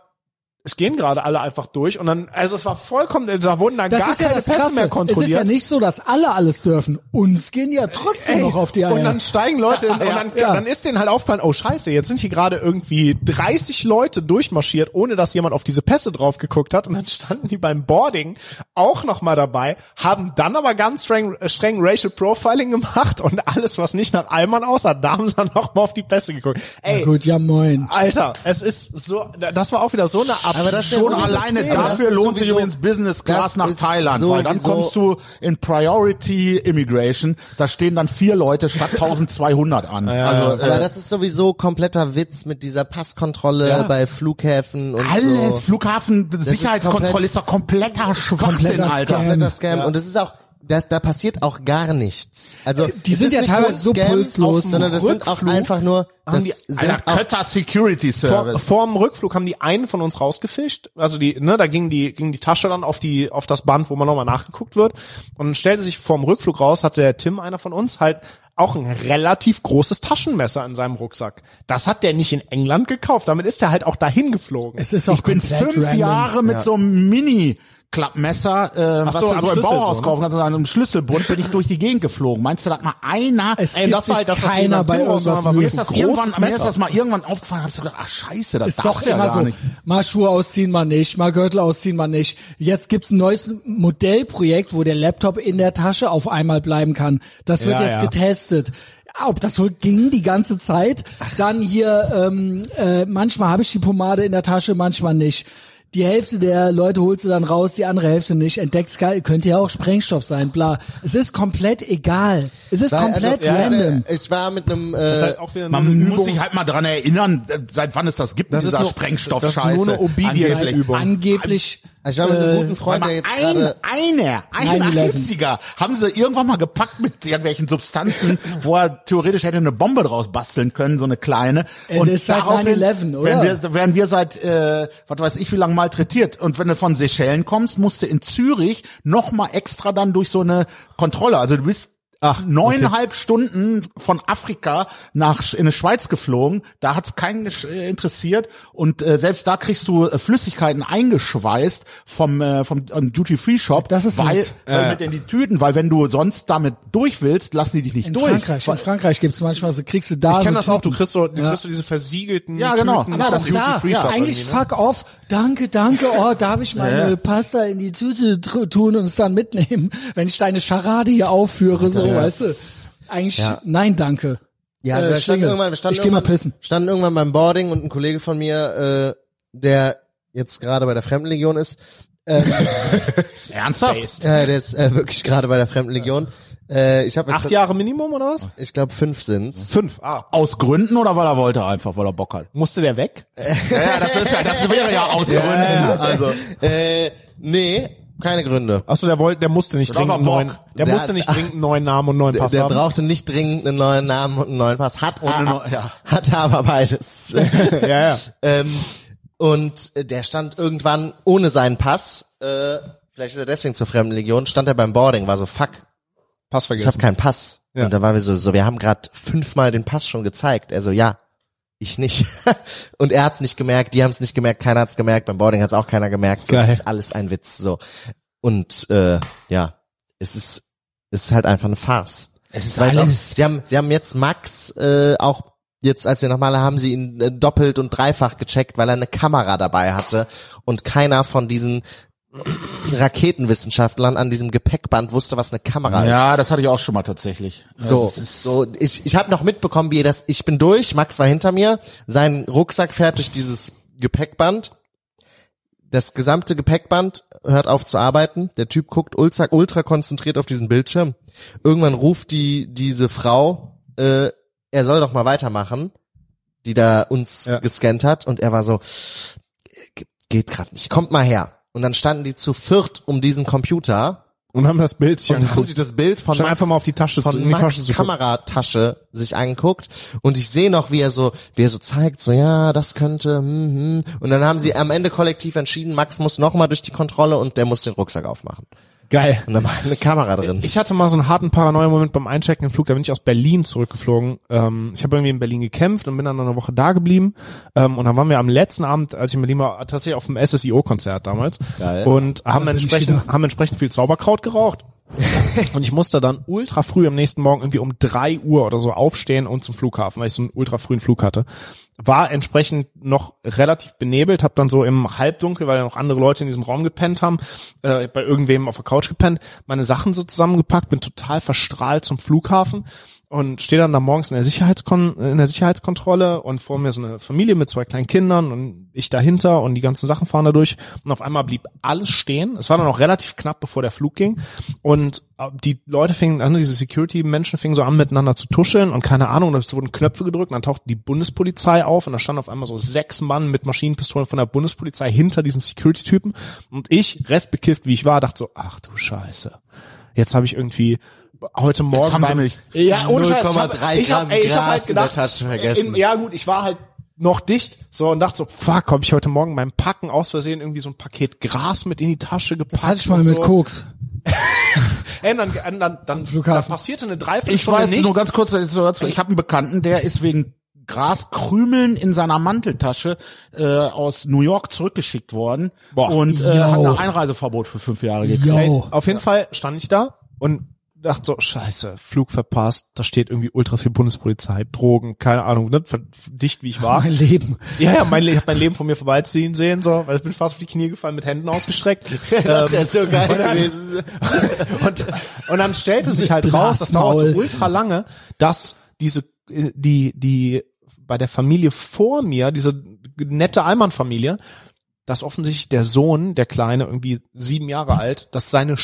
S3: es gehen gerade alle einfach durch. Und dann, also es war vollkommen, da wurden dann
S1: das
S3: gar
S1: ist ja
S3: keine
S1: das
S3: Pässe mehr
S1: Krasse. Es
S3: kontrolliert.
S1: ist ja nicht so, dass alle alles dürfen. Uns gehen die ja trotzdem
S3: Ey,
S1: noch auf die Eier.
S3: Und dann steigen Leute in, und dann,
S1: Ja.
S3: dann ist denen halt aufgefallen, oh scheiße, jetzt sind hier gerade irgendwie 30 Leute durchmarschiert, ohne dass jemand auf diese Pässe drauf geguckt hat. Und dann standen die beim Boarding auch nochmal dabei, haben dann aber ganz streng, äh, streng Racial Profiling gemacht und alles, was nicht nach Allmann aussah, da haben sie dann nochmal auf die Pässe geguckt. Ey,
S1: Gut, ja moin.
S3: Alter, es ist so, das war auch wieder so eine absurde
S2: Aber das ist ja
S4: Schon
S2: sowieso-
S4: alleine
S2: Szene. Aber das
S4: dafür
S2: ist
S4: lohnt sich
S2: sowieso-
S4: übrigens Business Class
S2: das
S4: nach
S2: ist
S4: Thailand, weil dann
S2: sowieso-
S4: kommst du in Priority Immigration, da stehen dann vier Leute statt 1200 an. Also
S2: Aber
S4: äh,
S2: das ist sowieso kompletter Witz mit dieser Passkontrolle bei Flughäfen und
S4: alles,
S2: so.
S4: Flughafen, Sicherheitskontrolle
S2: komplett-
S4: ist doch kompletter Schwachsinn,
S1: kompletter
S4: Alter.
S1: Scam.
S2: kompletter Scam. Und es ist auch, das, da passiert auch gar nichts. Also
S1: die
S2: es
S1: sind
S2: ist
S1: ja
S2: nicht
S1: teilweise
S2: nur ein
S1: so
S2: Scam,
S1: pulslos.
S2: sondern das sind auch
S3: Rückflug
S2: einfach nur, das
S3: haben die-
S2: sind
S4: Alter,
S2: auch
S4: Kötter Security
S3: vor,
S4: Service.
S3: vor dem Rückflug haben die einen von uns rausgefischt. Also die, ne, da ging die, ging die Tasche dann auf die, auf das Band, wo man nochmal nachgeguckt wird. Und dann stellte sich vor dem Rückflug raus, hatte der Tim, einer von uns, halt auch ein relativ großes Taschenmesser in seinem Rucksack. Das hat der nicht in England gekauft. Damit ist er halt auch dahin geflogen.
S1: Es ist auch
S4: Ich bin
S1: komplett
S4: fünf
S1: random.
S4: Jahre mit so einem Mini Klappmesser, äh, was
S3: so, am
S4: du so im
S3: Schlüssel
S4: Bauhaus
S3: so, ne?
S4: kaufen kannst, an einem Schlüsselbund bin ich durch die Gegend geflogen. Meinst du, da hat mal einer
S1: Es
S3: Ey,
S1: gibt
S3: das
S1: sich
S3: war halt das, was die
S1: keiner bei
S3: Natur
S1: irgendwas
S3: ausmachen, aber
S1: Mühe.
S3: mir
S4: ist das
S3: großes
S4: irgendwann, mir ist
S3: Messer.
S4: das mal irgendwann aufgefallen, hab ich so gedacht, ach scheiße, das
S1: ist
S4: darfst
S1: doch
S4: du ja
S1: immer
S4: gar
S1: so,
S4: nicht.
S1: mal Schuhe ausziehen, mal nicht, mal Gürtel ausziehen, mal nicht. Jetzt gibt's ein neues Modellprojekt, wo der Laptop in der Tasche auf einmal bleiben kann. Das wird
S3: Ja,
S1: jetzt
S3: ja.
S1: getestet. Ob das wohl ging die ganze Zeit? Dann hier, ähm, äh, manchmal habe ich die Pomade in der Tasche, manchmal nicht. die Hälfte der Leute holst du dann raus, die andere Hälfte nicht, entdeckst, geil, könnte ja auch Sprengstoff sein, bla. Es ist komplett egal. Es ist
S2: Sei-
S1: komplett
S2: also,
S1: random.
S2: Ich, ich war mit einem,
S3: Das ist
S2: äh,
S3: halt auch wieder eine
S4: Man
S3: Übung.
S4: muss sich halt mal dran erinnern, äh, seit wann es das gibt,
S3: Das ist
S4: dieser
S3: nur-
S4: Sprengstoffscheiße.
S3: das ist nur eine
S4: Angeblich.
S3: Obedience-Übung.
S1: Angeblich.
S2: ich war mit
S3: äh,
S2: einem guten Freund, der
S4: Weil
S2: jetzt
S4: mal
S2: gerade,
S4: ein, einer, ein
S1: 9/11.
S4: einziger haben sie irgendwann mal gepackt mit irgendwelchen Substanzen, wo er theoretisch hätte eine Bombe draus basteln können, so eine kleine.
S1: Es ist seit 9/11, oder?
S4: Werden wir, werden Also wir seit, äh, was weiß ich, wie lange malträtiert. Und wenn du von Seychellen kommst, musst du in Zürich nochmal extra dann durch so eine Kontrolle. Also du bist
S3: Ach,
S4: neuneinhalb Stunden von Afrika nach Sch- in die Schweiz geflogen. Da hat's keinen gesch- äh, interessiert und äh, selbst da kriegst du äh, Flüssigkeiten eingeschweißt vom äh, vom Duty Free Shop,
S1: Das ist
S4: weil,
S1: nett.
S4: weil mit in die Tüten, weil wenn du sonst damit durch willst, lassen die dich nicht
S1: In
S4: durch.
S1: Frankreich, in Frankreich gibt's manchmal so, kriegst du da
S3: Ich
S1: so
S3: kenne das auch, du
S1: Tüten.
S3: kriegst so, du
S1: Ja.
S3: kriegst so diese versiegelten
S4: Ja, genau.
S3: Tüten
S4: Ja,
S1: Aber
S3: vom
S4: das
S1: auch
S4: ist
S1: da,
S3: Duty-Free-Shop
S1: ja, eigentlich
S3: irgendwie, ne?
S1: fuck off, danke, danke, oh, darf ich meine Pasta in die Tüte tr- tun und es dann mitnehmen, wenn ich deine Scharade hier aufführe, so, weißt du. Eigentlich, nein, danke.
S2: ja,
S1: Äh,
S2: wir standen
S1: Schlingel.
S2: irgendwann, wir standen
S1: ich geh mal
S2: irgendwann-
S1: pissen.
S2: standen irgendwann beim Boarding und ein Kollege von mir, äh, der jetzt gerade bei der Fremdenlegion ist,
S4: Ernsthaft?
S2: äh, der ist äh, wirklich gerade bei der Fremdenlegion, äh, ich habe
S3: Acht Jahre Minimum oder was?
S2: ich glaube fünf sind's.
S3: Fünf. Ah,
S4: Aus Gründen oder weil er wollte einfach, weil er Bock hat?
S3: musste der weg?
S4: Ja, ja das, ist ja, das wäre ja aus Gründen. Also
S2: Äh, nee, keine Gründe.
S3: Achso, der wollte, der musste nicht
S4: Drauf
S3: dringend einen
S4: am
S3: neuen,
S4: Bock.
S3: der,
S2: Der-
S3: musste nicht dringend einen neuen Namen und einen neuen Pass
S2: der
S3: haben.
S2: brauchte nicht dringend einen neuen Namen und einen neuen Pass. Hat,
S4: eine
S2: er,
S4: neu- ja.
S2: hat er aber beides.
S3: ja, ja.
S2: ähm, und äh, der stand irgendwann ohne seinen Pass, äh, vielleicht ist er deswegen zur Fremdenlegion, stand er beim Boarding, war so, fuck,
S3: Pass
S2: ich habe
S3: vergessen.
S2: keinen Pass.
S3: Ja.
S2: Und da waren wir so, so wir haben gerade fünfmal den Pass schon gezeigt. Er so, ja, ich nicht. und er hat's nicht gemerkt, die haben's nicht gemerkt, keiner hat's gemerkt, beim Boarding hat's auch keiner gemerkt. So,
S3: Geil.
S2: Es ist alles ein Witz. so Und äh, ja, es ist, es ist halt einfach eine Farce.
S4: es ist
S2: Weil
S4: alles
S2: sie haben, sie haben jetzt Max äh, auch jetzt, als wir nach Male haben sie ihn äh, doppelt und dreifach gecheckt, weil er eine Kamera dabei hatte und keiner von diesen Raketenwissenschaftlern an diesem Gepäckband wusste, was eine Kamera ist.
S4: Ja, das hatte ich auch schon mal tatsächlich.
S2: So,
S4: Das ist-
S2: so ich, ich habe noch mitbekommen, wie ihr das. Ich bin durch, Max war hinter mir, sein Rucksack fährt durch dieses Gepäckband. Das gesamte Gepäckband hört auf zu arbeiten. Der Typ guckt ultra, ultra konzentriert auf diesen Bildschirm. Irgendwann ruft die diese Frau, äh, er soll doch mal weitermachen, die da uns
S3: Ja.
S2: gescannt hat. Und er war so, "Äh, "Ge- geht gerade nicht, kommt mal her. Und dann standen die zu viert um diesen Computer
S3: Und haben das Bild sich
S2: und haben
S3: angeguckt.
S2: sich das Bild von
S3: Schon
S2: Max,
S3: einfach mal auf die Tasche zu-
S2: von
S3: in die
S2: Max
S3: Tasche zu gucken.
S2: Kameratasche sich anguckt und ich sehe noch wie er so wie er so zeigt so ja das könnte mhm. und dann haben sie am Ende kollektiv entschieden Max muss noch mal durch die Kontrolle und der muss den Rucksack aufmachen
S3: Geil.
S2: und da war eine Kamera drin
S3: Ich hatte mal so einen harten Paranoia-Moment beim Einchecken im Flug, da bin ich aus Berlin zurückgeflogen. Ähm, ich habe irgendwie in Berlin gekämpft und bin dann eine Woche da geblieben. Ähm, und dann waren wir am letzten Abend, als ich in Berlin war, tatsächlich auf dem SSIO-Konzert damals.
S2: Geil.
S3: Und haben
S1: bin ich
S3: entsprechend, haben entsprechend viel Zauberkraut geraucht. und ich musste dann ultra früh am nächsten Morgen irgendwie um drei Uhr oder so aufstehen und zum Flughafen, weil ich so einen ultra frühen Flug hatte. War entsprechend noch relativ benebelt, habe dann so im Halbdunkel, weil ja noch andere Leute in diesem Raum gepennt haben, äh, bei irgendwem auf der Couch gepennt, meine Sachen so zusammengepackt, bin total verstrahlt zum Flughafen und stehe dann da morgens in der, Sicherheitskon in der Sicherheitskontrolle und vor mir so eine Familie mit zwei kleinen Kindern und ich dahinter und die ganzen Sachen fahren da durch und auf einmal blieb alles stehen. Es war dann auch relativ knapp, bevor der Flug ging und äh, die Leute fingen an, diese Security-Menschen fingen so an, miteinander zu tuscheln und keine Ahnung, und es wurden Knöpfe gedrückt und dann tauchte die Bundespolizei auf und da standen auf einmal so sechs Mann mit Maschinenpistolen von der Bundespolizei hinter diesen Security-Typen und ich, restbekifft wie ich war, dachte so, ach du Scheiße, jetzt habe ich irgendwie heute Morgen
S4: haben sie
S3: beim-
S4: mich.
S3: ja, ohne Scheiß. Ich hab-
S2: 0,3
S3: ich hab- ey, ich hab
S2: Gramm
S3: halt
S2: Gras in der
S3: gedacht,
S2: Tasche vergessen.
S3: in- Ja gut, ich war halt noch dicht so und dachte so, fuck, habe ich heute Morgen beim Packen aus Versehen irgendwie so ein Paket Gras mit in die Tasche gepackt.
S1: Das hatte Halt ich mal
S3: und
S1: mit
S3: so.
S1: Koks.
S3: Ey, dann, dann, dann, dann, dann
S1: Flughafen.
S3: passierte eine
S4: Ich
S3: Dreiviertelstunde
S4: weiß
S3: nichts.
S4: nur ganz kurz, jetzt nur dazu. ich habe einen Bekannten, der ist wegen Graskrümeln in seiner Manteltasche äh, aus New York zurückgeschickt worden
S3: Boah.
S4: und äh, hat
S1: Yo.
S4: ein Einreiseverbot für fünf Jahre gekriegt.
S3: Ey,
S1: Yo.
S3: Auf jeden Fall stand ich da und dachte so, scheiße, Flug verpasst, da steht irgendwie ultra viel Bundespolizei, Drogen, keine Ahnung, ne, ver- dicht wie ich war.
S1: Mein Leben.
S3: Ja, ja, mein, Le- ich habe mein Leben von mir vorbeiziehen sehen, so, weil ich bin fast auf die Knie gefallen, mit Händen ausgestreckt. Ähm,
S2: das ist ja so geil gewesen
S3: und, und dann stellte sich halt raus, das
S1: Blasmaul.
S3: dauerte ultra lange, dass diese, äh, die, die, bei der Familie vor mir, diese nette Allmann-Familie, dass offensichtlich der Sohn, der Kleine, irgendwie sieben Jahre alt, dass seine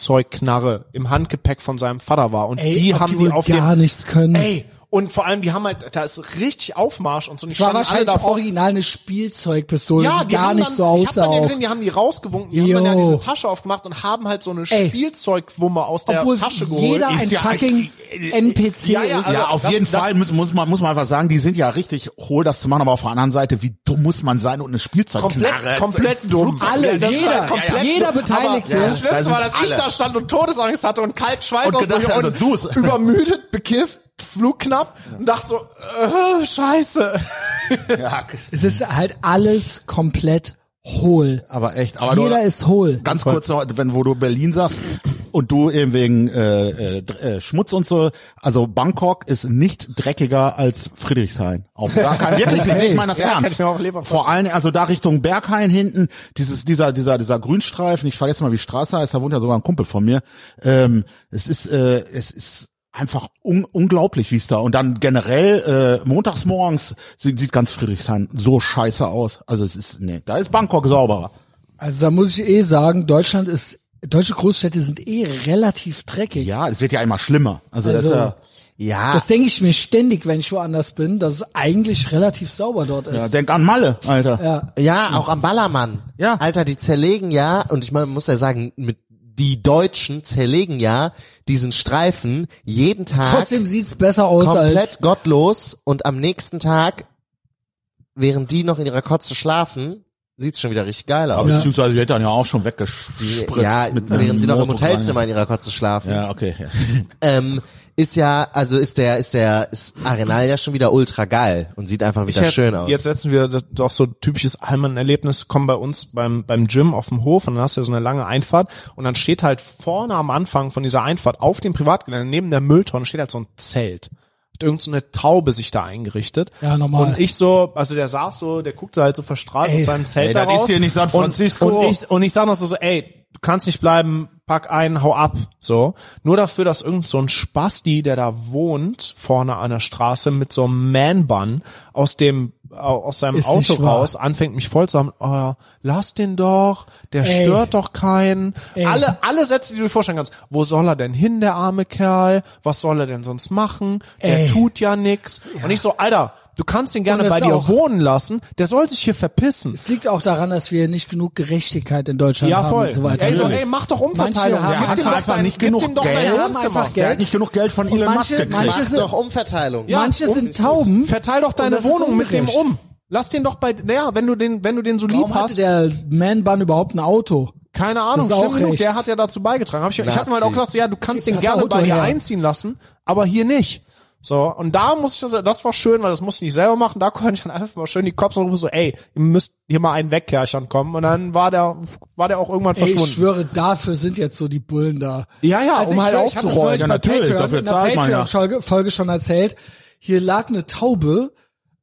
S3: Spielzeugknarre im Handgepäck von seinem Vater war. Und
S1: Ey,
S3: die
S1: ob
S3: haben
S1: die
S3: die
S1: wohl
S3: auf
S1: gar
S3: den,
S1: nichts können.
S3: Ey, und vor allem, die haben halt, da ist richtig Aufmarsch und so. Und die
S1: Es war
S3: standen alle
S1: wahrscheinlich
S3: davor.
S1: original eine Spielzeugpistole,
S3: Ja,
S1: die
S3: die
S1: gar
S3: haben
S1: nicht
S3: dann,
S1: so
S3: Ich hab
S1: aussah.
S3: dann ja
S1: auch.
S3: gesehen, die haben die rausgewunken, die haben dann ja
S1: Jo.
S3: diese Tasche aufgemacht und haben halt so eine
S1: Ey.
S3: Spielzeugwumme aus der
S1: Obwohl
S3: Tasche geholt.
S1: jeder ein
S3: Ist ja-
S1: fucking NPC
S3: Ja, ja,
S1: ist.
S3: also-
S4: ja, auf
S3: das-
S4: jeden
S3: das-
S4: Fall muss, muss, man, muss man einfach sagen, die sind ja richtig hohl, das zu machen, aber auf der anderen Seite, wie dumm muss man sein und eine Spielzeugknarre.
S3: komplett, komplett dumm.
S1: Alle,
S3: Das war
S1: jeder,
S3: komplett
S1: jeder
S3: dumm.
S1: Beteiligte.
S3: Aber das
S4: Ja, da
S3: Schlimmste
S4: sind
S3: war, dass ich
S4: alle.
S3: da stand und Todesangst hatte und kalt Schweiß
S4: Und gedacht
S3: ausbrach
S4: hast, also
S3: und
S4: du es-
S3: übermüdet, bekifft, flugknapp und dachte so, äh, scheiße.
S4: Ja,
S1: Es ist halt alles komplett hohl.
S4: aber echt, aber
S1: Jeder
S4: nur,
S1: ist hohl.
S4: ganz kurz noch, wenn wo du Berlin sagst und du eben wegen äh, äh, Dr- äh, Schmutz und so, also Bangkok ist nicht dreckiger als Friedrichshain. Auf gar keinen wirklich, ich meine das
S3: Ja, kann
S4: ernst.
S3: ich mir auch Leber
S4: Vor allem also da Richtung Berghain hinten, dieses dieser dieser dieser Grünstreifen, ich vergesse mal wie die Straße heißt, da wohnt ja sogar ein Kumpel von mir. Ähm, es ist äh, es ist einfach un unglaublich, wie es da und dann generell äh, montags morgens sieht, sieht ganz Friedrichshain so scheiße aus. Also es ist nee, da ist Bangkok sauberer.
S1: Also da muss ich eh sagen, Deutschland ist, deutsche Großstädte sind eh relativ dreckig.
S4: Ja, es wird ja immer schlimmer. Also,
S1: Also,
S4: das ist
S3: Ah.
S4: ja, ja,
S1: Das denke ich mir ständig, wenn ich woanders bin, dass es eigentlich relativ sauber dort
S4: ja,
S1: ist.
S4: denk an Malle, Alter.
S1: Ja.
S2: Ja, auch am Ballermann.
S4: Ja.
S2: Alter, die zerlegen ja, und ich meine, man muss ja sagen, mit die Deutschen zerlegen ja diesen Streifen jeden Tag
S1: Trotzdem sieht's besser aus als
S2: komplett gottlos und am nächsten Tag, während die noch in ihrer Kotze schlafen, sieht's schon wieder richtig geil
S4: Aber
S2: aus.
S4: beziehungsweise die hätte dann ja auch schon
S2: Die-
S4: weggespritzt.
S2: Ja,
S4: mit einem
S2: während sie noch im
S4: Motor dran.
S2: Hotelzimmer in ihrer Kotze schlafen.
S4: Ja, okay. Ja.
S2: Ähm, ist ja, also ist der, ist der, ist Arenal ja schon wieder ultra geil und sieht einfach wieder
S3: hätte-
S2: schön aus.
S3: Jetzt setzen wir das- doch so ein typisches Allmann-Erlebnis, kommen bei uns beim, beim Gym auf dem Hof und dann hast du ja so eine lange Einfahrt und dann steht halt vorne am Anfang von dieser Einfahrt auf dem Privatgelände neben der Mülltonne steht halt so ein Zelt. Hat irgend so eine Taube sich da eingerichtet.
S1: Ja, normal.
S3: Und ich so, also der saß so, der guckte halt so verstrahlt
S1: Ey.
S3: aus seinem Zelt
S4: Ey, das
S3: daraus.
S4: ist hier nicht San Francisco.
S3: Und, und ich, und ich sag noch so, so, ey, du kannst nicht bleiben, pack ein, hau ab, so. Nur dafür, dass irgend so ein Spasti, der da wohnt, vorne an der Straße mit so einem Man-Bun aus dem, au- aus seinem
S1: Ist
S3: Auto
S1: nicht wahr.
S3: raus anfängt, mich voll zu haben, oh, lass den doch, der
S1: Ey.
S3: stört doch keinen.
S1: Ey.
S3: Alle, alle Sätze, die du dir vorstellen kannst. Wo soll er denn hin, der arme Kerl? Was soll er denn sonst machen? Der
S1: Ey.
S3: tut ja nix. Und ich so, Alter, du kannst ihn gerne
S1: Und das
S3: bei dir
S1: auch-
S3: wohnen lassen, der soll sich hier verpissen.
S1: Es liegt auch daran, dass wir nicht genug Gerechtigkeit in Deutschland
S3: Ja,
S1: haben
S3: voll.
S1: und so weiter.
S3: Ey, so,
S4: Natürlich.
S3: ey, mach doch Umverteilung.
S1: Manche haben
S3: Gib
S1: einfach-
S3: dem doch
S4: einfach
S3: dein-
S4: nicht
S3: gib
S4: genug
S3: dem doch
S4: Geld.
S3: dein
S1: Die haben
S3: Wohnzimmer.
S1: einfach
S4: Der
S1: Geld.
S4: hat nicht genug Geld von
S1: Und
S4: Elon
S1: manche-
S4: Musk gekriegt.
S1: manche
S2: Mach
S1: sind-
S2: doch Umverteilung.
S3: Ja,
S1: Manche sind
S3: um-
S1: Tauben.
S3: Verteil doch deine
S1: das ist
S3: Wohnung mit dem
S1: ungerecht.
S3: um. Lass den doch bei, naja, wenn du den, wenn du den so lieb
S1: Warum hatte
S3: hast,
S1: der Man-Bun überhaupt ein Auto?
S3: keine Ahnung,
S1: ist auch
S3: schlimm genug,
S1: rechts.
S3: der hat ja dazu beigetragen. Hab ich, ich hatte mal
S2: Nazi.
S3: auch gedacht, so, ja, du kannst
S1: Gib
S3: den
S1: das
S3: gerne
S1: Auto
S3: bei dir
S1: her.
S3: einziehen lassen, aber hier nicht. So, und da muss ich das, das war schön, weil das musste ich nicht selber machen, da konnte ich dann einfach mal schön die Cops anrufen, so, ey, ihr müsst hier mal einen wegkerchern kommen, und dann war der, war der auch irgendwann
S1: Ey, ich
S3: verschwunden.
S1: schwöre, dafür sind jetzt so die Bullen da. Also
S3: Ja, ja, um
S1: ich
S3: halt
S1: schwöre, ich hab das
S3: aufzuräumen.
S1: neulich
S4: Ja,
S1: bei
S4: natürlich,
S1: Patreon,
S4: dafür
S1: in der
S4: zahlt man ja.
S1: Patreon-Folge Folge schon erzählt. Hier lag eine Taube,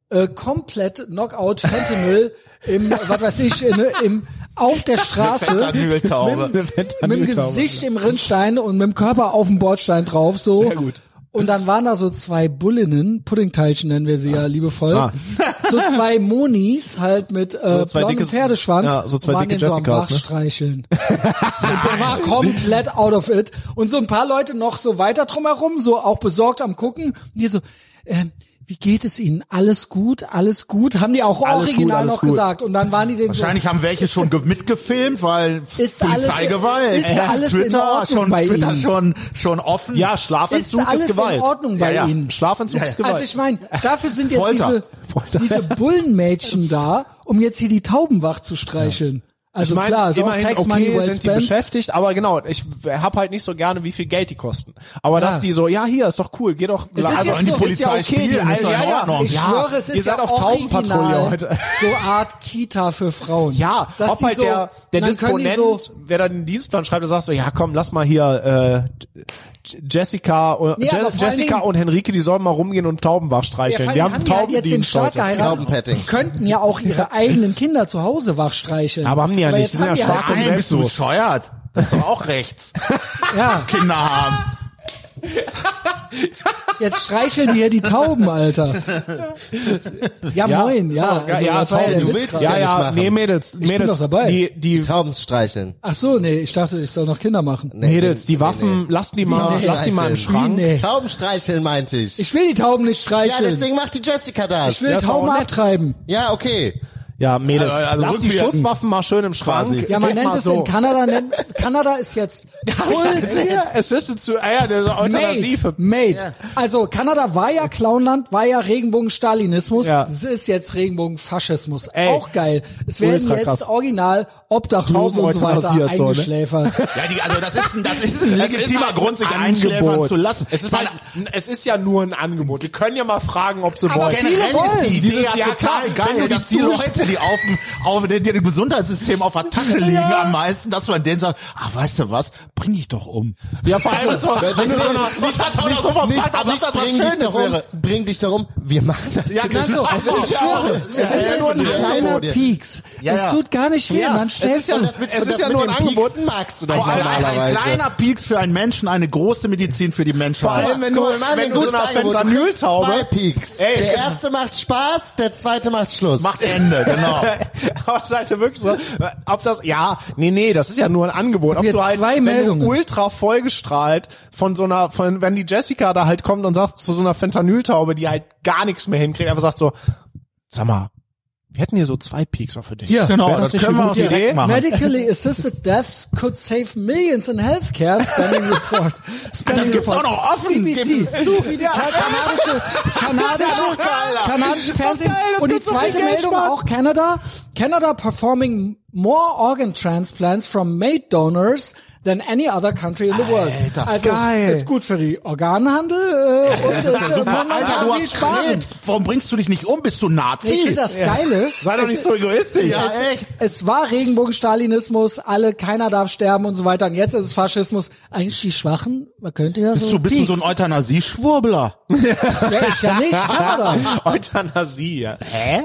S1: äh, komplett Knockout Fentanyl im, was weiß ich, in, im, auf der Straße.
S4: Fentanyltaube.
S1: mit dem
S3: ne?
S1: Gesicht im Rindstein und mit dem Körper auf dem Bordstein drauf, so.
S3: Sehr gut.
S1: Und dann waren da so zwei Bullinnen, Puddingteilchen nennen wir sie ja liebevoll,
S3: Ah.
S1: so zwei Monis halt mit äh,
S3: zwei
S1: blondem
S3: dicke-
S1: Pferdeschwanz
S3: ja, so zwei
S1: und waren
S3: dicke
S1: den so am
S3: Jessicas, ne?
S1: Nachstreicheln. und der war komplett out of it. Und so ein paar Leute noch so weiter drumherum, so auch besorgt am Gucken. Und die so, ähm, wie geht es Ihnen? Alles gut? Alles gut? Haben die auch
S3: Alles gut,
S1: original
S3: alles
S1: noch
S3: gut.
S1: gesagt. Und dann waren die den so,
S4: Wahrscheinlich haben welche schon ge- mitgefilmt, weil
S1: Ist
S4: Polizeigewalt.
S1: alles- ist alles in
S4: Twitter
S1: Ordnung
S4: schon,
S1: bei
S4: Twitter
S1: Ihnen?
S4: schon, schon offen.
S3: Ja,
S1: ist
S3: Schlafentzug ist,
S1: alles
S3: Gewalt.
S1: in Ordnung bei
S4: Ja, ja.
S1: Ihnen?
S3: Schlafentzug
S4: Ja,
S3: ist
S4: ja.
S3: Gewalt.
S1: Also ich meine, dafür sind jetzt
S4: Folter.
S1: diese,
S3: Folter.
S1: diese Bullenmädchen da, um jetzt hier die Tauben wach zu streicheln. Also
S3: ich meine,
S1: klar, so auch
S3: immerhin,
S1: Tax
S3: okay,
S1: Money well
S3: sind die
S1: spent.
S3: beschäftigt, aber genau, ich hab halt nicht so gerne, wie viel Geld die kosten. Aber dass die so, ja, hier, ist doch cool, geh doch,
S1: Es ist
S4: Also
S1: jetzt
S4: wenn die
S1: so,
S4: Polizei
S3: ist ja okay, die
S4: spielen, ist
S3: Alten-
S4: doch in
S3: ja, ja,
S4: Ordnung.
S1: ich schwöre, es
S3: ihr
S1: ist
S3: seid
S1: ja
S3: auf Taubenpatrouille
S1: original
S3: heute.
S1: so Art Kita für Frauen.
S3: ja,
S1: Dass
S3: ob
S1: die
S3: halt
S1: so,
S3: der, der
S1: dann können die
S3: Disponent,
S1: so,
S3: wer da den Dienstplan schreibt, der sagt so, ja komm, lass mal hier äh, J- Jessica, und-
S1: Nee,
S3: Je-
S1: aber vor allen
S3: Jessica
S1: Dingen-
S3: und Henrike, die sollen mal rumgehen und Tauben wach streicheln.
S1: Ja,
S3: wir
S1: vor allem
S3: haben,
S1: die halt jetzt den
S3: Taubendienst
S1: Staat
S3: heute.
S1: geheiratet
S2: Taubenpetting.
S1: und könnten ja auch ihre eigenen Kinder zu Hause wachstreicheln.
S3: Aber haben die ja nicht,
S1: jetzt
S3: die sind
S1: haben
S3: ja
S1: die halt
S3: stark
S4: Nein, bist du
S3: Selbstbewusst.
S4: bescheuert? Das ist doch auch rechts.
S1: Ja.
S4: Kinder haben.
S1: Jetzt streicheln hier die Tauben, Alter. Ja, moin, ja.
S3: ja,
S1: also, das
S3: ja,
S1: war
S3: sorry,
S1: der
S2: du
S1: Witz
S2: willst
S1: gerade.
S2: ja
S3: ja,
S2: nicht
S3: ja,
S2: machen.
S3: nee, Mädels, Mädels,
S1: doch dabei.
S3: die, die,
S2: Trauben streicheln.
S1: Ach so, nee, ich dachte, ich soll noch Kinder machen.
S3: Mädels, die
S2: nee,
S3: Waffen, lasst die mal,
S2: Nee.
S3: lasst die mal im
S2: Scheiße.
S3: Schrank.
S1: Nee.
S2: Tauben streicheln, meinte ich.
S1: Ich will die Tauben nicht
S2: ja,
S1: streicheln.
S2: deswegen macht die Jessica das.
S1: ich will
S3: Ja, ist
S1: Tauben
S3: auch nett.
S1: abtreiben.
S2: ja, okay.
S3: Ja, Mädels,
S4: Also, also
S3: lasst die
S4: rückwirkend.
S3: Schusswaffen mal schön im Schrank.
S4: Quasi.
S1: Ja, man
S3: Geht
S1: nennt
S3: mal
S1: es
S3: so.
S1: in Kanada, nennt, Kanada ist jetzt full
S3: Ja, Assisted zu, ah ja, der Euthanasie
S1: Mate,
S3: für
S1: Mate. Also Kanada war ja Clownland, war ja Regenbogen-Stalinismus.
S3: Ja.
S1: Es ist jetzt Regenbogen-Faschismus.
S3: Ey.
S1: Auch geil. Es werden
S3: Ultra
S1: jetzt
S3: krass.
S1: original Obdachlose
S3: Tauben
S1: und so weiter
S3: euthanasiert, so, ne?
S1: eingeschläfert.
S4: Ja, die, also das ist ein, das ist ein
S3: Es ist
S4: legitimer
S3: halt
S4: Grund, sich
S3: ein
S4: einschläfern
S3: Angebot.
S4: zu lassen.
S3: Es ist,
S4: Ich meine,
S3: halt, es ist ja nur ein Angebot. Wir können ja mal fragen, ob sie
S4: aber
S3: wollen.
S4: generell
S1: wollen.
S4: ist die
S3: Die
S4: Idee
S3: sind-
S4: ja
S3: ja, klar,
S4: total
S3: wenn du die
S4: geil, dass die
S3: Zuschauer-
S4: Leute, die auf dem, auf dem, dem Gesundheitssystem auf der Tasche liegen am meisten, dass man denen sagt, ah, weißt du was, bring dich doch um.
S3: Ja, vor allem so, wenn du so
S4: Nicht, dass auch noch so verpackt, als ob das was
S2: bring, dich um.
S4: Schönes
S2: darum,
S4: wäre.
S2: bring dich darum, wir machen das.
S4: Ja,
S2: hier.
S4: genau so.
S2: Das
S4: Also,
S2: ist
S4: ich
S2: auch-
S4: schwöre,
S2: Ja,
S1: Es ist ja nur ein
S2: ja,
S1: kleiner
S2: ja.
S1: Pieks.
S4: Ja, ja.
S1: Es tut gar nicht weh.
S3: Ja,
S1: Man
S3: es
S1: stellt
S3: ist ja
S1: und-
S3: das mit- es ist ja
S2: mit
S3: nur ein
S2: den
S3: Angebot.
S2: Pieksen magst du doch
S4: Vor allem ein
S2: normalerweise.
S4: kleiner Pieks für einen Menschen, eine große Medizin für die Menschheit.
S3: Vor allem, wenn du,
S2: Guck mal, Mann,
S3: wenn
S2: ein
S3: du so
S2: gutes
S3: einer
S2: Angebot. Du kriegst Zwei
S3: Fentanyltaube,
S2: Peaks.
S3: Ey.
S2: der erste macht Spaß, der zweite macht Schluss.
S4: Macht Ende, genau.
S3: aber seid ihr wirklich so, äh, ob das, ja, nee, nee, das ist ja nur ein Angebot. Ob
S1: Jetzt
S3: du halt,
S1: zwei
S3: wenn
S1: Meldungen.
S3: du ultra vollgestrahlt von so einer, von, wenn die Jessica da halt kommt und sagt zu so einer Fentanyltaube, die halt gar nichts mehr hinkriegt, einfach sagt so, sag mal, wir hätten hier so zwei Peaks noch für dich.
S1: Ja,
S4: Genau,
S1: wär
S4: das
S1: nicht
S4: können
S1: eine
S4: wir
S1: gute
S4: auch direkt
S1: Idee?
S4: machen.
S1: Medically assisted deaths could save millions in healthcare spending report. Spending
S4: Das gibt's
S1: report.
S4: auch noch offen.
S1: CBC.
S4: Gibt's-
S1: So wie die kanadische, kanadische, kanadische Fernsehen.
S3: geil, das
S1: Und die
S3: gibt so viel
S1: zweite
S3: Geld
S1: Meldung
S3: sparen.
S1: auch Canada. Canada performing more organ transplants from mate donors than any other country in the world. also
S3: geil.
S1: ist gut für die Organhandel äh, und ist äh, kann man
S4: Alter, du
S1: irgendwie
S4: hast
S1: sparen.
S4: Krebs. Warum bringst du dich nicht um? Bist du Nazi?
S1: Ich finde das Geile.
S3: Sei doch
S1: es-
S3: nicht so egoistisch.
S4: Ja,
S1: es,
S4: echt.
S1: es war Regenbogen-Stalinismus, alle, keiner darf sterben und so weiter. Und jetzt ist es Faschismus. Eigentlich die Schwachen, man könnte ja
S4: Bist
S1: so
S4: du, bist du so ein
S1: Pieks.
S4: Euthanasie-Schwurbler?
S1: Ja, ich ja nicht, Kanada.
S3: Euthanasie, ja. Hä?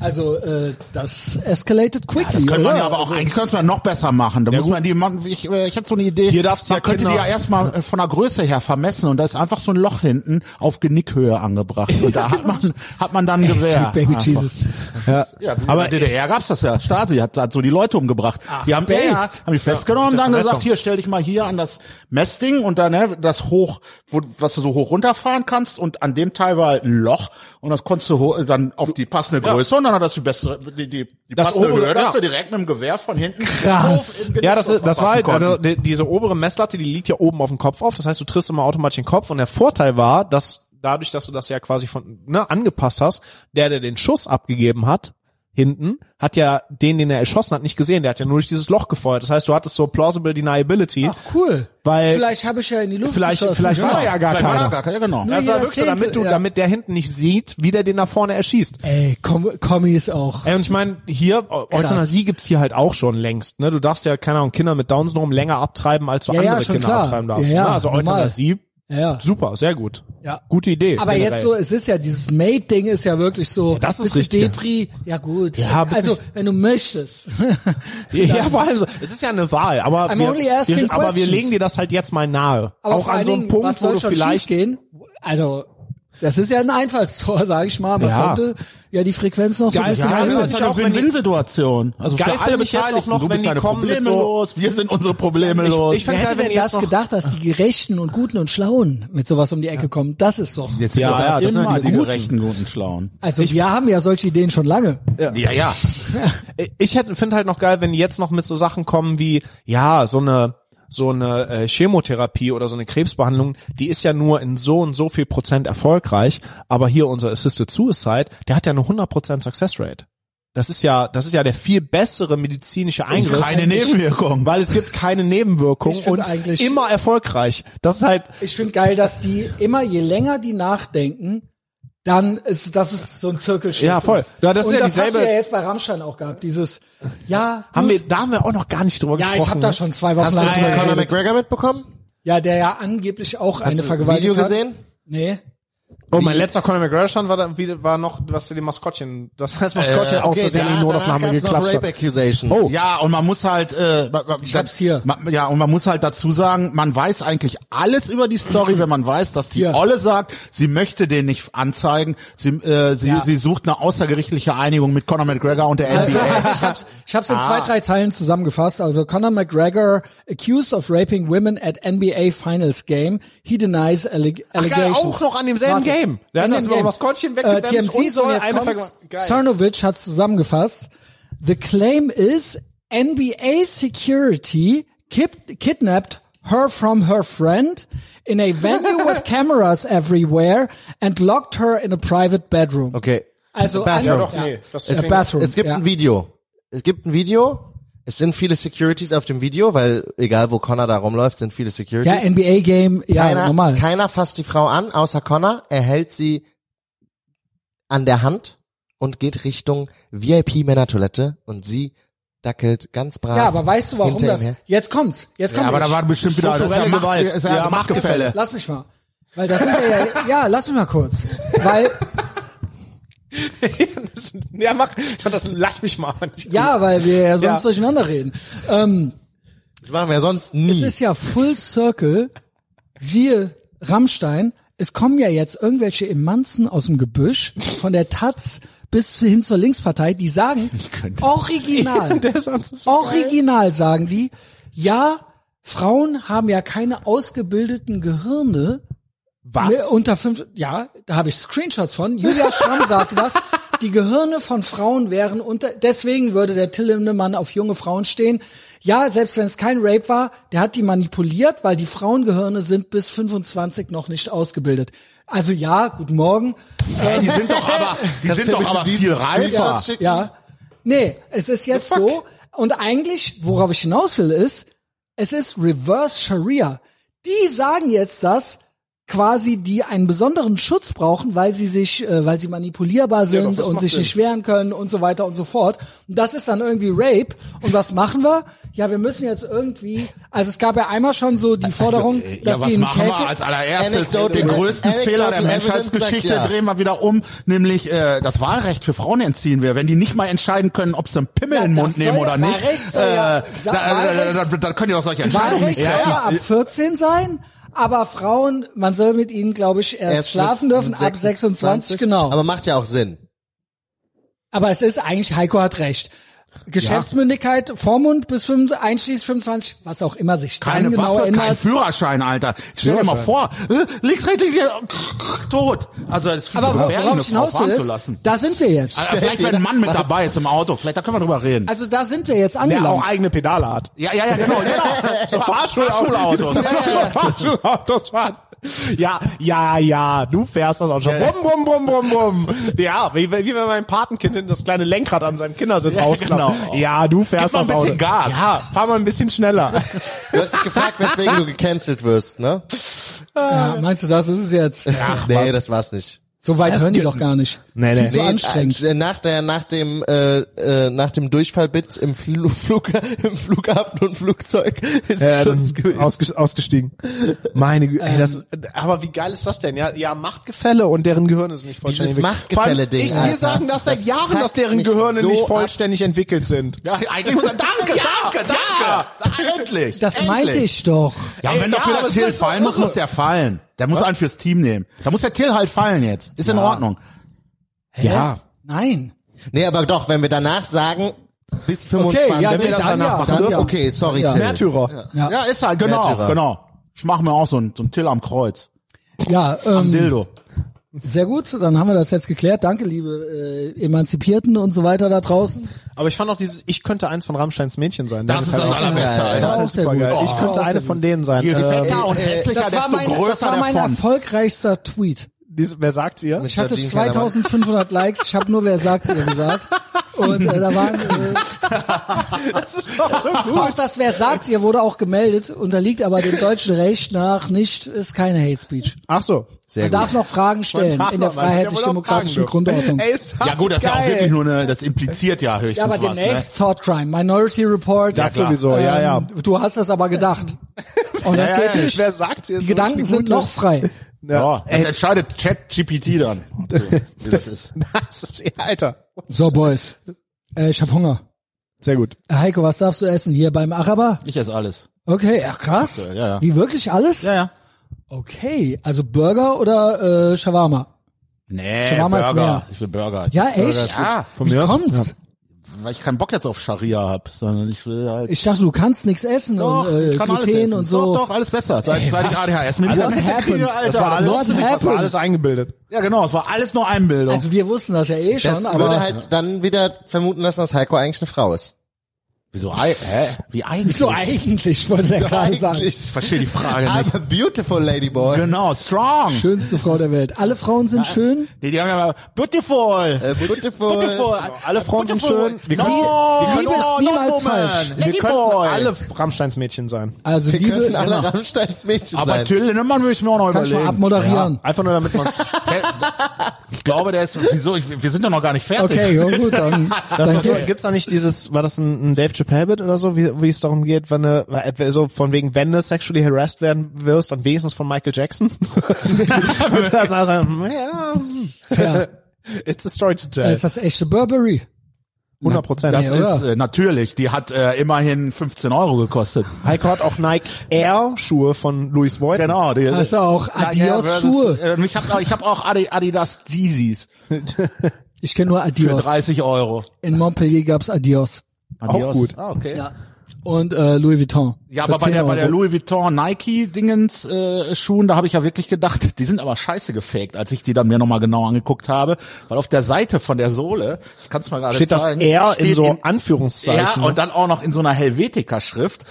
S1: Also, äh, das escalated quickly,
S4: Das könnte man
S1: oder?
S4: ja aber auch, eigentlich könnte man noch besser machen. Da muss
S3: gut.
S4: man die, man, ich, äh, ich hätte so eine Idee.
S3: Hier darfst du
S4: man
S3: ja
S4: könnte die
S3: Kinder-
S4: ja erstmal äh, von der Größe her vermessen und da ist einfach so ein Loch hinten auf Genickhöhe angebracht. Und da hat man, hat man dann ein
S1: Sweet
S4: Gewehr.
S1: Baby
S4: Einfach.
S1: Jesus.
S4: Ja, aber in der DDR gab's das ja. Stasi hat, hat so die Leute umgebracht. die haben,
S1: Based.
S4: ja, haben die festgenommen, dann
S3: Vermessung.
S4: gesagt, hier, stell dich mal hier an das Messding und dann ne, das hoch, wo, was du so hoch runterfahren kannst und an dem Teil war halt ein Loch und das konntest du ho- dann auf die passende Größe und dann hat das die bessere, die, die, die
S3: Das
S4: passende
S3: obere,
S4: Höhe, dass
S3: ja.
S4: du direkt mit dem Gewehr von hinten
S1: Krass.
S4: hoch in den
S3: Ja, das,
S4: Kopf
S3: das war halt,
S4: verpassen
S3: also,
S4: konnten.
S3: die, diese obere Messlatte, die liegt ja oben auf dem Kopf auf. Das heißt, du triffst immer automatisch den Kopf. Und der Vorteil war, dass dadurch, dass du das ja quasi von, ne, angepasst hast, der, der den Schuss abgegeben hat, hinten, hat ja den, den er erschossen hat, nicht gesehen. Der hat ja nur durch dieses Loch gefeuert. Das heißt, du hattest so plausible deniability.
S1: Ach, cool.
S3: Weil-
S1: vielleicht habe ich ja in die Luft
S3: Vielleicht-
S1: geschossen. Genau.
S3: vielleicht war er ja gar
S4: Vielleicht war da
S3: keiner.
S4: gar keiner, genau.
S1: Nur
S3: das war
S1: jeder
S3: wirklich so, damit
S1: Zehnte,
S3: du,
S1: ja.
S3: damit der hinten nicht sieht, wie der den nach vorne erschießt.
S1: Ey, Com Kommis auch.
S3: Ey, und ich meine, hier,
S1: Oh,
S3: Eu- Euthanasie gibt's hier halt auch schon längst. Ne? Du darfst ja, keine Ahnung, Kinder mit Down-Syndrom länger abtreiben, als du
S1: Ja, ja,
S3: andere
S1: schon
S3: Kinder
S1: klar.
S3: abtreiben darfst.
S1: Ja, ja,
S3: ne? Also
S1: normal.
S3: Euthanasie,
S1: Ja.
S3: super, sehr gut.
S1: Ja.
S3: Gute Idee.
S1: Aber
S3: generell.
S1: jetzt so, es ist ja dieses Mate-Ding ist ja wirklich so.
S3: das ist
S1: bisschen
S3: richtig.
S1: Depri, ja gut.
S3: Ja, bist
S1: also
S3: nicht-
S1: wenn du möchtest.
S3: Ja, vor allem so. Es ist ja eine Wahl, aber,
S1: I'm
S3: wir,
S1: only asking
S3: wir, aber wir
S1: questions.
S3: legen dir das halt jetzt mal nahe.
S1: Aber
S3: auch
S1: vor
S3: an
S1: allen
S3: so einem
S1: Dingen,
S3: Punkt,
S1: was
S3: wo
S1: soll
S3: du
S1: schon
S3: vielleicht
S1: gehen. Also das ist ja ein Einfallstor, sage ich mal. Man
S3: Ja.
S1: könnte ja die Frequenz noch
S3: Geil,
S1: so ein bisschen
S3: geil,
S1: erhöhen.
S3: geil.
S4: Das ist halt
S3: auch
S4: auch
S3: wenn die-
S4: Win-Win-Situation. Also
S3: Geil
S4: für alle
S3: finde ich jetzt auch
S4: Beteiligten.
S3: noch,
S4: du
S3: wenn
S4: bist
S3: die
S4: deine
S3: kommen mit
S4: Probleme
S3: so-
S4: los, wir sind unsere Probleme los.
S3: ich fand
S1: Wer
S3: geil,
S1: hätte
S3: wenn
S1: denn
S3: jetzt
S1: das
S3: noch-
S1: gedacht, dass die Gerechten und Guten und Schlauen mit sowas um die Ecke kommen? Das ist doch.
S4: Jetzt sind
S3: Ja,
S4: doch
S3: ja, das
S4: das
S3: sind
S4: immer
S3: halt die
S4: die
S3: Guten.
S4: rechten guten Schlauen.
S1: Also wir haben ja solche Ideen schon lange.
S4: Ja, ja.
S3: ich hätte finde halt noch geil, wenn die jetzt noch mit so Sachen kommen wie ja so eine so eine äh, Chemotherapie oder so eine Krebsbehandlung, die ist ja nur in so und so viel Prozent erfolgreich, aber hier unser Assisted Suicide, der hat ja eine 100% Success Rate. Das ist ja das ist ja der viel bessere medizinische Eingriff.
S4: keine Nebenwirkungen.
S3: Weil es gibt keine
S1: Ich
S3: Nebenwirkungen
S1: find
S3: und
S1: eigentlich-
S3: immer erfolgreich. Das ist halt
S1: Ich finde geil, dass die immer, je länger die nachdenken, dann ist, dass es so ein Zirkelschluss
S3: Ja, voll.
S1: ist.
S3: Ja, das ist
S1: und
S3: ja
S1: das hast du
S3: dieselbe-
S1: ja jetzt bei Rammstein auch gehabt. Dieses, ja,
S3: haben wir
S1: gut,
S3: da haben wir auch noch gar nicht drüber
S1: ja,
S3: gesprochen.
S1: ich habe da
S3: ne?
S1: schon zwei Wochen
S2: Hast du das
S1: drüber
S2: mit Conor
S1: geredet.
S2: McGregor mitbekommen?
S1: Ja, der ja angeblich auch eine
S2: Hast du
S1: Vergewaltigung
S2: Video gesehen?
S1: Nee.
S3: Oh, mein letzter Conor McGregor-Stand war, da, wie- war noch, was dem Maskottchen, das heißt Maskottchen aus
S2: Äh, Okay,
S3: Versehen in die
S2: danach, danach
S3: Notaufnahme
S2: gab's noch
S3: geklatscht
S2: Rape
S3: hat.
S2: Accusations.
S4: Oh. Ja, und man muss halt, äh, ma- ma-
S1: hab's hier.
S4: ma- ja, und man muss halt dazu sagen, man weiß eigentlich alles über die Story, wenn man weiß, dass die
S1: Ja.
S4: Olle sagt, sie möchte den nicht anzeigen, sie, äh, sie, sie sucht eine außergerichtliche Einigung mit Conor McGregor und der
S1: Also,
S4: NBA.
S1: also ich hab's, ich hab's in
S3: Ah.
S1: zwei, drei Zeilen zusammengefasst. Also Conor McGregor accused of raping women at NBA Finals game. He denies alleg
S3: Ach, geil,
S1: allegations.
S3: auch noch an demselben
S1: Warte,
S3: Game. Der hat
S1: in
S3: das
S1: dem
S3: über
S1: Game. äh,
S3: Maskottchen weggedämpft
S1: TMZ
S3: und
S1: so
S3: so
S1: jetzt
S3: eine
S1: kommt's.
S3: Vergangen- Geil.
S1: Cernovich hat's zusammengefasst. The claim is NBA security kip- kidnapped her from her friend in a venue with cameras everywhere and locked her in a private bedroom.
S2: Okay.
S1: Also,
S2: Bathroom.
S1: an-
S2: Ja, doch,
S3: nee, das
S1: in a
S3: ist-
S1: bathroom.
S2: Es gibt
S1: ja.
S2: ein Video. Es gibt ein Video. Es sind viele Securities auf dem Video, weil egal wo Connor da rumläuft, sind viele Securities.
S1: Ja, NBA-Game, ja,
S2: keiner,
S1: normal.
S2: keiner fasst die Frau an, außer Connor. Er hält sie an der Hand und geht Richtung VIP-Männertoilette und sie dackelt ganz brav.
S1: ja, aber weißt du, warum
S2: hinter ihm
S1: das?
S2: her.
S1: Jetzt kommt's. Jetzt kommt
S4: aber
S1: ich.
S4: da war bestimmt wieder das ist ja
S3: Strukturelle
S4: Macht,
S3: Gewalt.
S4: ist ja
S3: Ja,
S4: Machtgefälle.
S1: Lass mich mal. Weil das sind ja, ja, ja, lass mich mal kurz. Weil,
S3: Das- ja, mach, das lass mich mal.
S1: ja, weil wir ja sonst
S3: Ja.
S1: durcheinander reden.
S2: Das machen wir sonst nie.
S1: Es ist ja Full Circle. Siehe Rammstein. Es kommen ja jetzt irgendwelche Emanzen aus dem Gebüsch, von der Taz bis hin zur Linkspartei, die sagen, original, original sagen die, ja, Frauen haben ja keine ausgebildeten Gehirne, Ne,
S3: Was?
S1: unter fünf, ja, da habe ich Screenshots von. Julia Schramm sagte das. Die Gehirne von Frauen wären unter, deswegen würde der Till Lindemann auf junge Frauen stehen. Ja, selbst wenn es kein Rape war, der hat die manipuliert, weil die Frauengehirne sind bis 25 noch nicht ausgebildet. Also ja, guten Morgen.
S4: Ey, die sind doch aber, die
S2: Kannst du
S4: sind doch
S2: bitte
S4: aber
S2: diesen
S4: viel
S2: Screenshot
S4: reifer.
S2: schicken?
S1: Ja. Nee, es ist jetzt so. Und eigentlich, worauf ich hinaus will, ist, es ist Reverse Sharia. Die sagen jetzt das quasi, die einen besonderen Schutz brauchen, weil sie sich, äh, weil sie manipulierbar sind
S3: das
S1: und
S3: macht
S1: sich
S3: Sinn.
S1: nicht wehren können und so weiter und so fort. Und das ist dann irgendwie Rape. Und was machen wir? Ja, wir müssen jetzt irgendwie, also es gab ja einmal schon so die Forderung,
S4: Äh,
S1: dass
S4: ja, was
S1: sie im
S4: machen wir
S1: Käfig-
S4: als allererstes?
S2: Anecdotal-
S4: Den größten
S2: Anecdotal
S4: Fehler der
S2: Evidence
S4: Menschheitsgeschichte
S2: sagt ja.
S4: drehen wir wieder um, nämlich äh, das Wahlrecht für Frauen entziehen wir. Wenn die nicht mal entscheiden können, ob sie einen Pimmel
S1: Ja,
S4: in den
S1: das
S4: Mund
S1: soll
S4: nehmen
S1: ja-
S4: oder nicht,
S1: Wahlrecht
S4: äh,
S1: soll ja-
S4: da,
S1: Sa-
S4: da, da,
S1: Wahlrecht-
S4: da, da können die doch solche Entscheidungen
S1: Wahlrecht
S4: nicht
S1: soll
S4: treffen.
S1: ja ab 14 sein, aber Frauen, man soll mit ihnen, glaube ich, erst,
S2: Erst
S1: schlafen
S2: mit
S1: dürfen ab 26, genau.
S2: Aber
S1: Aber,
S2: macht ja auch Sinn.
S1: es ist eigentlich, Heiko hat recht. Geschäftsmündigkeit, Vormund bis 5, einschließlich 25, was auch immer sich
S4: Keine
S1: dann genau
S4: Waffe, kein
S1: ändert.
S4: Führerschein, Alter. Stell dir mal vor, äh, links, rechts, links, links, tot. Also das ist viel
S1: aber
S4: zu gefährlich,
S1: worauf
S4: eine
S1: ich
S4: Frau
S1: hinaus will
S4: fahren zu
S1: ist,
S4: lassen.
S1: da sind wir jetzt.
S4: Alter, vielleicht, wenn ein Mann mit dabei ist im Auto, vielleicht, da können wir drüber reden.
S1: Also da sind wir jetzt
S3: Der auch
S1: angelangt.
S3: eigene Pedale hat.
S4: ja, ja, ja, genau, genau.
S3: So Fahrschulautos. Fahrschulautos fahren. Ja, ja, ja, du fährst das auch schon. Brumm, brumm, brumm, brumm, brumm. Ja, wie, wie wenn mein Patenkind hinten das kleine Lenkrad an seinem Kindersitz
S4: Ja,
S3: ausklappt.
S4: genau.
S3: Ja, du fährst
S4: Gib mal ein
S3: das Auto.
S4: bisschen Gas.
S3: Ja, fahr mal ein bisschen schneller.
S2: Du hast dich gefragt, weswegen du gecancelt wirst, ne?
S1: Ja, meinst du, das ist es jetzt?
S2: Ach, nee, das war's nicht.
S1: So weit hören die doch gar nicht.
S3: Nee,
S1: Die
S3: nee.
S1: sind So anstrengend.
S2: äh, Nach der, nach dem, äh, äh, nach dem Durchfallbit im Flu- Flug, im Flughafen und Flugzeug ist
S3: Ja,
S2: Schluss
S3: dann
S2: gewesen.
S3: ausges ausgestiegen. Meine Güte, ey, das, aber wie geil ist das denn? Ja, ja, Machtgefälle und deren Gehirn ist nicht vollständig.
S2: Dieses Machtgefälle-Ding,
S3: entwickelt. Vor allem, Ich, wir
S2: Alter.
S3: sagen das seit
S2: Das
S3: Jahren,
S2: fuckt
S3: dass deren
S2: mich
S3: Gehirne
S2: so
S3: nicht
S2: ab.
S3: vollständig entwickelt sind.
S4: Ja, eigentlich muss er, danke, danke, danke. Endlich.
S1: Das
S4: endlich.
S1: meinte ich doch.
S4: Ja, und wenn
S3: Ja,
S4: dafür
S3: aber
S4: der
S3: es
S4: Till
S3: ist so
S4: fallen muss,
S3: irre.
S4: muss der fallen. Der muss einen fürs Team nehmen. Da muss der Till halt fallen jetzt. Ist in Ordnung. Ja.
S1: Nein.
S2: Nee, aber doch, wenn wir danach sagen, bis 25.
S1: ja,
S2: wenn wir
S1: nee,
S2: das
S1: dann
S2: danach
S1: ja,
S2: machen
S1: dann
S2: dürfen.
S1: ja.
S2: Okay, sorry,
S1: Ja.
S2: Till.
S3: Märtyrer.
S4: Ja, ist halt, genau,
S2: Märtyrer.
S4: genau. Ich mache mir auch so einen, so einen Till am Kreuz.
S1: Ja, ähm,
S4: Dildo.
S1: Sehr gut, dann haben wir das jetzt geklärt. Danke, liebe äh, Emanzipierten und so weiter da draußen.
S3: Aber ich fand auch dieses, ich könnte eins von Rammsteins Mädchen sein.
S4: Das ist das
S3: auch-
S4: Allerbeste,
S3: Das ist
S4: Alter.
S3: halt
S1: auch sehr
S3: super geil.
S1: gut.
S3: Ich
S1: Oh.
S3: könnte
S1: Auch sehr
S3: eine von denen sein.
S4: Je
S3: Äh,
S4: fetter und hässlicher,
S1: das, war
S4: desto
S1: mein, das
S4: größer
S1: war mein
S4: der Fond.
S1: erfolgreichster Tweet.
S3: diese, wer sagt's ihr?
S1: Ich hatte
S2: Jean
S1: 2500 Likes, ich habe nur wer sagt's ihr gesagt. Und äh, da waren äh,
S3: Das ist doch so
S1: auch das wer sagt's ihr wurde auch gemeldet, unterliegt aber dem deutschen Recht nach nicht ist keine Hate Speech.
S3: Ach so.
S2: Sehr
S1: Man
S2: gut.
S1: darf noch Fragen stellen in der freiheitlich-demokratischen Grundordnung.
S3: Ey, ist
S4: Ja gut, das ist ja auch
S3: geil.
S4: wirklich nur eine, das impliziert ja höchstens
S1: Ja, aber
S4: was. Ne?
S1: demnächst Thought Crime, Minority Report.
S3: Das sowieso, ja, ja.
S1: Ähm, Du hast das aber gedacht. Und das
S4: Ja, ja,
S1: geht
S4: ja.
S1: nicht.
S3: Äh, Wer sagt's ihr?
S1: Die Gedanken sind noch frei.
S4: Ja, das entscheidet ChatGPT dann. ob du- Wie das ist.
S3: Das ist, ja, Alter.
S1: So, Boys. Äh, ich hab Hunger. Äh,
S3: Sehr gut.
S1: Heiko, was darfst du essen hier beim Araber?
S4: Ich esse alles.
S1: Okay, ja, krass.
S4: Ja, ja.
S1: Wie wirklich alles?
S4: Ja, ja.
S1: Okay, also Burger oder äh, Shawarma?
S4: Nee,
S1: Shawarma ist
S4: Burger.
S1: mehr.
S4: Ich will Burger.
S1: Ja,
S4: Burger
S1: echt?
S4: ist gut.
S1: Ja,
S3: von
S1: Wie
S3: mir aus.
S1: kommt's?
S4: Weil ich keinen Bock jetzt auf Scharia hab, sondern ich will halt...
S1: Ich dachte, du kannst nichts essen
S4: Doch,
S1: und äh,
S4: ich kann alles
S1: Gluten
S4: essen.
S1: und so.
S4: Doch, doch, alles besser. Seit, seit ich ADHS Medikamente
S1: happened?
S4: kriege, Alter.
S3: Das war
S4: das
S3: alles,
S1: What
S4: wusste ich nicht,
S3: das
S4: was
S3: war
S1: happened?
S4: alles-
S3: alles eingebildet.
S4: Ja, genau, es war alles nur Einbildung.
S1: Also wir wussten das ja eh schon,
S2: Das
S1: aber
S2: würde halt dann wieder vermuten lassen, dass Heiko eigentlich eine Frau ist.
S4: Wieso ei, hä? Wie eigentlich?
S1: so eigentlich wollte er gerade sagen.
S4: Ich verstehe die Frage nicht.
S2: I'm a beautiful ladyboy.
S4: Genau, strong.
S1: Schönste Frau der Welt. Alle Frauen sind schön.
S4: Die, die haben ja mal beautiful.
S2: Äh, beautiful.
S4: Beautiful.
S3: Alle Frauen sind schön.
S4: Wir können,
S1: No,
S4: wir können,
S1: Liebe ist
S4: no,
S1: niemals
S4: no woman.
S1: falsch.
S4: Lady
S3: Wir könnten
S4: boy.
S3: alle Rammsteins Mädchen sein.
S1: Also
S2: Wir
S1: Liebe,
S2: könnten alle
S1: kann
S2: Rammsteins Mädchen
S4: aber
S2: sein.
S4: Till Lindemann würde ich mir auch noch
S1: ich mal
S4: überlegen.
S1: abmoderieren.
S3: Einfach nur damit man's,
S4: Ich glaube, der ist, wieso, ich, wir sind ja noch gar nicht fertig.
S1: Okay, ja, gut, dann,
S3: das
S1: dann
S3: ist so, gibt's da nicht dieses, war das ein, ein Dave Chappelle-Bit oder so, wie, wie es darum geht, wenn du, äh, so von wegen, wenn du sexually harassed werden wirst, dann wenigstens von Michael Jackson? Würde er sagen, ja,
S1: fair.
S3: it's a story to tell.
S1: Ist das echte Burberry?
S3: 100 Prozent.
S4: Das
S1: Nee, oder?
S4: ist äh, natürlich. Die hat äh, immerhin 15 Euro gekostet.
S3: Heiko hat auch Nike Air Schuhe von Louis Vuitton.
S4: Genau. Die,
S1: Also auch Adios-Schuhe.
S4: versus- äh, Ich habe ich hab auch Adi- Adidas Yeezys
S1: Ich kenne nur
S4: für
S1: Adios.
S4: 30 Euro.
S1: In Montpellier gab's Adios.
S4: Adios.
S3: gut.
S4: Ah, okay. Ja,
S1: Und äh, Louis Vuitton.
S4: aber
S1: Für
S4: bei der,
S1: 10
S4: bei der
S1: Euro.
S4: Louis Vuitton Nike Dingens äh, Schuhen, da habe ich ja wirklich gedacht, die sind aber scheiße gefaked, als ich die dann mir nochmal genau angeguckt habe, weil auf der Seite von der Sohle, ich kann es mal gerade
S3: Steht das
S4: zeigen,
S3: Air in
S4: steht
S3: so ne?
S4: ja,
S3: Anführungszeichen.
S4: und dann auch noch in so einer Helvetica-Schrift.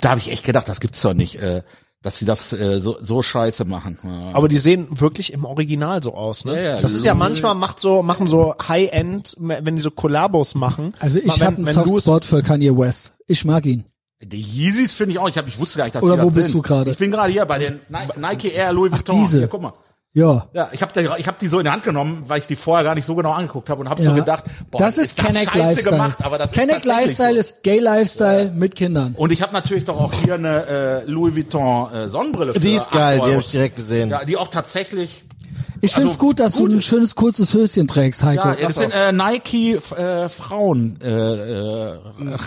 S4: Da habe ich echt gedacht, das gibt's doch nicht, äh, dass sie das äh, so, so scheiße machen. Ja.
S3: aber die sehen wirklich im Original so aus, ne?
S4: Ja, ja.
S3: Das ist ja manchmal macht so machen so High End, wenn die so Kollabos machen.
S1: also ich
S3: wenn-
S1: habe einen
S3: wenn du es-
S1: Softspot für Kanye West. Ich mag ihn.
S4: Die Yeezys finde ich auch. Ich, hab, ich wusste gar nicht, dass
S1: Oder
S4: die das
S1: wo bist
S4: sind.
S1: du gerade? Äh,
S4: Ich bin gerade hier bei den Ni- Nike Air Louis Vuitton.
S1: diese.
S4: Hier, guck mal.
S1: Ja.
S4: Ja, ich habe ich hab die so in die Hand genommen, weil ich die vorher gar nicht so genau angeguckt habe und habe so
S1: ja.
S4: gedacht, boah,
S1: das ist Kenneck
S4: scheiße
S1: Lifestyle.
S4: gemacht, aber das
S1: Kenneck
S4: ist tatsächlich
S1: Lifestyle
S4: so.
S1: ist Gay Lifestyle mit Kindern.
S4: Und ich habe natürlich doch auch hier eine äh, Louis Vuitton äh, Sonnenbrille. Für
S2: Die ist geil,
S4: 8
S2: die
S4: Euro.
S2: habe ich direkt gesehen.
S4: Ja, die auch tatsächlich.
S1: Ich
S4: Also,
S1: find's gut, dass
S4: gut.
S1: du ein schönes kurzes Höschen trägst, Heiko.
S4: Ja, das sind äh, Nike f- äh, Frauen äh, äh,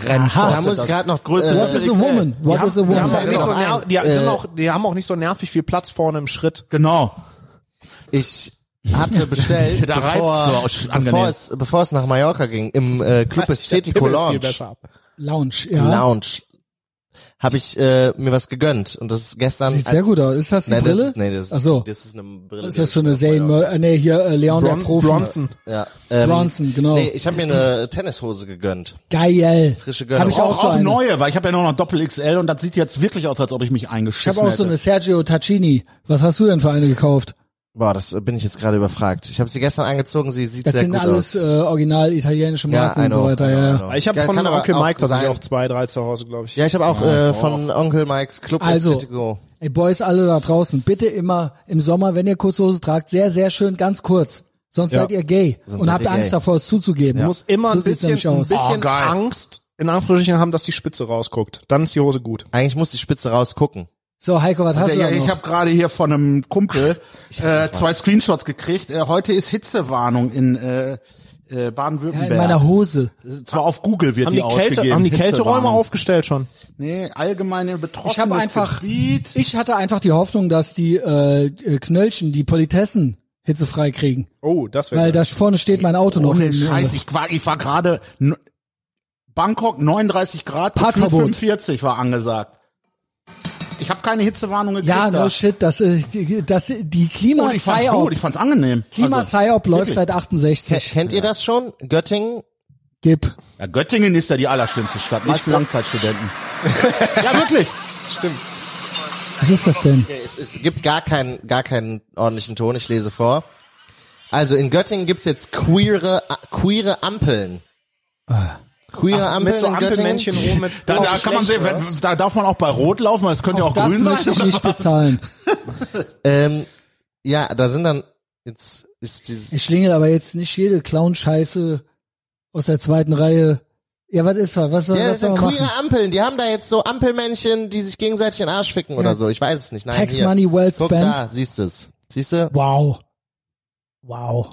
S4: Rennshorts.
S2: da muss ich gerade noch
S4: Größe.
S1: What is a woman? What is a
S3: Die haben, auch
S1: woman?
S3: nicht so
S2: Genau.
S3: ner- die, sind auch, die haben auch nicht so nervig viel Platz vorne im Schritt.
S4: Genau.
S2: Ich hatte bestellt,
S4: Da reibt's
S2: bevor,
S4: so angenehm.
S2: bevor, es, bevor es nach Mallorca ging, im äh, Club
S3: Platzt sich der
S2: Estetico
S3: Pimmel viel
S2: Lounge,
S3: besser ab.
S1: Lounge, ja.
S2: Lounge habe ich äh, mir was gegönnt. Und das ist gestern...
S1: Sieht
S2: als-
S1: sehr gut aus. Ist das die
S2: Nein,
S1: Brille?
S2: Das ist, nee, das ist,
S1: Ach so.
S2: das ist eine Brille.
S1: ist
S2: die
S1: das
S2: ich
S1: für eine
S2: mir
S1: Serien?
S2: vorher-
S1: Äh, nee, hier äh, Leon
S3: Bron
S1: der Profi.
S3: Bronson.
S2: Ja, ähm,
S1: Bronson, genau.
S2: Nee, ich habe mir eine Tennishose gegönnt.
S1: Geil.
S2: Frische Gönnung.
S1: Hab ich auch,
S4: Auch,
S1: so
S4: auch
S1: eine.
S4: neue, weil ich habe ja nur noch Doppel XL und das sieht jetzt wirklich aus, als ob ich mich
S1: Ich
S4: eingeschissen
S1: habe auch so eine
S4: hätte.
S1: Sergio Tacchini. Was hast du denn für eine gekauft?
S2: Boah, das äh, bin ich jetzt gerade überfragt. Ich habe sie gestern angezogen, sie sieht
S1: Das
S2: sehr
S1: sind
S2: gut
S1: alles äh,
S2: aus.
S1: original italienische Marken
S2: I
S1: und so
S2: know,
S1: weiter.
S2: I know,
S1: ja.
S2: I
S1: ja.
S2: know.
S3: Ich habe
S2: Kann-
S3: von
S2: kann aber
S3: Onkel Mike, da sind
S2: sein-
S3: ja auch zwei, drei zu Hause, glaube ich.
S2: Ja, ich habe auch äh, von Onkel Mikes Club
S1: Also,
S2: Estetico.
S1: ey Boys alle da draußen, bitte immer im Sommer, wenn ihr Kurzhose tragt, sehr, sehr schön, ganz kurz. Sonst
S3: Ja.
S1: seid ihr gay
S2: Sonst
S1: und
S2: seid
S1: habt
S2: ihr
S1: Angst
S2: gay.
S1: davor, es zuzugeben.
S3: muss immer
S1: so
S3: ein
S1: sieht's
S3: bisschen,
S1: nämlich
S3: ein
S1: aus.
S4: Oh,
S3: bisschen
S4: geil.
S3: Angst in Anführungsstrichen haben, dass die Spitze rausguckt. Dann ist die Hose gut.
S2: Eigentlich muss die Spitze rausgucken.
S1: So, Heiko, was hast
S4: ja,
S1: du
S4: ja,
S1: da
S4: ich
S1: noch?
S4: habe gerade hier von einem Kumpel äh, zwei Screenshots gekriegt. Äh, heute ist Hitzewarnung in äh, äh,
S1: Ja,
S4: Baden-Württemberg. Äh,
S1: in meiner Hose.
S4: Zwar auf Google wird
S3: Haben
S4: die,
S3: die, Kälte,
S4: ausgegeben.
S3: haben die Kälteräume
S4: Hitzewarnung.
S3: aufgestellt schon?
S4: Nee, allgemeine betroffenes
S1: Ich habe einfach,
S4: Gebiet.
S1: ich hatte einfach die Hoffnung, dass die äh, äh, Knöllchen, die Politessen hitzefrei kriegen,
S3: Oh, das
S1: weil
S3: wäre
S1: da vorne steht mein Auto noch.
S4: Ohne
S1: in-
S4: Scheiß, Oh, ich war, ich war gerade n- Bangkok 39 Grad,
S1: Parkverbot.
S4: 45 war angesagt. Ich habe keine Hitzewarnung gekriegt.
S1: ja,
S4: da.
S1: no shit, das, äh, das die Klima
S4: Und ich fand's
S1: Psyop,
S4: gut, ich fand's angenehm.
S1: Klima
S4: Also,
S1: Psyop läuft
S4: wirklich.
S1: seit 68.
S2: Kennt ihr das schon? Göttingen?
S1: Gib.
S4: Ja, Göttingen ist ja die allerschlimmste Stadt, meist Langzeitstudenten. ja, wirklich.
S2: Stimmt.
S1: Was ist das denn?
S2: Okay, es, es gibt gar keinen, gar keinen ordentlichen Ton. Ich lese vor. Also in Göttingen gibt's jetzt queere, queere Ampeln.
S1: Ah.
S2: Queere Ampeln
S3: mit so
S2: in Göttingen.
S3: Ampelmännchen rum mit
S4: Da,
S1: Genau,
S4: da kann man sehen, wenn- da darf man auch bei Rot laufen, weil es könnte ja auch
S1: das
S4: grün sein.
S1: möchte ich
S4: oder
S1: nicht
S4: was?
S1: bezahlen.
S2: Ähm, ja, da sind dann jetzt ist dieses.
S1: Ich schlingel aber jetzt nicht jede Clown-Scheiße aus der zweiten Reihe. Ja, was ist was? Was soll,
S2: Ja, das
S1: was soll
S2: sind
S1: man
S2: queere
S1: machen?
S2: Ampeln. Die haben da jetzt so Ampelmännchen, die sich gegenseitig in den Arsch ficken oder so. Ich weiß es nicht. Nein,
S1: Tax
S2: hier.
S1: money well
S2: Guck
S1: spent.
S2: da, siehst es. Siehst du?
S1: Wow. Wow.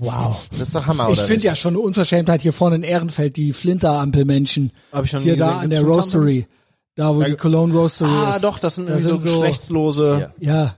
S1: Wow.
S2: Das ist doch Hammer, oder
S1: ich finde
S2: nicht?
S1: ja schon eine Unverschämtheit hier vorne in Ehrenfeld, die Flinterampelmenschen.
S3: Hab ich noch nie
S1: Hier da
S3: gesehen.
S1: an
S3: Gibt's
S1: der
S3: Flinterampel?
S1: Roastery. Da, wo die Cologne Roastery
S3: Ah,
S1: ist.
S3: doch, das sind
S1: Da
S3: irgendwie so
S1: sind so-
S3: geschlechtslose.
S1: Ja. Hm.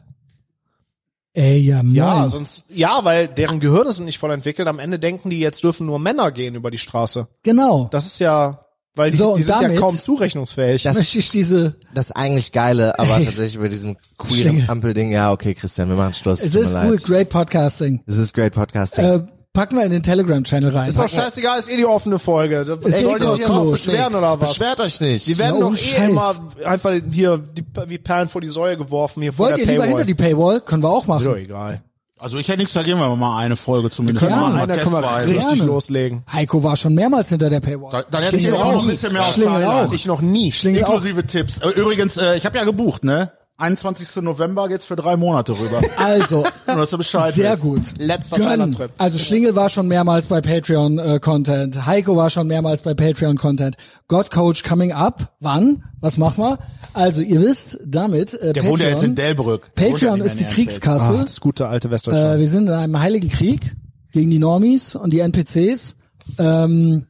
S1: Ey, ja, Mann.
S3: Ja,
S4: also
S3: sonst, ja, weil deren Gehirne sind nicht voll entwickelt. Am Ende denken die, jetzt dürfen nur Männer gehen über die Straße.
S1: genau.
S3: Das ist ja, weil die,
S1: So, und
S3: die sind
S1: damit-
S3: ja kaum zurechnungsfähig.
S1: Da möchte ich diese,
S2: Das eigentlich geile, aber tatsächlich über diesem queeren
S1: Schlinge.
S2: Ampelding. Ja, okay, Christian, wir machen Schluss.
S1: es
S2: tut mir
S1: ist
S2: leid.
S1: cool, great podcasting.
S2: Es ist great podcasting.
S1: Äh, packen wir in den Telegram-Channel rein.
S3: ist doch scheißegal, ist eh die offene Folge. Da-
S1: Ist eh
S3: Sollt ihr
S1: kostenlos.
S3: sich noch beschweren oder was?
S2: Beschwert euch nicht.
S3: Die werden
S1: Ja,
S3: doch
S1: ohne
S3: eh
S1: Scheiß.
S3: immer einfach hier die, wie Perlen vor die Säue geworfen. Hier vor
S1: Wollt
S3: der
S1: ihr lieber
S3: Paywall.
S1: hinter die Paywall? Können wir auch machen.
S3: Ist doch egal.
S4: Also ich hätte nichts dagegen, wenn wir mal eine Folge zumindest
S1: können
S4: machen,
S1: mal
S4: mal
S3: Einer können wir
S4: testweise.
S3: richtig
S1: Gerne.
S3: loslegen.
S1: Heiko war schon mehrmals hinter der Paywall.
S4: Da- Dann hätte ich
S1: Schlingel
S4: auch noch
S1: auch.
S4: ein bisschen mehr auf
S1: Schlingel
S4: Thailand.
S1: auch.
S3: Ich noch nie.
S1: Schlingel auch.
S4: Inklusive Tipps. Äh, Übrigens, äh, ich habe ja gebucht, ne? 21. November geht's für drei Monate rüber.
S1: Also,
S4: Nur, dass du Bescheid
S1: sehr
S4: weißt.
S1: gut.
S3: Letzter
S1: Gönn.
S3: Thailand-Trip.
S1: Also Schlingel war schon mehrmals bei Patreon-Content. Heiko war schon mehrmals bei Patreon-Content. God Coach coming up. Wann? Was machen wir? Also ihr wisst damit, äh,
S4: Der
S1: Patreon,
S4: wohnt ja jetzt in Delbrück. Der wohnt ja
S1: Patreon
S4: nicht mehr
S1: ist die
S4: in Ehrenfeld.
S1: Kriegskasse.
S3: Ah, das gute alte
S1: Äh,
S3: Westdeutschland.
S1: wir sind in einem heiligen Krieg gegen die Normies und die NPCs. Ähm,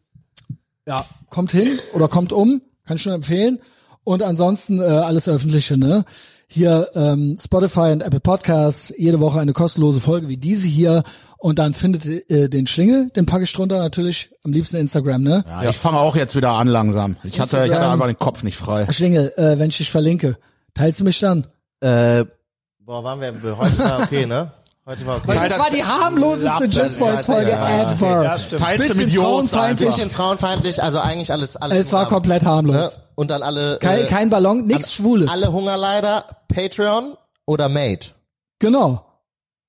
S1: ja, kommt hin oder kommt um, kann ich nur empfehlen. Und ansonsten äh, alles Öffentliche, ne? Hier ähm, Spotify und Apple Podcasts, jede Woche eine kostenlose Folge wie diese hier. Und dann findet ihr äh, den Schlingel, den packe ich drunter natürlich, am liebsten Instagram, ne?
S4: Ja, Ich fange auch jetzt wieder an langsam. Ich hatte, ich hatte
S1: Instagram.
S4: einfach den Kopf nicht frei.
S1: Schlingel, äh, wenn ich dich verlinke, teilst du mich dann?
S2: Äh, boah, waren wir heute mal okay, ne? Heute mal okay.
S1: Weil das war die harmloseste
S2: Lapsus,
S1: Just Boys Folge
S2: ja, ja, ja.
S1: ever.
S3: Ja, stimmt.
S4: Teilst du
S1: Bisschen
S4: mit Jost
S1: frauenfeindlich.
S4: einfach.
S2: bisschen frauenfeindlich, also eigentlich alles alles.
S1: Es war
S2: im Rahmen,
S1: komplett harmlos.
S2: Ne? Und dann alle
S1: Kein,
S2: äh,
S1: kein Ballon, nichts Schwules.
S2: alle Hungerleider, Patreon oder Mate.
S1: Genau.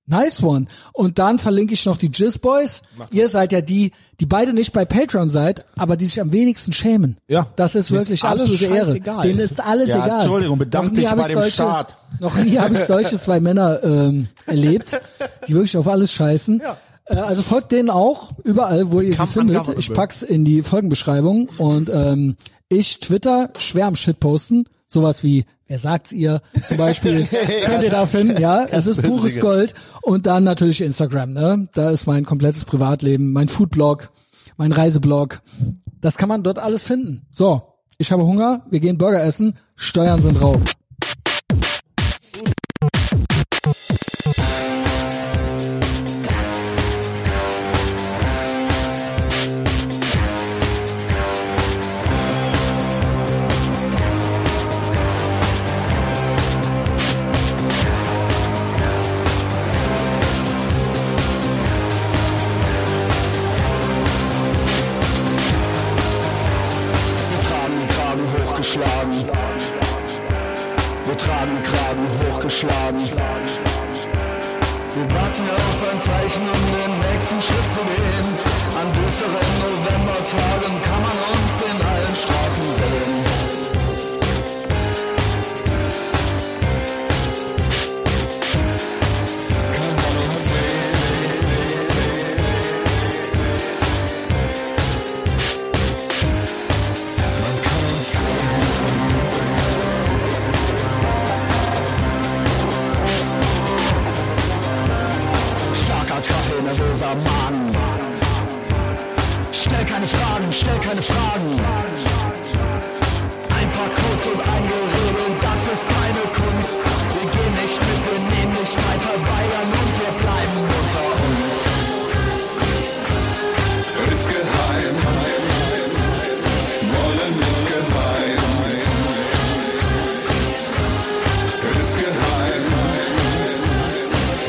S1: Nice one. Und dann verlinke ich noch die Jizz Boys. Ihr seid ja die, die beide nicht bei Patreon seid, aber die sich am wenigsten schämen.
S3: Ja.
S1: Das ist
S3: Mir ist
S1: wirklich
S3: alles
S1: absolute Ehre.
S3: scheißegal.
S1: Denen ist alles
S4: Ja,
S1: egal.
S4: Entschuldigung, bedank
S1: Noch nie
S4: dich
S1: habe
S4: bei
S1: ich
S4: dem
S1: solche,
S4: Staat.
S1: Noch nie habe ich solche zwei Männer ähm, erlebt, die wirklich auf alles scheißen. Äh, Also folgt denen auch überall, wo ihr sie
S3: Kampf
S1: findet.
S3: ungovernable.
S1: Ich pack's in die Folgenbeschreibung und ähm, ich Twitter schwer am Shit posten. Sowas wie, wer sagt's ihr? Zum Beispiel könnt ihr da finden, ja. Es ist pures Gold. Und dann natürlich Instagram, ne? Da ist mein komplettes Privatleben, mein Foodblog, mein Reiseblog. Das kann man dort alles finden. So, ich habe Hunger, wir gehen Burger essen, Steuern sind rauf.
S5: Wir tragen Kragen hochgeschlagen. Wir tragen Kragen hochgeschlagen. Wir warten auf ein Zeichen, um den nächsten Schritt zu gehen. An düsteren Novembertagen kann man uns in allen Straßen sehen. Kann man uns sehen. Starker Kaffee, nervöser Magen. Stell keine Fragen, stell keine Fragen. Ein paar Codes und ein Gerede, das ist meine Kunst. Wir gehen nicht mit Benehmlichkeit verweigern und wir bleiben unter uns.
S6: ist geheim. Wollen ist geheim. Ist geheim.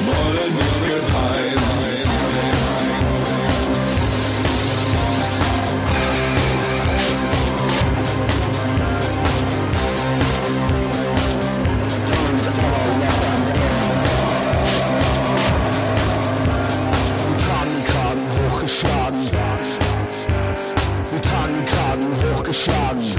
S6: Wollen ist geheim.
S5: Wir tragen Kragen hochgeschlagen. Wir tragen Kragen hochgeschlagen.